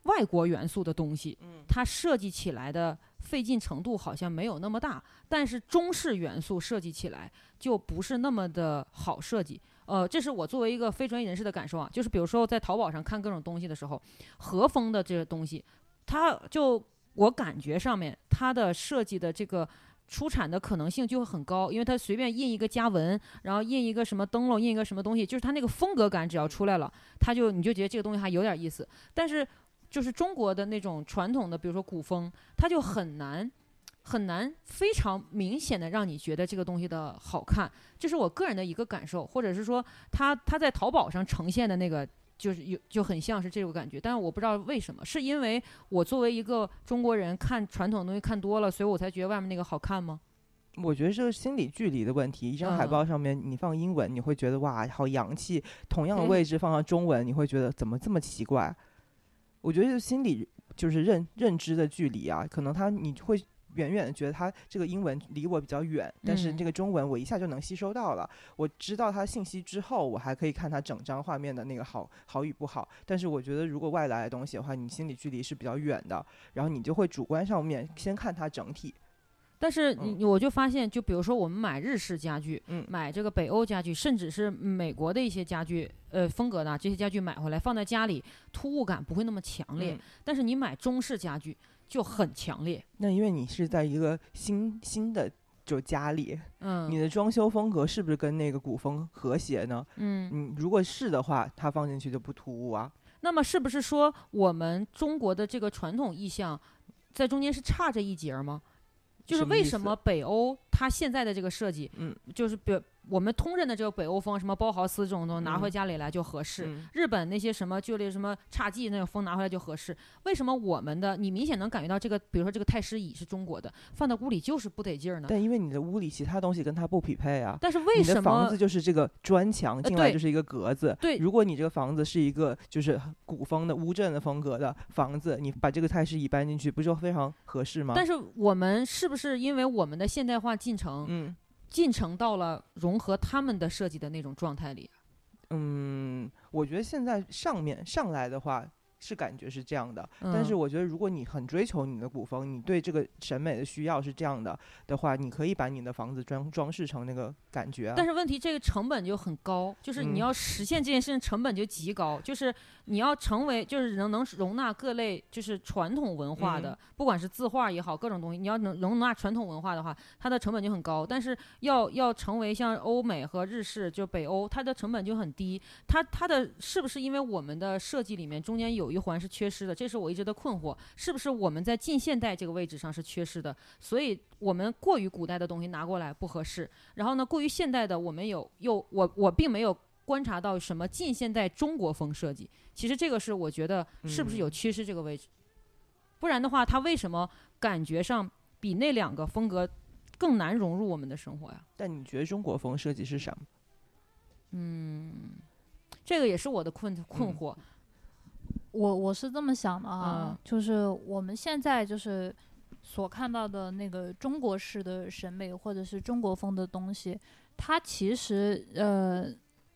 C: 外国元素的东西，
D: 嗯
C: 它设计起来的费劲程度好像没有那么大，但是中式元素设计起来就不是那么的好设计。呃，这是我作为一个非专业人士的感受啊，就是比如说在淘宝上看各种东西的时候，和风的这个东西，它就我感觉上面它的设计的这个出产的可能性就会很高，因为它随便印一个家纹，然后印一个什么灯笼，印一个什么东西，就是它那个风格感只要出来了，它就你就觉得这个东西还有点意思。但是就是中国的那种传统的，比如说古风，它就很难。很难非常明显的让你觉得这个东西的好看，这是我个人的一个感受，或者是说它它在淘宝上呈现的那个就是有就很像是这种感觉，但是我不知道为什么，是因为我作为一个中国人看传统的东西看多了，所以我才觉得外面那个好看吗？
D: 我觉得这是心理距离的问题。一张海
C: 嗯
D: 报上面你放英文，你会觉得哇好洋气；同样的
C: 对
D: 位置放上中文，你会觉得怎么这么奇怪？我觉得就心理就是认认知的距离啊，可能他你会远远的觉得他这个英文离我比较远，但是
C: 嗯
D: 这个中文我一下就能吸收到了。我知道它信息之后，我还可以看它整张画面的那个好好与不好。但是我觉得如果外来的东西的话，你心理距离是比较远的，然后你就会主观上面先看它整体。
C: 但是你我就发现，就比如说我们买日式家具，
D: 嗯
C: 买这个北欧家具，甚至是美国的一些家具，呃，风格呢，这些家具买回来放在家里，突兀感不会那么强烈。
D: 嗯
C: 但是你买中式家具就很强烈，
D: 那因为你是在一个新新的就家里，
C: 嗯，
D: 你的装修风格是不是跟那个古风和谐呢？
C: 嗯，
D: 嗯，如果是的话，它放进去就不突兀啊。
C: 那么是不是说我们中国的这个传统意象，在中间是差这一截儿吗？就是
D: 什么
C: 为
D: 意
C: 什
D: 思
C: 么北欧它现在的这个设计，
D: 嗯，
C: 就是比我们通认的这个北欧风，什么包豪斯这种东西拿回
D: 嗯
C: 家里来就合适。
D: 嗯
C: 日本那些什么就类什么侘寂那种风拿回来就合适，为什么我们的你明显能感觉到这个，比如说这个太师椅是中国的，放到屋里就是不得劲儿呢？
D: 但因为你的屋里其他东西跟它不匹配啊。
C: 但是为
D: 你的
C: 什
D: 房
C: 么呃
D: 子就是这个砖墙，进
C: 对
D: 来就是一个格子。
C: 对
D: 如果你这个房子是一个就是古风的乌镇的风格的房子，你把这个太师椅搬进去，不就非常合适吗？
C: 但是我们是不是因为我们的现代化进程，
D: 嗯
C: 进程到了融合他们的设计的那种状态里？
D: 啊嗯，我觉得现在上面上来的话，是感觉是这样的。但是
C: 嗯
D: 我觉得，如果你很追求你的古风，你对这个审美的需要是这样的的话，你可以把你的房子装装饰成那个感觉、啊。
C: 但
D: 是，
C: 是问题，这个成本就很高，就是你
D: 嗯
C: 要实现这件事情成本就极高，就是你要成为，就是能能容纳各类就是传统文化的，
D: 嗯
C: 不管是字画也好，各种东西，你要能容纳传统文化的话，它的成本就很高。但是要要成为像欧美和日式，就北欧，它的成本就很低。它它的是不是因为我们的设计里面中间有一环是缺失的？这是我一直的困惑，是不是我们在近现代这个位置上是缺失的？所以我们过于古代的东西拿过来不合适。然后呢，过于现代的我们有又我我并没有观察到什么近现代中国风设计。其实这个是我觉得是不是有缺失这个位置，不然的话，它为什么感觉上比那两个风格更难融入我们的生活呀？
D: 但你觉得中国风设计是什么？
C: 这个也是我的困困
D: 嗯
C: 惑。
A: 我我是这么想的啊，
C: 嗯
A: 就是我们现在就是所看到的那个中国式的审美或者是中国风的东西，它其实呃，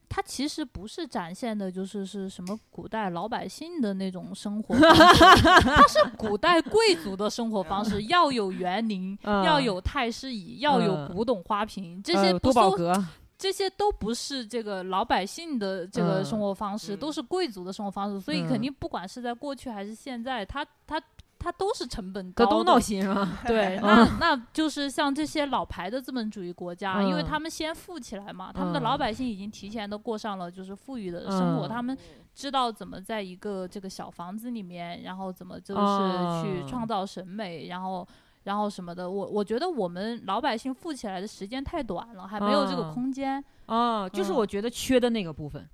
A: 它其实不是展现的就是是什么古代老百姓的那种生活方式，它是古代贵族的生活方 式，要有园林，
C: 嗯
A: 要有太师椅，要有
C: 嗯
A: 古董花瓶，这
C: 呃
A: 些不
C: 多宝
A: 搜
C: 格，
A: 这些都不是这个老百姓的这个
C: 嗯
A: 生活方
D: 嗯
A: 式，都是贵族的生活方式，所以
C: 嗯
A: 肯定不管是在过去还是现在，它它它都是成本
C: 格
A: 高
C: 东闹
A: 的。
C: 心是吧？
A: 对， 那那就是像这些老牌的资本主义国家，
C: 嗯
A: 因为他们先富起来嘛，他们的
C: 嗯
A: 老百姓已经提前都过上了就是富裕的生活，
C: 嗯
A: 他们知道怎么在一个这个小房子里面，然后怎么就是
C: 哦
A: 去创造审美，然后然后什么的。我我觉得我们老百姓富起来的时间太短了，还没有这个
C: 嗯
A: 空间。
C: 哦，就是
A: 嗯
C: 我觉得缺的那个部分。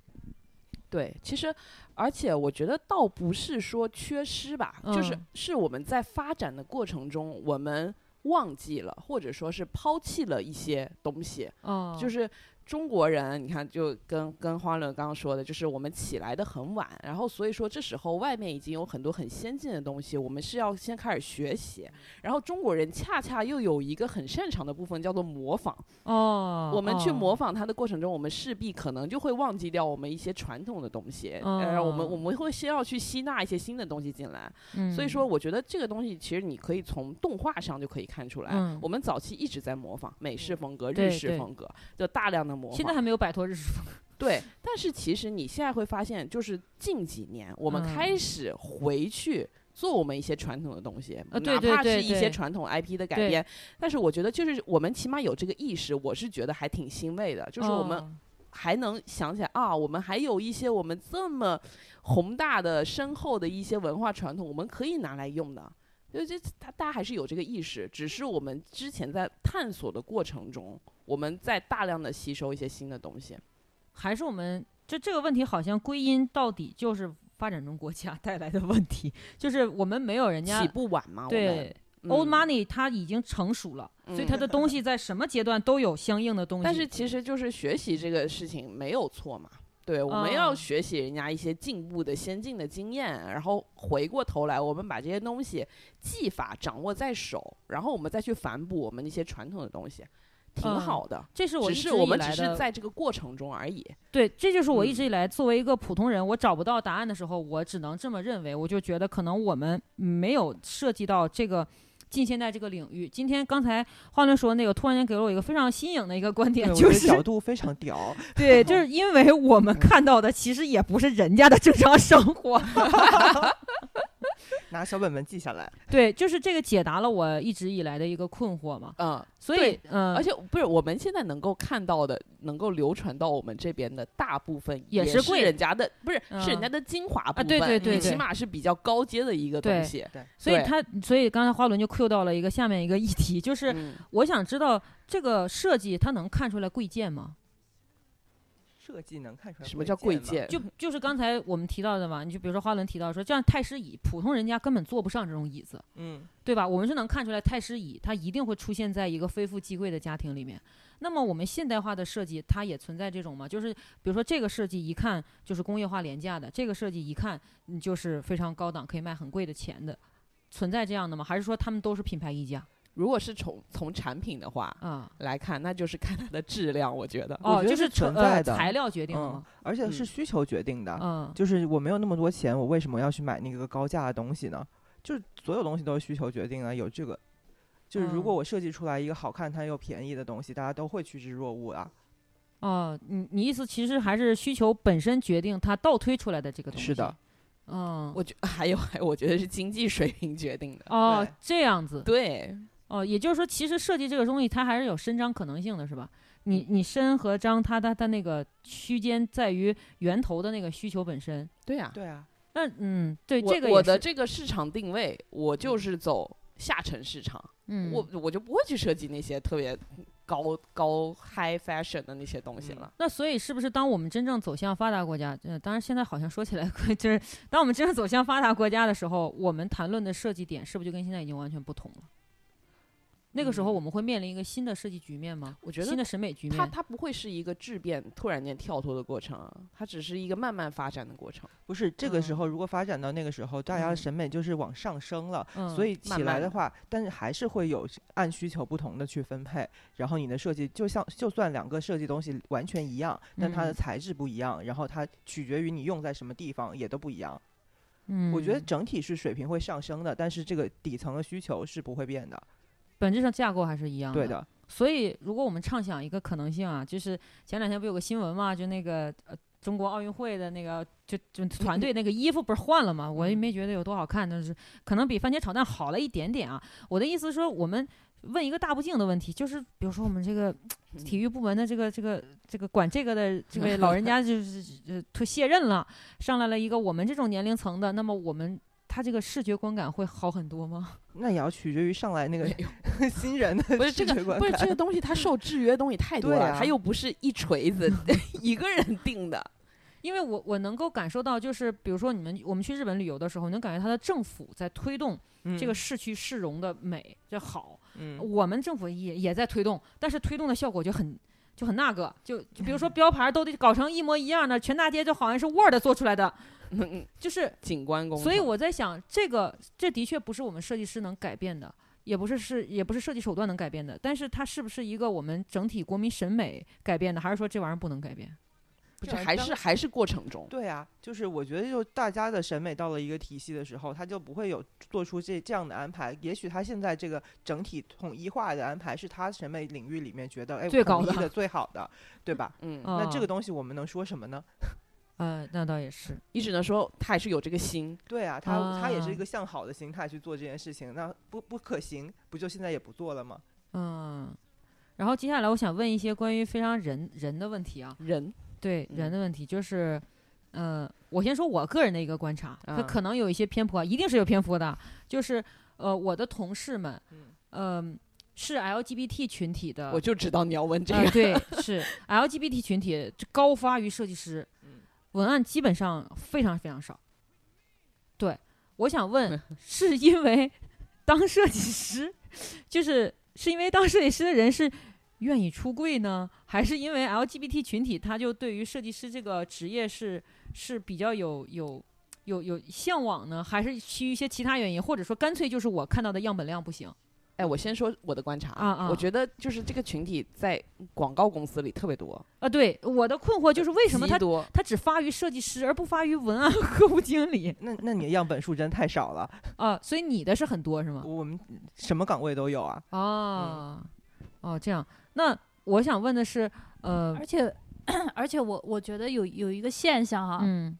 B: 对，其实，而且我觉得倒不是说缺失吧，就是
C: 嗯
B: 是我们在发展的过程中，我们忘记了，或者说是抛弃了一些东西。
C: 哦，
B: 就是是中国人，你看，就跟跟花乐刚刚说的，就是我们起来的很晚，然后所以说这时候外面已经有很多很先进的东西，我们是要先开始学习。然后中国人恰恰又有一个很擅长的部分，叫做模仿。
C: 哦，
B: 我们去
C: 哦
B: 模仿它的过程中，我们势必可能就会忘记掉我们一些传统的东西，呃，我们
C: 哦
B: 我们会先要去吸纳一些新的东西进来。所以
C: 嗯
B: 说，我觉得这个东西其实你可以从动画上就可以看出来，
C: 嗯
B: 我们早期一直在模仿美式风格、
C: 对
B: 日式
C: 对
B: 风格，就大量的模仿。
C: 现在还没有摆脱日式风格。
B: 对，但是其实你现在会发现，就是近几年我们
C: 嗯
B: 开始回去做我们一些传统的东西，
C: 呃对
B: 哪怕
C: 对
B: 是
C: 对
B: 一
C: 对
B: 些传统 IP 的改
C: 对
B: 编。但是我觉得，就是我们起码有这个意识，我是觉得还挺欣慰的，就是我们
C: 嗯
B: 还能想起来啊，我们还有一些我们这么宏大的、深厚的一些文化传统，我们可以拿来用的。就这，大大家还是有这个意识，只是我们之前在探索的过程中，我们在大量的吸收一些新的东西。
C: 还是我们这这个问题好像归因到底就是发展中国家 带来的问题，就是我们没有人家
B: 起步晚嘛，我们
C: 对、old
B: 嗯
C: money 它已经成熟了，所以它的东西在什么阶段都有相应的东西。
B: 但是其实就是学习这个事情没有错嘛。对，我们要
C: 嗯
B: 学习人家一些进步的、先进的经验，然后回过头来，我们把这些东西技法掌握在手，然后我们再去反哺我们一些传统的东西，挺
C: 嗯
B: 好的。
C: 这是我
B: 只
C: 一
B: 是
C: 直
B: 我
C: 以
B: 们
C: 来
B: 只
C: 的
B: 是在这个过程中而已。
C: 对，这就是我
B: 嗯
C: 一直以来作为一个普通人，我找不到答案的时候，我只能这么认为。我就觉得可能我们没有涉及到这个近现代这个领域。今天刚才花轮说那个，突然间给了我一个非常新颖的一个观
D: 对
C: 点，
D: 我
C: 就
D: 觉得
C: 是
D: 角度非常屌，
C: 对，就是因为我们看到的其实也不是人家的正常生活。
D: 拿小本本记下来。
C: 对，就是这个解答了我一直以来的一个困惑嘛。
B: 嗯，
C: 所
B: 对
C: 以，嗯，
B: 而且不是我们现在能够看到的，能够流传到我们这边的大部分
C: 也是
B: 是
C: 贵
B: 人家的，不是、是人
C: 嗯
B: 家的精华部分，
C: 对对对
B: 你起
C: 对
B: 码是比较高阶的一个
C: 对
B: 东西。
C: 所以
B: 对
C: 他，所以刚才花轮就 cue 到了一个下面一个议题，就是
B: 嗯
C: 我想知道这个设计它能看出来贵贱吗？
D: 设计能看出来
B: 什么叫贵
D: 吗？
B: 贱？
C: 就就是刚才我们提到的嘛，你就比如说花轮提到说，这样太师椅，普通人家根本坐不上这种椅子，
D: 嗯，
C: 对吧？我们是能看出来太师椅，它一定会出现在一个非富即贵的家庭里面。那么我们现代化的设计，它也存在这种嘛，就是比如说这个设计一看就是工业化廉价的，这个设计一看嗯就是非常高档，可以卖很贵的钱的，存在这样的吗？还是说他们都是品牌溢价
B: 如果是从从产品的话
C: 啊？
B: 来看，那就是看它的质量，我觉得。
D: 我
C: 哦，
D: 觉得
C: 就是纯
D: 存在的
C: 呃、材料决定的
D: 嗯
C: 吗？，
D: 而且是
B: 嗯
D: 需求决定的。
C: 嗯，
D: 就是我没有那么多钱，我为什么要去买那个高价的东西呢？就是所有东西都是需求决定的，有这个。就是如果
C: 嗯
D: 我设计出来一个好看它又便宜的东西，大家都会趋之若鹜啊。
C: 哦，你你意思其实还是需求本身决定它倒推出来的这个东西。
D: 是的，
C: 嗯，
B: 我觉 还有还有，我觉得是经济水平决定的。
C: 哦
D: 对
C: 这样子，
B: 对，
C: 哦，也就是说，其实设计这个东西它还是有伸张可能性的，是吧？
B: 嗯
C: 你你伸和张，它它它那个区间在于源头的那个需求本身。
B: 对呀、
D: 对啊，
C: 那嗯，对
B: 我
C: 这个也
B: 我的
C: 是
B: 这个市场定位，我就是走下沉市场，
C: 嗯，
B: 我我就不会去设计那些特别高高 high fashion 的那些东西
D: 嗯
B: 了。
C: 那所以是不是当我们真正走向发达国家，呃，当然现在好像说起来 就是当我们真正走向发达国家的时候，我们谈论的设计点是不是就跟现在已经完全不同了？那个时候
B: 嗯
C: 我们会面临一个新的设计局面吗？
B: 我觉
C: 新
B: 得
C: 的审美局
B: 它
C: 面。
B: 它不会是一个质变突然间跳脱的过程啊，它只是一个慢慢发展的过程。
D: 不是这个时
C: 嗯
D: 候，如果发展到那个时候，大家的
C: 嗯
D: 审美就是往上升了，
C: 嗯
D: 所以起
B: 慢
D: 来
B: 慢
D: 的
B: 的
D: 话，但是还是会有按需求不同的去分配。然后你的设计，就像就算两个设计东西完全一样，但它的
C: 嗯
D: 材质不一样，然后它取决于你用在什么地方也都不一样。
C: 嗯，
D: 我觉得整体是水平会上升的，但是这个底层的需求是不会变的。
C: 本质上架构还是一样
D: 对的，
C: 所以，如果我们畅想一个可能性啊，就是前两天不有个新闻嘛，就那个呃中国奥运会的那个就就团队那个衣服不是换了嘛，我也没觉得有多好看，但是可能比番茄炒蛋好了一点点啊。我的意思是说，我们问一个大不敬的问题，就是比如说我们这个体育部门的这个这个这个管这个的这位老人家就是呃退卸任了，上来了一个我们这种年龄层的，那么我们他这个视觉观感会好很多吗？
D: 那也要取决于上来那个 新人的
B: 不是这
D: 视
B: 个
D: 觉，观
B: 不是
D: 感
B: 这个东西，它受制约的东西太多
D: 对
B: 了，
D: 啊
B: 它又不是一锤子一个人定的。
C: 因为我我能够感受到，就是比如说你们我们去日本旅游的时候，能感觉它的政府在推动这个市区市容的美，这好。
D: 嗯嗯
C: 我们政府也也在推动，但是推动的效果就很就很那个，就就比如说标牌都得搞成一模一样的，全大街就好像是 Word 做出来的，就是
B: 景观工程，
C: 所以我在想，这个这的确不是我们设计师能改变的，也不是是也不是设计手段能改变的，但是它是不是一个我们整体国民审美改变的，还是说这玩意儿不能改变？
B: 不是
D: 这还
B: 还
D: 当
B: 是还是过程中，
D: 对啊，就是我觉得，就大家的审美到了一个体系的时候，他就不会有做出这这样的安排。也许他现在这个整体统一化的安排是他审美领域里面觉得哎
C: 最高
D: 统一
C: 的
D: 的最好的，对吧？
B: 嗯，
C: 嗯
D: 那这个东西我们能说什么呢？
C: 呃，那倒也是，
B: 你只能说他也是有这个心，
D: 对啊，他、他也
C: 啊
D: 是一个向好的心态去做这件事情，那不不可行，不就现在也不做了吗？
C: 嗯。然后接下来我想问一些关于非常人人的问题啊，
B: 人
C: 对人
D: 嗯
C: 的问题，就是，呃，我先说我个人的一个观察，它
B: 啊
C: 可能有一些偏颇，一定是有偏颇的。就是，呃，我的同事们，
D: 嗯
C: 嗯、是 LGBT 群体的，
B: 我就知道你要问这
C: 呃
B: 个，
C: 对，是 LGBT 群体这高发于设计师，
D: 嗯，
C: 文案基本上非常非常少。对，我想问，是因为当设计师，就是是因为当设计师的人是愿意出柜呢，还是因为 LGBT 群体他就对于设计师这个职业是是比较有有有有向往呢，还是基于一些其他原因，或者说干脆就是我看到的样本量不行？
B: 哎，我先说我的观察
C: 啊啊
B: 我觉得就是这个群体在广告公司里特别多，
C: 啊，对，我的困惑就是为什么
B: 极
C: 他
B: 多？
C: 他只发于设计师，而不发于文案和客户经理
D: 那那你的样本数真太少了，
C: 啊？所以你的是很多是吗？
D: 我们什么岗位都有啊。
C: 哦，
A: 嗯
C: 哦，这样。那我想问的是，呃
A: 而，且 而且我我觉得有有一个现象哈、
C: 嗯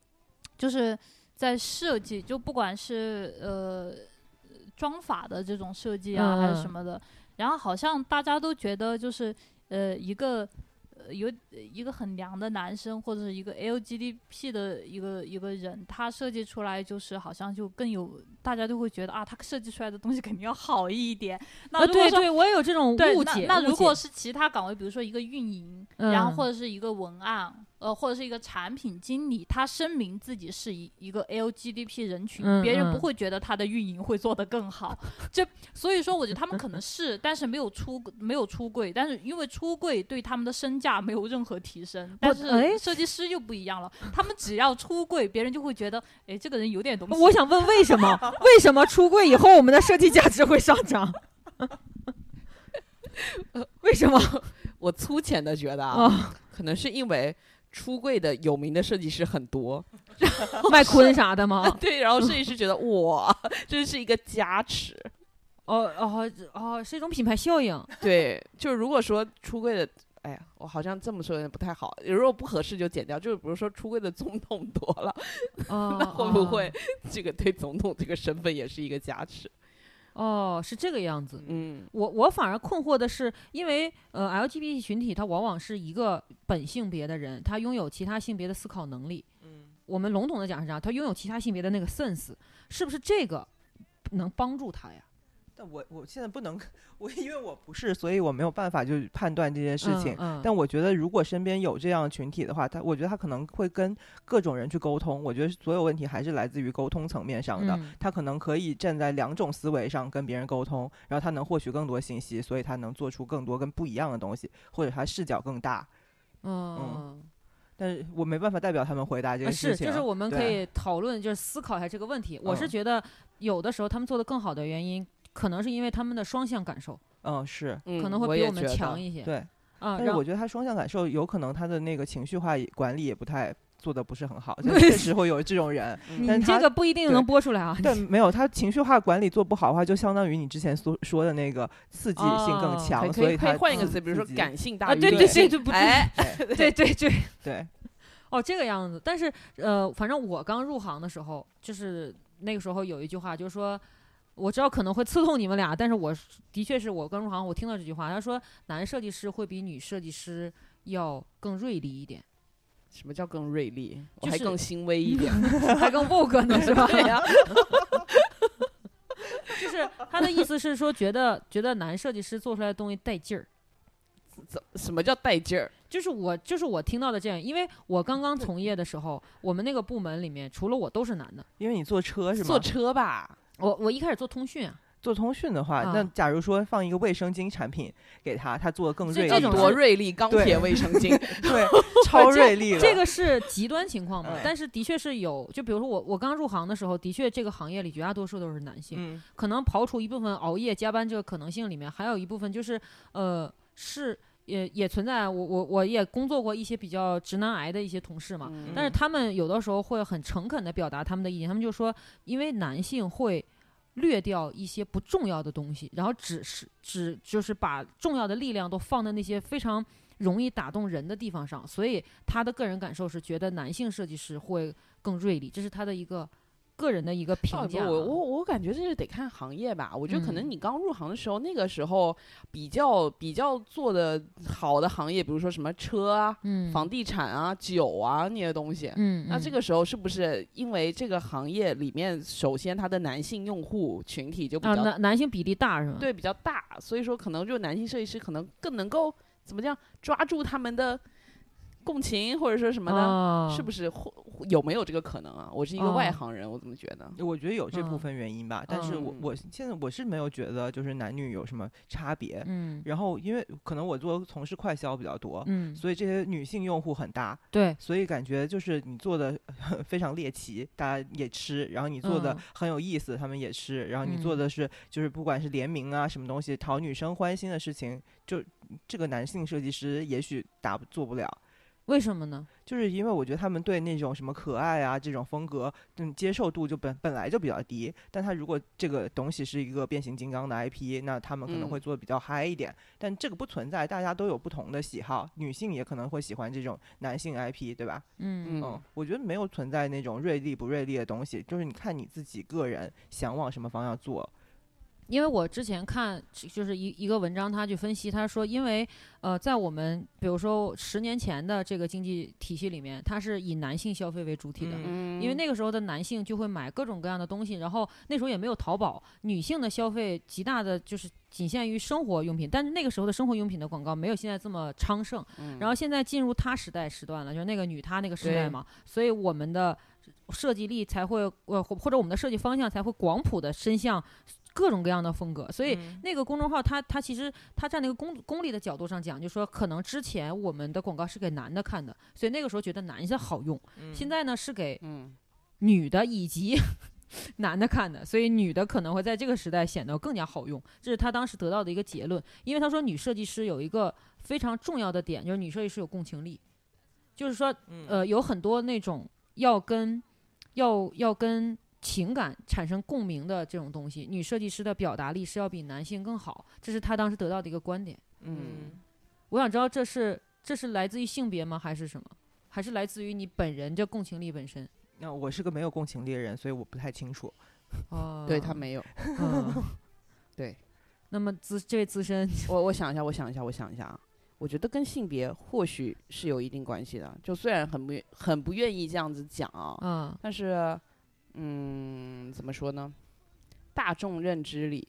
A: 就是在设计，就不管是呃装法的这种设计啊，还
C: 嗯
A: 是什么的，然后好像大家都觉得就是呃一个。呃有一个很娘的男生，或者是一个 LGBT 的一个一个人，他设计出来就是好像就更有，大家就会觉得啊，他设计出来的东西肯定要好一点。那
C: 啊，
A: 如果
C: 对
A: 说
C: 对，我也有这种
A: 对
C: 误解。
A: 那那
C: 误
A: 如果
C: 解
A: 是其他岗位，比如说一个运营，
C: 嗯
A: 然后或者是一个文案，呃，或者是一个产品经理，他声明自己是一一个 LGBT 人群，
C: 嗯
A: 别人不
C: 嗯
A: 会觉得他的运营会做得更好。这所以说，我觉得他们可能是，但是没有出没有出柜，但是因为出柜对他们的身价没有任何提升。但
C: 哎
A: 是设计师就不一样了，他们只要出柜，别人就会觉得，哎，这个人有点东西。
C: 我想问为 什么？为什么出柜以后我们的设计价值会上涨？为什么？
B: 我粗浅的觉得啊，
C: 啊，
B: 可能是因为出柜的有名的设计师很多，
A: 呃
C: 卖坤啥 的吗？
B: 对，然后设计师觉得哇， 这是一个加持。
C: 哦哦哦，是一种品牌效应。
B: 对，就是如果说出柜的，哎呀，我好像这么说有点不太好，如果不合适就剪掉。就是比如说出柜的总统多了，
C: 哦，
B: 那会不
C: 哦
B: 会？这个对总统这个身份也是一个加持？
C: 哦，是这个样子。
B: 嗯，
C: 我我反而困惑的是，因为呃，LGBT 群体他往往是一个本性别的人，他拥有其他性别的思考能力。
D: 嗯，
C: 我们笼统的讲是啥？他拥有其他性别的那个 sense，是不是这个能帮助他呀？
D: 但我我现在不能，我因为我不是，所以我没有办法就判断这件事情。
C: 嗯嗯
D: 但我觉得，如果身边有这样群体的话，他我觉得他可能会跟各种人去沟通。我觉得所有问题还是来自于沟通层面上的。
C: 嗯
D: 他可能可以站在两种思维上跟别人沟通，然后他能获取更多信息，所以他能做出更多跟不一样的东西，或者他视角更大。
C: 嗯
D: 但是我没办法代表他们回答这
C: 啊
D: 个事
C: 是，
D: 情。
C: 就是我们可
D: 对啊
C: 以讨论，就是思考一下这个问题。我是
D: 嗯
C: 觉得有的时候他们做的更好的原因，可能是因为他们的双向感受
D: 嗯，是
B: 可
C: 可能会比我们强
B: 一
C: 一些。
D: 对。
C: 啊，
D: 但是
C: 然后
D: 我觉得他双向感受有可能他的那个情绪化也管理也不太做的不是很好， 就确实会有这种人。但
B: 嗯
C: 你
D: 是
C: 这
D: 他
C: 个不一定
D: 对
C: 能播出来啊。
D: 但没有他情绪化管理做不好的话，就相当于你之前所说的那个刺激性更
C: 哦
D: 强，
B: 可
D: 所
B: 以可
D: 他
B: 以换一个
D: 刺
B: 词，比如说
D: 刺激
B: 感性
C: 啊
B: 大于
C: 对
B: 理
C: 对
B: 性
C: 对对不
B: 哎，
C: 对对对，
D: 对，
C: 哦，这个样子。但是呃，反正我刚入行的时候，就是那个时候有一句话，就是说，我知道可能会刺痛你们俩，但是我是的确是我刚入行，我听到这句话，他说男设计师会比女设计师要更锐利一点，
B: 什么叫更锐利？我
C: 就
B: 还
C: 是
B: 更欣慰 一点，
C: 还更 vogue 呢，是吧？
B: 对呀，
C: 就是他的意思是说，觉得觉得男设计师做出来的东西带劲儿。
B: 怎什么叫带劲儿？
C: 就是我，就是我听到的这样，因为我刚刚从业的时候，我们那个部门里面除了我都是男的，
D: 因为你坐车是吗？
B: 坐车吧，
C: 我我一开始做通讯啊，
D: 做通讯的话，那
C: 啊
D: 假如说放一个卫生巾产品给他，他做的更
C: 所
D: 锐
C: 以
D: 利
C: 这
D: 了，
C: 种
B: 多
C: 是
B: 锐利，钢
D: 对
B: 铁卫生 巾，
D: 对超锐利了。
C: 这个是极端情况嘛
D: 嗯？
C: 但是的确是有，就比如说我我刚入行的时候，的确这个行业里绝大多数都是男性，
D: 嗯
C: 可能刨除一部分熬夜加班这个可能性里面，还有一部分就是呃是也也存在我我我也工作过一些比较直男癌的一些同事嘛，
B: 嗯
C: 但是他们有的时候会很诚恳的表达他们的意见，他们就说因为男性会。略掉一些不重要的东西，然后只是只就是把重要的力量都放在那些非常容易打动人的地方上，所以他的个人感受是觉得男性设计师会更锐利，这是他的一个个人的一个评
B: 倒也
C: 价啊。
B: 不我我我感觉这是得看行业吧。我觉得可能
C: 嗯
B: 你刚入行的时候，那个时候比较比较做的好的行业，比如说什么车啊、
C: 嗯
B: 房地产啊、酒啊那些东西。
C: 嗯，
B: 那这
C: 嗯
B: 个时候是不是因为这个行业里面，首先它的男性用户群体就比
C: 啊
B: 较、
C: 男男性比例大是吗？
B: 对比较大，所以说可能就男性设计师可能更能够怎么讲抓住他们的共情或者说什么的，
C: 啊，
B: 是不是或有没有这个可能啊？我是一个外
C: 哦
B: 行人，我怎么觉得？
D: 我觉得有这部
C: 嗯
D: 分原因吧，但是我
B: 嗯
D: 我现在我是没有觉得就是男女有什么差别。
C: 嗯
D: 然后因为可能我做从事快销比较多，
C: 嗯，
D: 所以这些女性用户很大，
C: 对，
D: 所以感觉就是你做的 非常猎奇，大家也吃；然后你做的
C: 嗯
D: 很有意思，他们也吃；然后你做
C: 嗯
D: 的是就是不管是联名啊什么东西讨女生欢心的事情，就这个男性设计师也许达不做不了。
C: 为什么呢？
D: 就是因为我觉得他们对那种什么可爱啊这种风格，嗯，接受度就本本来就比较低。但他如果这个东西是一个变形金刚的 IP，那他们可能
B: 嗯
D: 会做的比较嗨一点。但这个不存在，大家都有不同的喜好，女性也可能会喜欢这种男性 IP，对吧？
C: 嗯
B: 嗯
D: 嗯，我觉得没有存在那种锐利不锐利的东西，就是你看你自己个人想往什么方向做。嗯
C: 因为我之前看就是一一个文章，他去分析，他说，因为呃，在我们比如说十年前的这个经济体系里面，它是以男性消费为主体的。
D: 嗯
B: 嗯
C: 因为那个时候的男性就会买各种各样的东西，然后那时候也没有淘宝，女性的消费极大的就是仅限于生活用品，但是那个时候的生活用品的广告没有现在这么昌盛，然后现在进入她时代时段了，就是那个女她那个时代
B: 嗯对
C: 嘛，所以我们的设计力才会呃或或者我们的设计方向才会广谱的伸向各种各样的风格，所以
B: 嗯
C: 那个公众号它，它其实它站那个功功利的角度上讲，就说可能之前我们的广告是给男的看的，所以那个时候觉得男的好用。现在呢是给
B: 嗯
C: 女的以及 男的看的，所以女的可能会在这个时代显得更加好用，这是他当时得到的一个结论。因为他说女设计师有一个非常重要的点，就是女设计师有共情力，就是说
D: 嗯
C: 呃有很多那种要跟要要跟情感产生共鸣的这种东西，女设计师的表达力是要比男性更好，这是他当时得到的一个观点。
B: 嗯，
C: 我想知道这是这是来自于性别吗，还是什么？还是来自于你本人这共情力本身？
D: 那我是个没有共情力的人，所以我不太清楚。
C: 哦
B: 对他没有。
C: 嗯
B: 对。
C: 那么资这位资深，
B: 我我想一下，我想一下，我想一下啊。我觉得跟性别或许是有一定关系的，就虽然很不很不愿意这样子讲啊，
C: 嗯
B: 但是，嗯，怎么说呢？大众认知里，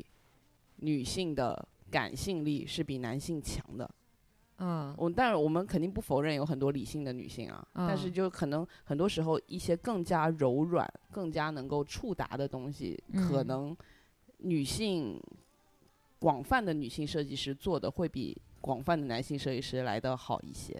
B: 女性的感性力是比男性强的。
C: 嗯
B: 我但是我们肯定不否认有很多理性的女性啊，但是
C: 嗯
B: 就可能很多时候一些更加柔软、更加能够触达的东西，可
C: 嗯
B: 能女性广泛的女性设计师做的会比广泛的男性设计师来的好一些。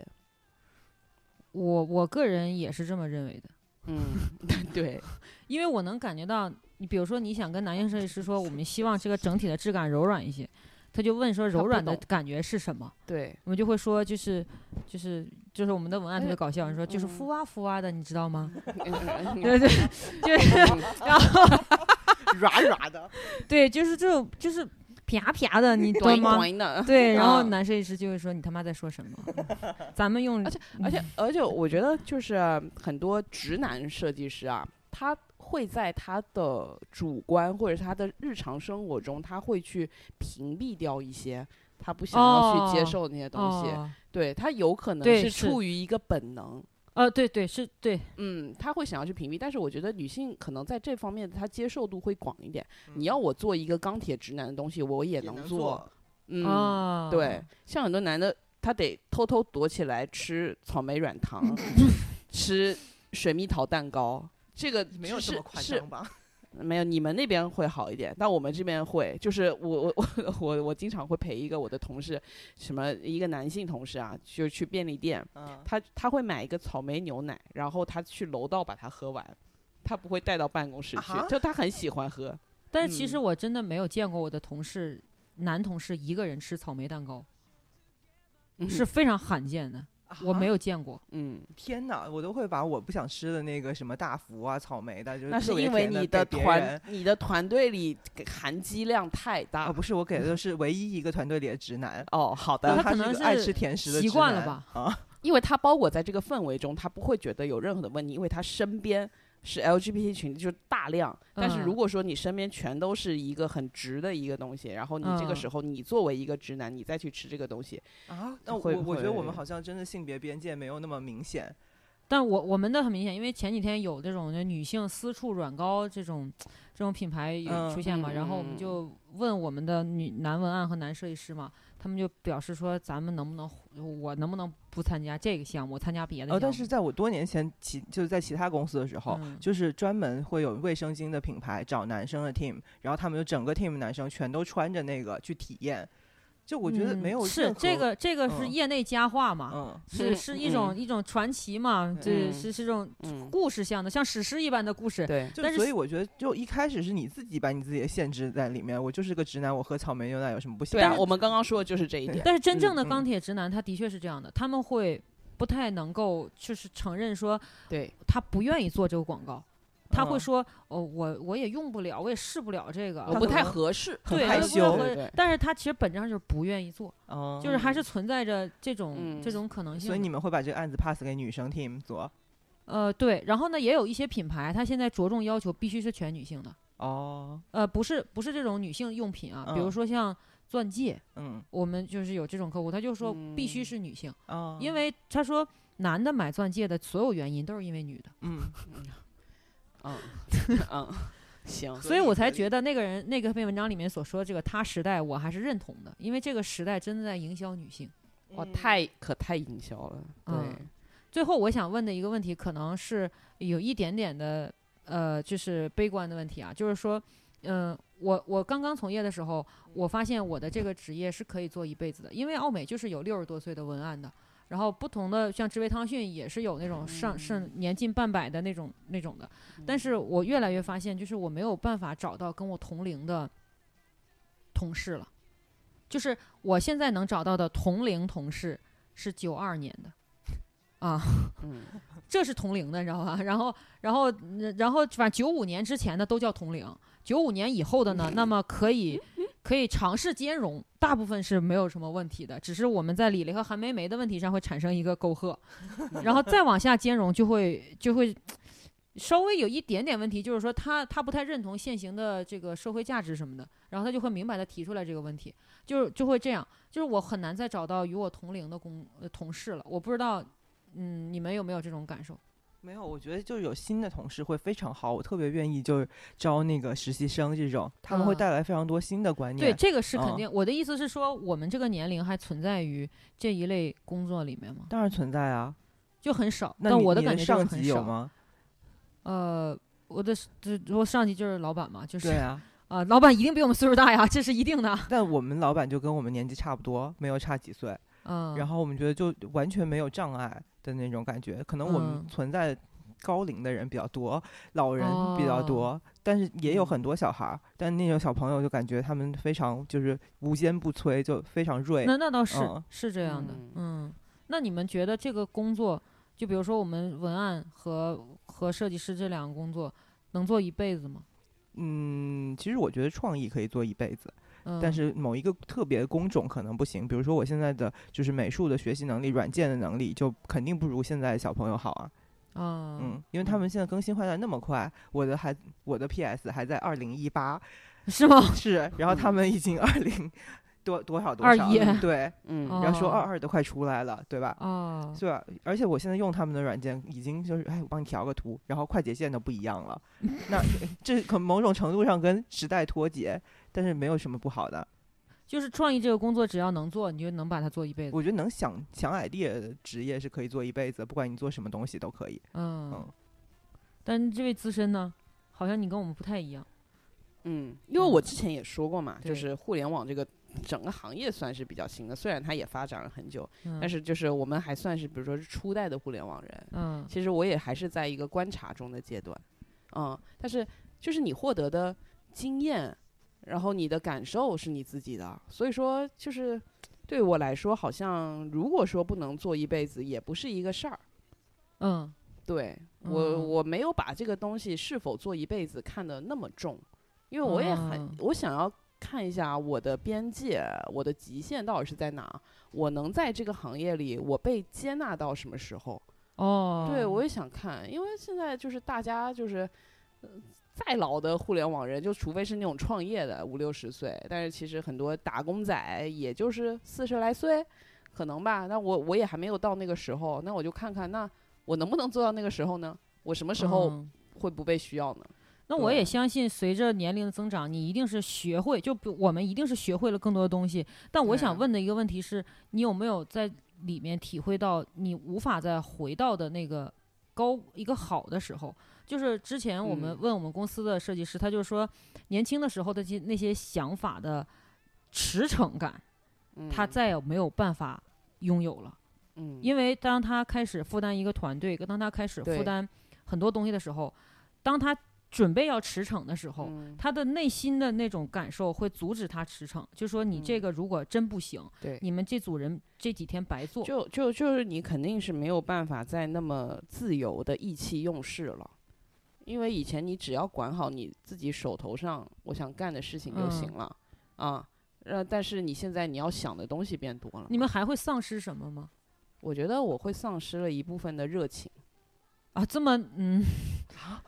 C: 我我个人也是这么认为的，
B: 嗯， 对，
C: 因为我能感觉到，你比如说你想跟男性设计师说，我们希望这个整体的质感柔软一些，他就问说
B: 他
C: 柔
B: 不
C: 软的
B: 懂
C: 感觉是什么，
B: 对，
C: 我们就会说就是就是就是我们的文案特别
B: 哎
C: 搞笑，你说就是
B: 嗯
C: 敷啊敷啊的，你知道吗？
B: 对
C: 对对，就是
B: 嗯
C: 然后
D: 软软的，
C: 对就是这种就是啪啪的，你懂
B: 短
C: 吗？
B: 短的。
C: 对，然后
B: 嗯
C: 男设计师就会说你他妈在说 什么？咱们用
B: 而且而且，我觉得就是很多直男设计师啊，他会在他的主观或者他的日常生活中，他会去屏蔽掉一些他不想要去接
C: 哦
B: 受的那些东西。
C: 哦
B: 对他有可能
C: 对
B: 是
C: 是
B: 出于一个本能，
C: 呃，对对是，对，
B: 嗯，他会想要去屏蔽。但是我觉得女性可能在这方面她接受度会广一点。你
D: 嗯
B: 要我做一个钢铁直男的东西，我嗯也
D: 也
B: 能
D: 做。
B: 嗯，
C: 啊，
B: 对，，像很多男的，他得偷偷躲起来吃草莓 软糖，吃水蜜桃蛋糕。这个
D: 没有
B: 是
D: 这么夸
B: 是
D: 张吧？
B: 没有，你们那边会好一点，但我们这边会，就是我我我我我经常会陪一个我的同事，什么一个男性同事啊，就去便利店，
D: 嗯，
B: 他他会买一个草莓牛奶，然后他去楼道把它喝完，他不会带到办公室
D: 啊
B: 去，
D: 哈
B: 就他很喜欢喝。
C: 但是其
B: 嗯
C: 实我真的没有见过我的同事，男同事一个人吃草莓蛋糕
B: 嗯
C: 是非常罕见的。
B: 啊
C: 我没
D: 有。
C: 有见过。
B: 嗯，
D: 天哪，我都会把我不想吃的那个什么大福啊、草莓的，就是
B: 那是
D: 特别
B: 因为
D: 甜的
B: 你
D: 给
B: 的
D: 别人
B: 团你的团队里含积量太大，
D: 啊，。不是我给的都是唯一一个团队里的直男
B: 哦， 好
D: 但
C: 他
B: 的，
D: 他
C: 可
D: 是
C: 能
D: 个爱
C: 是
D: 吃甜食的
C: 习
D: 直
C: 惯了
D: 男
C: 吧
D: 啊，
B: 因为他包裹在这个氛围中，他不会觉得有任何的问题，因为他身边是 LGBT 群，就是大量。但是
C: 嗯
B: 如果说你身边全都是一个很直的一个东西，然后你这个
C: 嗯
B: 时候你作为一个直男，你再去吃这个东西，
D: 啊，那
B: 就
D: 我
B: 会
D: 我觉得我
B: 会
D: 们好像真的性别边界没有那么明显。
C: 但我我们的很明显，因为前几天有这种就女性私处软膏这种这种品牌有
D: 嗯
C: 出现嘛，
B: 嗯
C: 然后我
B: 嗯
C: 们就问我们的女男文案和男设计师嘛，他们就表示说咱们能不能我能不能不参加这个项目，参加别的
D: 呃，
C: 项目？
D: 但是在我多年前其就是在其他公司的时候，
C: 嗯
D: 就是专门会有卫生巾的品牌找男生的 team，然后他们就整个 team 男生全都穿着那个去体验，就我觉得
C: 嗯
D: 没有、
C: 是这，个这个是
D: 嗯
C: 业内佳话嘛，
D: 嗯，
C: 是是一种、一种传奇嘛，这、
B: 嗯
C: 是是这种
B: 嗯，
C: 故事像的，像史诗一般的故事。
B: 对，
D: 就
C: 但是
D: 所以我觉得就一开始是你自己把你自己的限制在里面，我就是个直男，我喝草莓牛奶有什么不行？
B: 对啊，我们刚刚说的就是这一
D: 对
B: 点。
C: 但是真正的
D: 嗯嗯
C: 钢铁直男，他的确是这样的，他们会不太能够就是承认说
B: 对，
C: 他不愿意做这个广告，他会
D: 嗯
C: 说哦，我我也用不了，我也试不了这个，
B: 我
D: 他
B: 不
D: 可
B: 太
D: 能
B: 合适，
D: 很
C: 对
D: 害
C: 他就不
D: 羞
C: 太合
B: 对
C: 适
B: 对
C: 但是他其实本质上就是不愿意做，
D: 嗯，
C: 就是还是存在着这种、这
B: 嗯
C: 种可能性
D: 所
C: 的。
D: 以你们会把这个案子 pass 给女生 team 做
C: 呃对，然后呢，也有一些品牌，它现在着重要求必须是全女性的，
D: 哦，
C: 呃，不是不是这种女性用品啊，比如
D: 嗯
C: 说像钻戒，
D: 嗯
C: 我们就是有这种客户，他就说必须
B: 嗯
C: 是女性，
D: 哦，
C: 因为他说男的买钻戒的所有原因都是因为女的，
D: 嗯，
B: 嗯嗯，行，
C: 所以我才觉
D: 得
C: 得那个人那个篇文章里面所说的这个他时代，我还是认同的，因为这个时代真的在营销女性。
A: 嗯
B: 哇，太可太营销了，对
C: 嗯，最后我想问的一个问题，可能是有一点点的呃，就是悲观的问题啊，就是说，嗯、我我刚刚从业的时候，我发现我的这个职业是可以做一辈子的，因为奥美就是有六十多岁的文案的。然后不同的像知味汤逊也是有那种上上年近半百的那种那种的，但是我越来越发现，就是我没有办法找到跟我同龄的同事了，就是我现在能找到的同龄同事是九二年的，啊，
B: 嗯，
C: 这是同龄的，你知道吧？然后，然后，嗯然后，反正九五年之前的都叫同龄，九五年以后的呢，那么可以可以尝试兼容，大部分是没有什么问题的，只是我们在李雷和韩梅梅的问题上会产生一个沟壑，然后再往下兼容就会就会稍微有一点点问题，就是说他他不太认同现行的这个社会价值什么的，然后他就会明白的提出来这个问题，就是就会这样，就是我很难再找到与我同龄的工、呃、同事了，我不知道。嗯，你们有没有这种感受？
D: 没有，我觉得就是有新的同事会非常好，我特别愿意就是招那个实习生这种，他们会
C: 嗯
D: 带来非常多新的观
C: 对，
D: 念。
C: 这个是肯
D: 嗯
C: 定。我的意思是说，我们这个年龄还存在于这一类工作里面吗？
D: 当然存在啊，
C: 就很少。
D: 那
C: 但
D: 你
C: 我的
D: 你
C: 感觉就是
D: 上
C: 很
D: 级有
C: 少。
D: 吗？
C: 呃，我的这我上级就是老板嘛，就是
D: 对啊，
C: 啊、老板一定比我们岁数大呀，这是一定的。
D: 但我们老板就跟我们年纪差不多，没有差几岁，
C: 嗯，
D: 然后我们觉得就完全没有障碍的那种感觉。可能我们
C: 嗯
D: 存在高龄的人比较多，老人比较
C: 哦
D: 多，但是也有
B: 嗯
D: 很多小孩儿，但那种小朋友就感觉他们非常就是无坚不摧，就非常锐。
C: 那那倒是、
D: 嗯
C: 是这样的
B: 嗯
C: 嗯。那你们觉得这个工作，就比如说我们文案和和设计师这两个工作，能做一辈子吗？
D: 嗯，其实我觉得创意可以做一辈子，
C: 嗯，
D: 但是某一个特别工种可能不行。比如说我现在的就是美术的学习能力、软件的能力，就肯定不如现在的小朋友好啊。
C: 啊，
D: 嗯，因为他
B: 嗯
D: 们现在更新换代那么快，我的还我的 PS 还在二零一八，
C: 是 吗？
D: 是，然后他们已经二零多多少多
C: 嗯二
D: 少
C: 一
D: 了对，
B: 嗯
C: 哦
D: 然后说二二都快出来了，对吧？
C: 啊，
D: 对吧，而且我现在用他们的软件，已经就是哎，我帮你调个图，然后快捷键都不一样 了。那这可某种程度上跟时代脱节，但是没有什么不好的。
C: 就是创意这个工作，只要能做，你就能把它做一辈子。
D: 我觉得能想想 idea 的职业是可以做一辈子，不管你做什么东西都可以。
C: 嗯
D: 嗯，
C: 但这位资深呢，好像你跟我们不太一样。
B: 嗯，因为我之前也说过嘛，就
C: 嗯对
B: 是互联网这个整个行业算是比较新的，虽然它也发展了很久，
C: 嗯、
B: 但是就是我们还算是，比如说是初代的互联网人。
C: 嗯，
B: 其实我也还是在一个观察中的阶段，嗯，但是就是你获得的经验，然后你的感受是你自己的，所以说就是对我来说，好像如果说不能做一辈子，也不是一个事儿。
C: 嗯
B: 对我，
C: 嗯
B: 我没有把这个东西是否做一辈子看得那么重，因为我也很，
C: 嗯
B: 我想要看一下我的边界，我的极限到底是在哪，我能在这个行业里我被接纳到什么时候？
C: 哦，
B: 对我也想看，因为现在就是大家就是。呃再老的互联网人，就除非是那种创业的五六十岁，但是其实很多打工仔也就是四十来岁，可能吧。那我我也还没有到那个时候，那我就看看那我能不能做到那个时候呢？我什么时候
C: 嗯
B: 会不被需要呢？
C: 那我
B: 对
C: 也相信，随着年龄的增长，你一定是学会，就比我们一定是学会了更多的东西。但我
B: 对
C: 想问的一个问题是，你有没有在里面体会到你无法再回到的那个高一个好的时候？就是之前我们
B: 嗯
C: 问我们公司的设计师，他就说，年轻的时候的那那些想法的驰骋感，
B: 嗯、
C: 他再也没有办法拥有了。
B: 嗯，
C: 因为当他开始负担一个团队，当他开始负
B: 对
C: 担很多东西的时候，当他准备要驰骋的时候，
B: 嗯
C: 他的内心的那种感受会阻止他驰骋，就说你这
B: 嗯
C: 个如果真不行，
B: 对
C: 你们这组人这几天白做。
B: 就就就是你肯定是没有办法再那么自由的意气用事了，因为以前你只要管好你自己手头上我想干的事情就行
C: 嗯
B: 了、啊。呃，但是你现在你要想的东西变多了，
C: 你们还会丧失什么吗？
B: 我觉得我会丧失了一部分的热情。
C: 啊，这么嗯，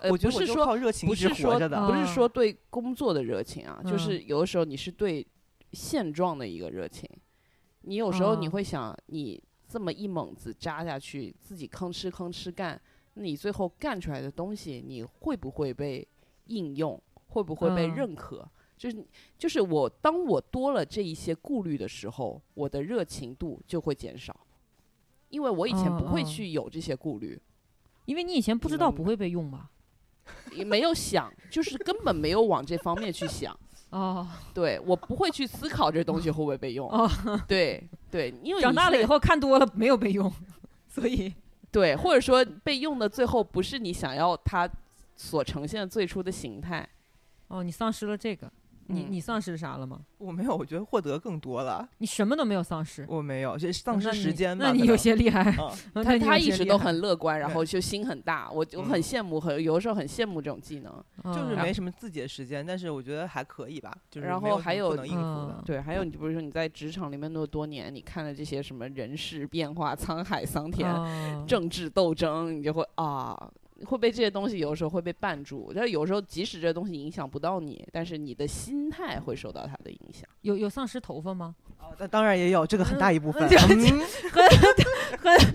B: 呃，
D: 我觉
B: 不
D: 得我
B: 是
D: 就
B: 说
D: 靠热情
B: 不
D: 一直
B: 是
D: 活
B: 说
D: 着的。
B: 不是
C: 嗯
B: 说对工作的热情啊，就
C: 嗯
B: 是有的时候你是对现状的一个热情。你有时候你
C: 嗯
B: 会想，你这么一猛子扎下去，自己吭哧吭哧干，那你最后干出来的东西，你会不会被应用？会不会被
C: 嗯
B: 认可？就是就是我，当我多了这一些顾虑的时候，我的热情度就会减少，因为我以前
C: 嗯
B: 不会
C: 嗯
B: 去有这些顾虑。
C: 因为你以前不知
B: 你
C: 道
B: 们
C: 不会被用吧？
B: 也没有想，就是根本没有往这方面去想。
C: 哦，
B: 对我不会去思考这东西会不会被用。
C: 哦
B: 对 对，因为
C: 长
B: 你
C: 大了
B: 是
C: 以后看多了没有被用，所 以
B: 对，或者说被用的最后不是你想要它所呈现最初的形态。
C: 哦，你丧失了这个，你
B: 嗯
C: 你丧失啥了吗？
D: 我没有，我觉得获得更多了。
C: 你什么都没有丧失，
D: 我没有，这丧失
C: 哦那
D: 时
C: 你
D: 间吧。
C: 那
D: 可
C: 你有
D: 能
C: 些厉害，
D: 嗯
C: 那
B: 啊他
C: 你
B: 他
C: 有
B: 一
C: 些
B: 直
C: 厉
B: 都
C: 害
B: 很乐观，然
D: 对
B: 后就心很大，我就
D: 嗯
B: 很羡慕，很有的时候很羡慕这种技能。
D: 就是
C: 嗯
D: 没什么自己的时间，但是我觉得还可以吧。就是
B: 然
D: 没
B: 后
D: 什
B: 还
D: 么
B: 有
D: 不能应付的
C: 嗯。
B: 对，还有你比如说你在职场里面那么多年，你看了这些什么人事变化、沧海桑田，
C: 哦
B: 政治斗争，你就会啊，会被这些东西有时候会被绊住。但是有时候即使这东西影响不到你，但是你的心态会受到它的影响。
C: 有有丧失头发吗？
D: 哦
B: 嗯
D: 那当然也有这个很大一部分。 嗯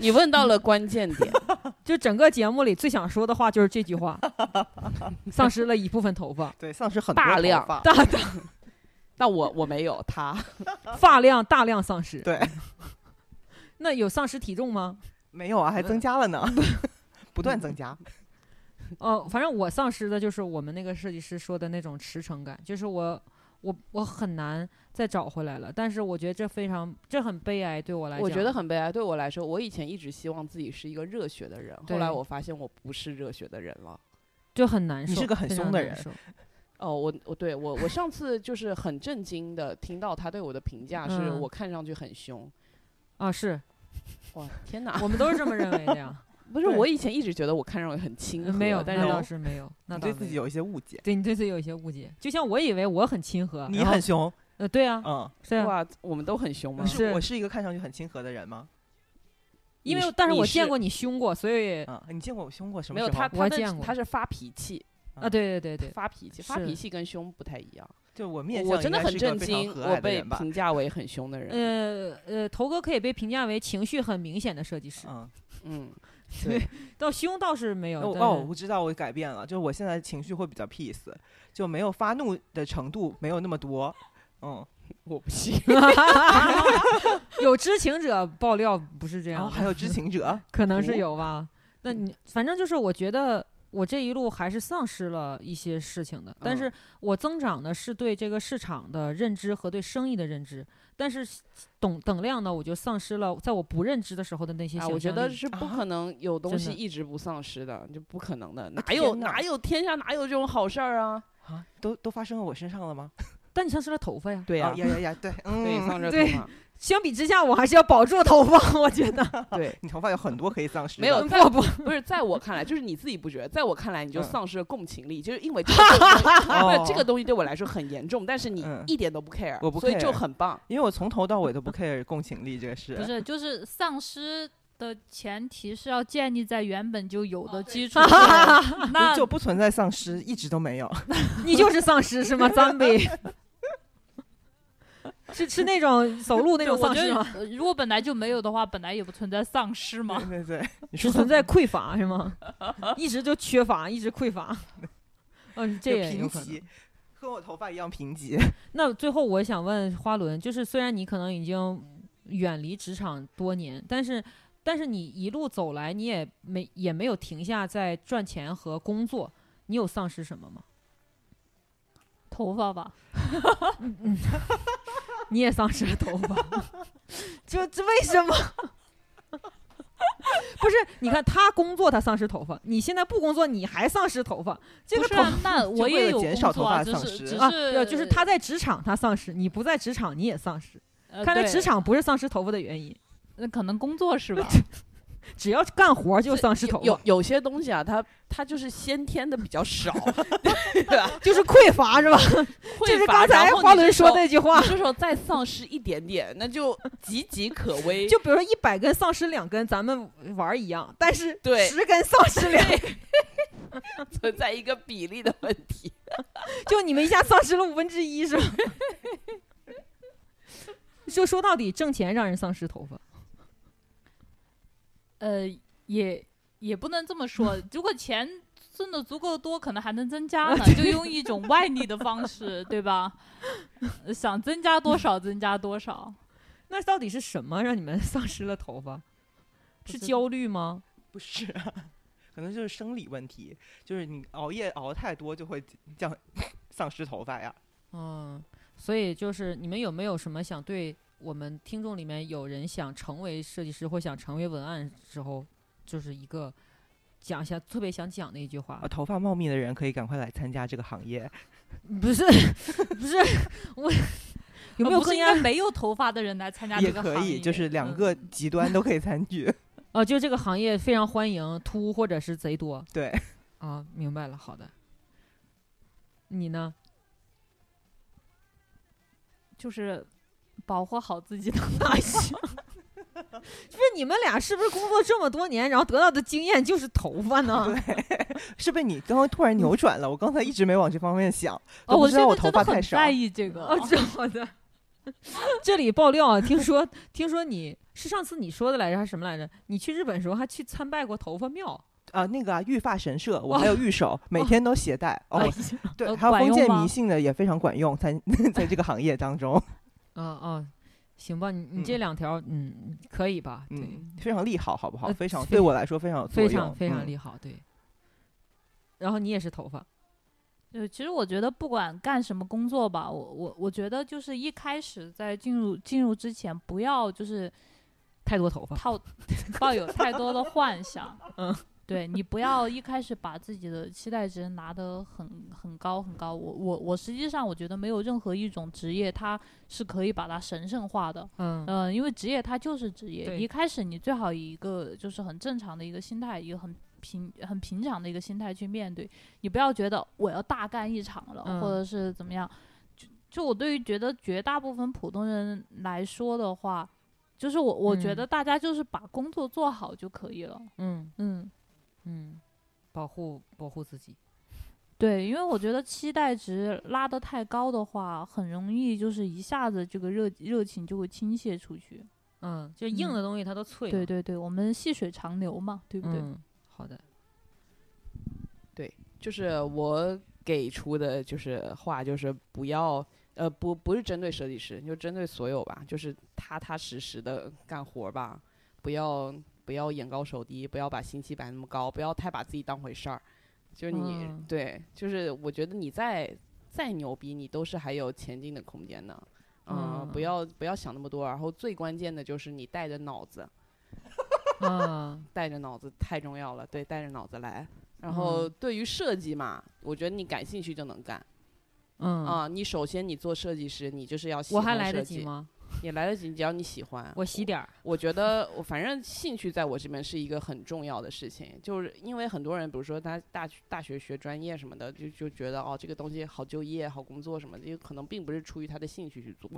B: 你问到了关键点，
C: 就整个节目里最想说的话就是这句 话，丧失了一部分头发，
D: 对，丧失很多
B: 大
D: 头
B: 量
D: 发
B: 大量。但我我没有他，
C: 发量大量丧失。
D: 对，
C: 那有丧失体重吗？
D: 没有啊，还增加了呢， 不断增
B: 嗯
D: 加。
C: 哦，反正我丧失的就是我们那个设计师说的那种驰骋感，就是我我我很难再找回来了。但是我觉得这非常这很悲哀，对我来讲，
B: 我觉得很悲哀。对我来说，我以前一直希望自己是一个热血的人，后
C: 对
B: 来我发现我不是热血的人了。
C: 就很难受。
D: 你是个很
C: 非常
D: 凶的
C: 难
D: 人
C: 受，
B: 哦，我我对我我上次就是很震惊的听到他对我的评价是
C: 嗯
B: 我看上去很凶，
C: 啊！是
B: 哇天哪！
C: 我们都是这么认为 的呀。
B: 不是
D: 对
B: 我以前一直觉得我看上去很亲和，
C: 没有，
B: 呃但
C: 那
B: 是
C: 倒是没有，那
D: 你
C: 倒
D: 对自
C: 没
D: 己
C: 有
D: 有一些误解。
C: 对你对自己有一些误解。就像我以为我很亲和，
B: 嗯
D: 你
C: 然后
D: 很凶，
C: 呃，对啊，
D: 嗯，
C: 是啊，
B: 哇，我们都很凶吗
D: 我？是
C: 是
D: 我是一个看上去很亲和的人吗？
C: 因
B: 你
C: 为
B: 是
C: 但是
B: 你
C: 我
B: 是
C: 见过你凶过，所以
D: 嗯，你见过我凶过什么
B: 没
D: 时
B: 有
D: 候？
B: 他，
C: 我
B: 他的
C: 见过
B: 他是发脾气，
C: 啊，对对对对，
B: 发脾气，发
C: 是
B: 脾气跟凶不太一样。
D: 就我面
B: 我
D: 相
B: 真
D: 应该
B: 很
D: 是一个
B: 震
D: 非常
B: 惊，
D: 和
B: 我
D: 蔼的
B: 被
D: 人吧。嗯
B: 评价为很凶的人。
C: 呃呃，头哥可以被评价为情绪很明显的设计师，
D: 嗯，
B: 嗯，
C: 对
B: 对，
C: 到凶倒是没有。
D: 那我
C: 但
D: 哦，
C: 是
D: 我知道我改变了，就是我现在情绪会比较 peace，就没有发怒的程度没有那么多。嗯，
B: 我不信。
C: 有知情者爆料不是这
D: 然
C: 样
D: 后
C: 的，
D: 还有知情 者，
C: 可能是
B: 哦
C: 有吧。那你反正就是，我觉得我这一路还是丧失了一些事情的，但
B: 嗯
C: 是我增长的是对这个市场的认知和对生意的认知，但是等等量呢，我就丧失了在我不认知的时候的那些
B: 啊，
C: 想
B: 我觉
C: 象
B: 得
C: 力
B: 是不
D: 啊
B: 可能有东
C: 真
B: 西
C: 的
B: 一直不丧失的，就不可能的。哪
D: 天
B: 有
D: 哪
B: 哪有天下哪有这种好事儿啊？
D: 啊，都都发生在我身上了吗？
C: 但你丧失了头发呀，
B: 对
D: 啊呀呀呀，对，
B: 对，
D: 嗯，
B: 丧失
C: 对
B: 头发。
C: 相比之下，我还是要保住头发， 我觉 得。
B: 对，
D: 你头发有很多可以丧失的，
B: 没有
C: 不不，
B: 不是，在我看来，就是你自己不觉得，在我看来，你就
D: 嗯
B: 丧失了共情力，就是因为这个 东西
D: 哦
B: 不是这个东西对我来说很严重，但是你
D: 嗯
B: 一点都不 care，
D: 我不
B: 所以就
D: care
B: 很棒。
D: 因为我从头到尾都不 care 共情力这个事
A: 不。是，就是丧失的前提是要建立在原本就有
C: 哦
A: 的基础
C: 哈
A: 上。
C: 哈哈
A: 那
D: 就不存在丧失，一直都没有。
C: 你就是丧 尸是吗？Zombie，是是那种走路那
A: 对
C: 种
A: 我
C: 丧
A: 觉
C: 尸
A: 得
C: 吗？
A: 呃如果本来就没有的话，本来也不存在丧失嘛。
D: 对对对，你
C: 只
D: 说
C: 存在匮乏是吗？一直就缺乏，一直匮乏。 嗯，这
D: 就
C: 也
D: 贫
C: 有可能。
D: 瘠，和我头发一样贫瘠。
C: 那最后我想问花轮，就是虽然你可能已经远离职场多年，但是但是你一路走来，你也没也没有停下在赚钱和工作，你有丧失什么吗？
A: 头发吧，
C: 你也丧失了头发， 这这为什么？ 不是，你看他工作，他丧失头发；你现在不工作，你还丧失头发。这
A: 不
C: 个
A: 是
C: 头
A: 啊，那
D: 就
A: 我
D: 为
A: 也
D: 了
A: 有
D: 减
A: 工
D: 少头
A: 作啊，
D: 发
A: 只
D: 丧
A: 是
D: 失
A: 只
C: 啊，
A: 是
C: 对，就是他在职场他丧失，你不在职场你也丧失。
A: 呃
C: 看来
A: 对
C: 职场不是丧失头发的原因，
A: 那可能工作 是吧？
C: 只要干活就丧失头
B: 有
C: 发，
B: 有些东西啊，它它就是先天的比较 少，对吧？
C: 就是匮乏是吧？ 这是
B: 匮乏
C: 刚才
B: 然后你
C: 花轮
B: 这
C: 说
B: 时候
C: 那句话
B: 你。这时候再丧失一点点，那就岌岌 可危。
C: 就比如说一百根丧尸两根，咱们玩儿一样，但是
B: 对
C: 十根丧尸两，
B: 存在一个比例的问题。
C: 就你们一下丧失了五分之一，是吧？ 就说到底，挣钱让人丧失头发，
A: 呃，也也不能这么 说，如果钱挣的足够多，可能还能增加呢，就用一种外力的方式，对吧？呃想增加多少增加多少，
C: 那到底是什么让你们丧失了头发？
A: 不
C: 是
A: 知
C: 焦虑吗？
D: 不是、啊，可能就是生理问题，就是你熬夜熬太多就会降丧失头发呀。
C: 嗯，所以就是你们有没有什么想对我们听众里面有人想成为设计师或想成为文案之后，就是一个讲一下特别想讲的一句话
D: 啊，头发茂密的人可以赶快来参加这个行业。
C: 不是，不是 我有没
A: 呃
C: 有
A: 不是
C: 更
A: 应
C: 加
A: 该没有头发的人来参加
D: 也
A: 这个
D: 可
A: 行
D: 以，
A: 业？
D: 就是两个
A: 嗯
D: 极端都可以参 与。
C: 哦，就这个行业非常欢迎秃或者是贼多
D: 对，
C: 啊，明白了，好的。你呢？
A: 就是保护好自己 的
C: 那行，不是你们俩是不是工作这么多年，然后得到的经验就是头发 呢？
D: 是被你刚刚突然扭转了，我刚才一直没往这方面想。
A: 哦，
D: 都不
A: 我
D: 知
A: 现
D: 道我
A: 在
D: 头
A: 真
D: 发
A: 的
D: 太
A: 很
D: 少
A: 在意这 个
C: 哦，， 这好的。这里爆料啊，听说听说你是上次你说的来着，还是什么来着？你去日本时候还去参拜过头发庙，
D: 啊，那个啊，育发神社，我
C: 哦
D: 还有御手，每
C: 哦
D: 天都携带。哦， 对，
A: 呃
D: 还有
A: 管
D: 封
A: 用
D: 建
A: 吗
D: 迷信的也非常管用，在在这个行业当中，
C: 啊啊，行吧，你你这
D: 嗯
C: 两条，嗯，可以吧？对，
D: 嗯，非常利好，好不好？
C: 呃
D: 非常
C: 非
D: 对我来说非常有作
C: 非
D: 用，
C: 常非常
D: 嗯
C: 利好，对。然后你也是头发，
A: 呃，其实我觉得不管干什么工作吧，我我我觉得就是一开始在进入进入之前，不要就是
C: 太多头发，
A: 套 抱有太多的幻想，
C: 嗯，
A: 对你不要一开始把自己的期待值拿得很很高很高。我我我实际上我觉得没有任何一种职业它是可以把它神圣化的，
C: 嗯
A: 嗯、因为职业它就是职业，
C: 对
A: 一开始你最好以一个就是很正常的一个心态，一个很平很平常的一个心态去面对，你不要觉得我要大干一场了，
C: 嗯
A: 或者是怎么样。就就我对于觉得绝大部分普通人来说的话，就是我我觉
C: 嗯
A: 得大家就是把工作做好就可以了。
C: 嗯
A: 嗯，
C: 嗯，保护保护自己，
A: 对，因为我觉得期待值拉得太高的话，很容易就是一下子这个热热情就会倾泻出去。
C: 嗯，就硬
A: 嗯
C: 的东西它都脆嘛，
A: 对对对，我们细水长流嘛，对不对？
C: 嗯，好的，
B: 就是我给出的就是话，就是不要。呃，不，不是针对设计师，就针对所有吧，就是踏踏实实的干活儿吧，不要不要眼高手低，不要把心气摆那么高，不要太把自己当回事儿。就是你、
C: 嗯
B: 对，就是我觉得你再再牛逼，你都是还有前进的空间的。嗯，不
C: 嗯
B: 要不要想那么多，然后最关键的就是你带着脑子，
C: 嗯
B: 带着脑子太重要了，对，带着脑子来。然后
C: 嗯
B: 对于设计嘛，我觉得你感兴趣就能干啊
C: 嗯，
B: 啊。你首先你做设计师，你就是要喜
C: 我还
B: 欢
C: 来
B: 设
C: 得
B: 计
C: 及？吗？
B: 也来得及，只要你喜欢。
C: 我洗点儿，
B: 我觉得我反正兴趣在我这边是一个很重要的事情，就是因为很多人，比如说他大学大学学专业什么的，就就觉得哦这个东西好就业、好工作什么的，就可能并不是出于他的兴趣去做。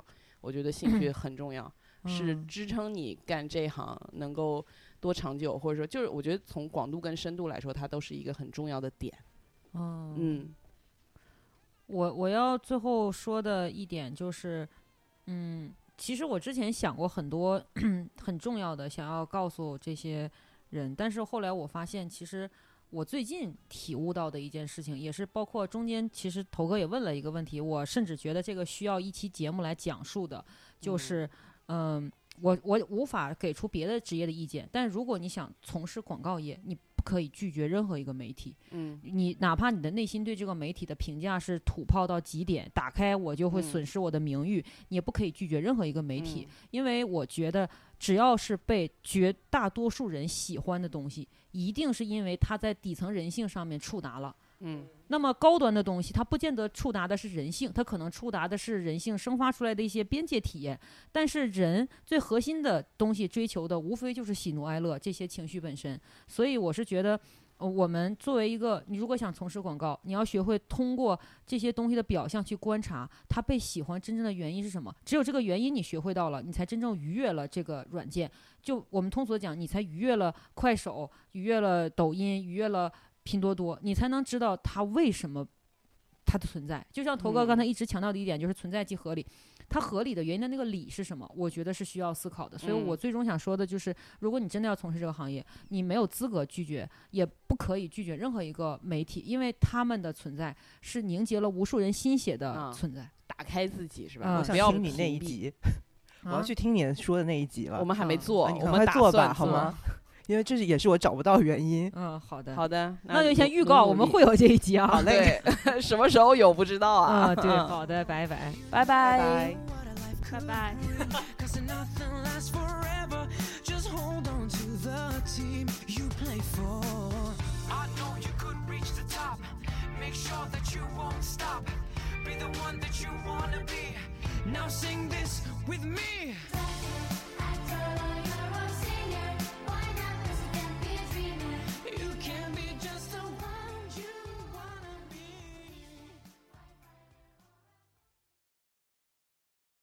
B: 我觉得兴 趣很重要，是
C: 嗯
B: 支撑你干这行能够多长久，或者说就是我觉得从广度跟深度来说，它都是一个很重要的点。
C: 嗯，
B: 嗯
C: 我我要最后说的一点就是，嗯，其实我之前想过很多很重要的想要告诉这些人，但是后来我发现，其实我最近体悟到的一件事情，也是包括中间，其实头哥也问了一个问题，我甚至觉得这个需要一期节目来讲述的，就是，嗯。我我无法给出别的职业的意见，但如果你想从事广告业，你不可以拒绝任何一个媒体，
B: 嗯
C: 你哪怕你的内心对这个媒体的评价是土炮到极点，打开我就会
B: 嗯
C: 损失我的名誉，你也不可以拒绝任何一个媒体，
B: 嗯
C: 因为我觉得只要是被绝大多数人喜欢的东西，一定是因为它在底层人性上面触达了。
B: 嗯
C: 那么高端的东西，它不见得触达的是人性，它可能触达的是人性生发出来的一些边界体验。但是人最核心的东西追求的，无非就是喜怒哀乐这些情绪本身。所以我是觉得，呃我们作为一个，你如果想从事广告，你要学会通过这些东西的表象去观察它被喜欢真正的原因是什么。只有这个原因你学会到了，你才真正愉悦了这个软件。就我们通俗地讲，你才愉悦了快手，愉悦了抖音，愉悦了拼多多，你才能知道它为什么它的存在。就像头哥刚才一直强调的一点，就是存在即合理。它合理的原因的那个理是什么？我觉得是需要思考的。所以
B: 嗯
C: 我最终想说的就是，如果你真的要从事这个行业，你没有资格拒绝，也不可以拒绝任何一个媒体，因为他们的存在是凝结了无数人心血的
B: 啊
C: 存在。
B: 打开自己是吧？
C: 嗯
B: 我
D: 我
C: 我
B: 们
D: 想
B: 不要
D: 听你那一
B: 屏蔽，
D: 集，我
C: 啊
D: 要去听你说的那一集了。
B: 我们还没
C: 嗯
B: 做，
D: 啊你
B: 我
D: 赶
B: 们
D: 快
B: 打
D: 做
B: 算
D: 吧，好
B: 做
D: 吗？？ 因为这是也是我找不到原因。
C: 嗯，好的，
B: 好的，
C: 那就先
B: 努
C: 预告，
B: 努
C: 我们
B: 力
C: 会有这一集啊。
B: 好嘞， 什么时候有不知道啊？
C: 啊，对，好的，拜拜。
B: 拜
D: 拜
B: 拜
D: 拜。
E: What a
A: 拜
E: life could
A: 拜。
E: Cause nothing lasts forever. Just hold on to the team you play for. I know you could reach the top. Make sure that you won't stop. Be the one that you wanna be. Now sing this with me.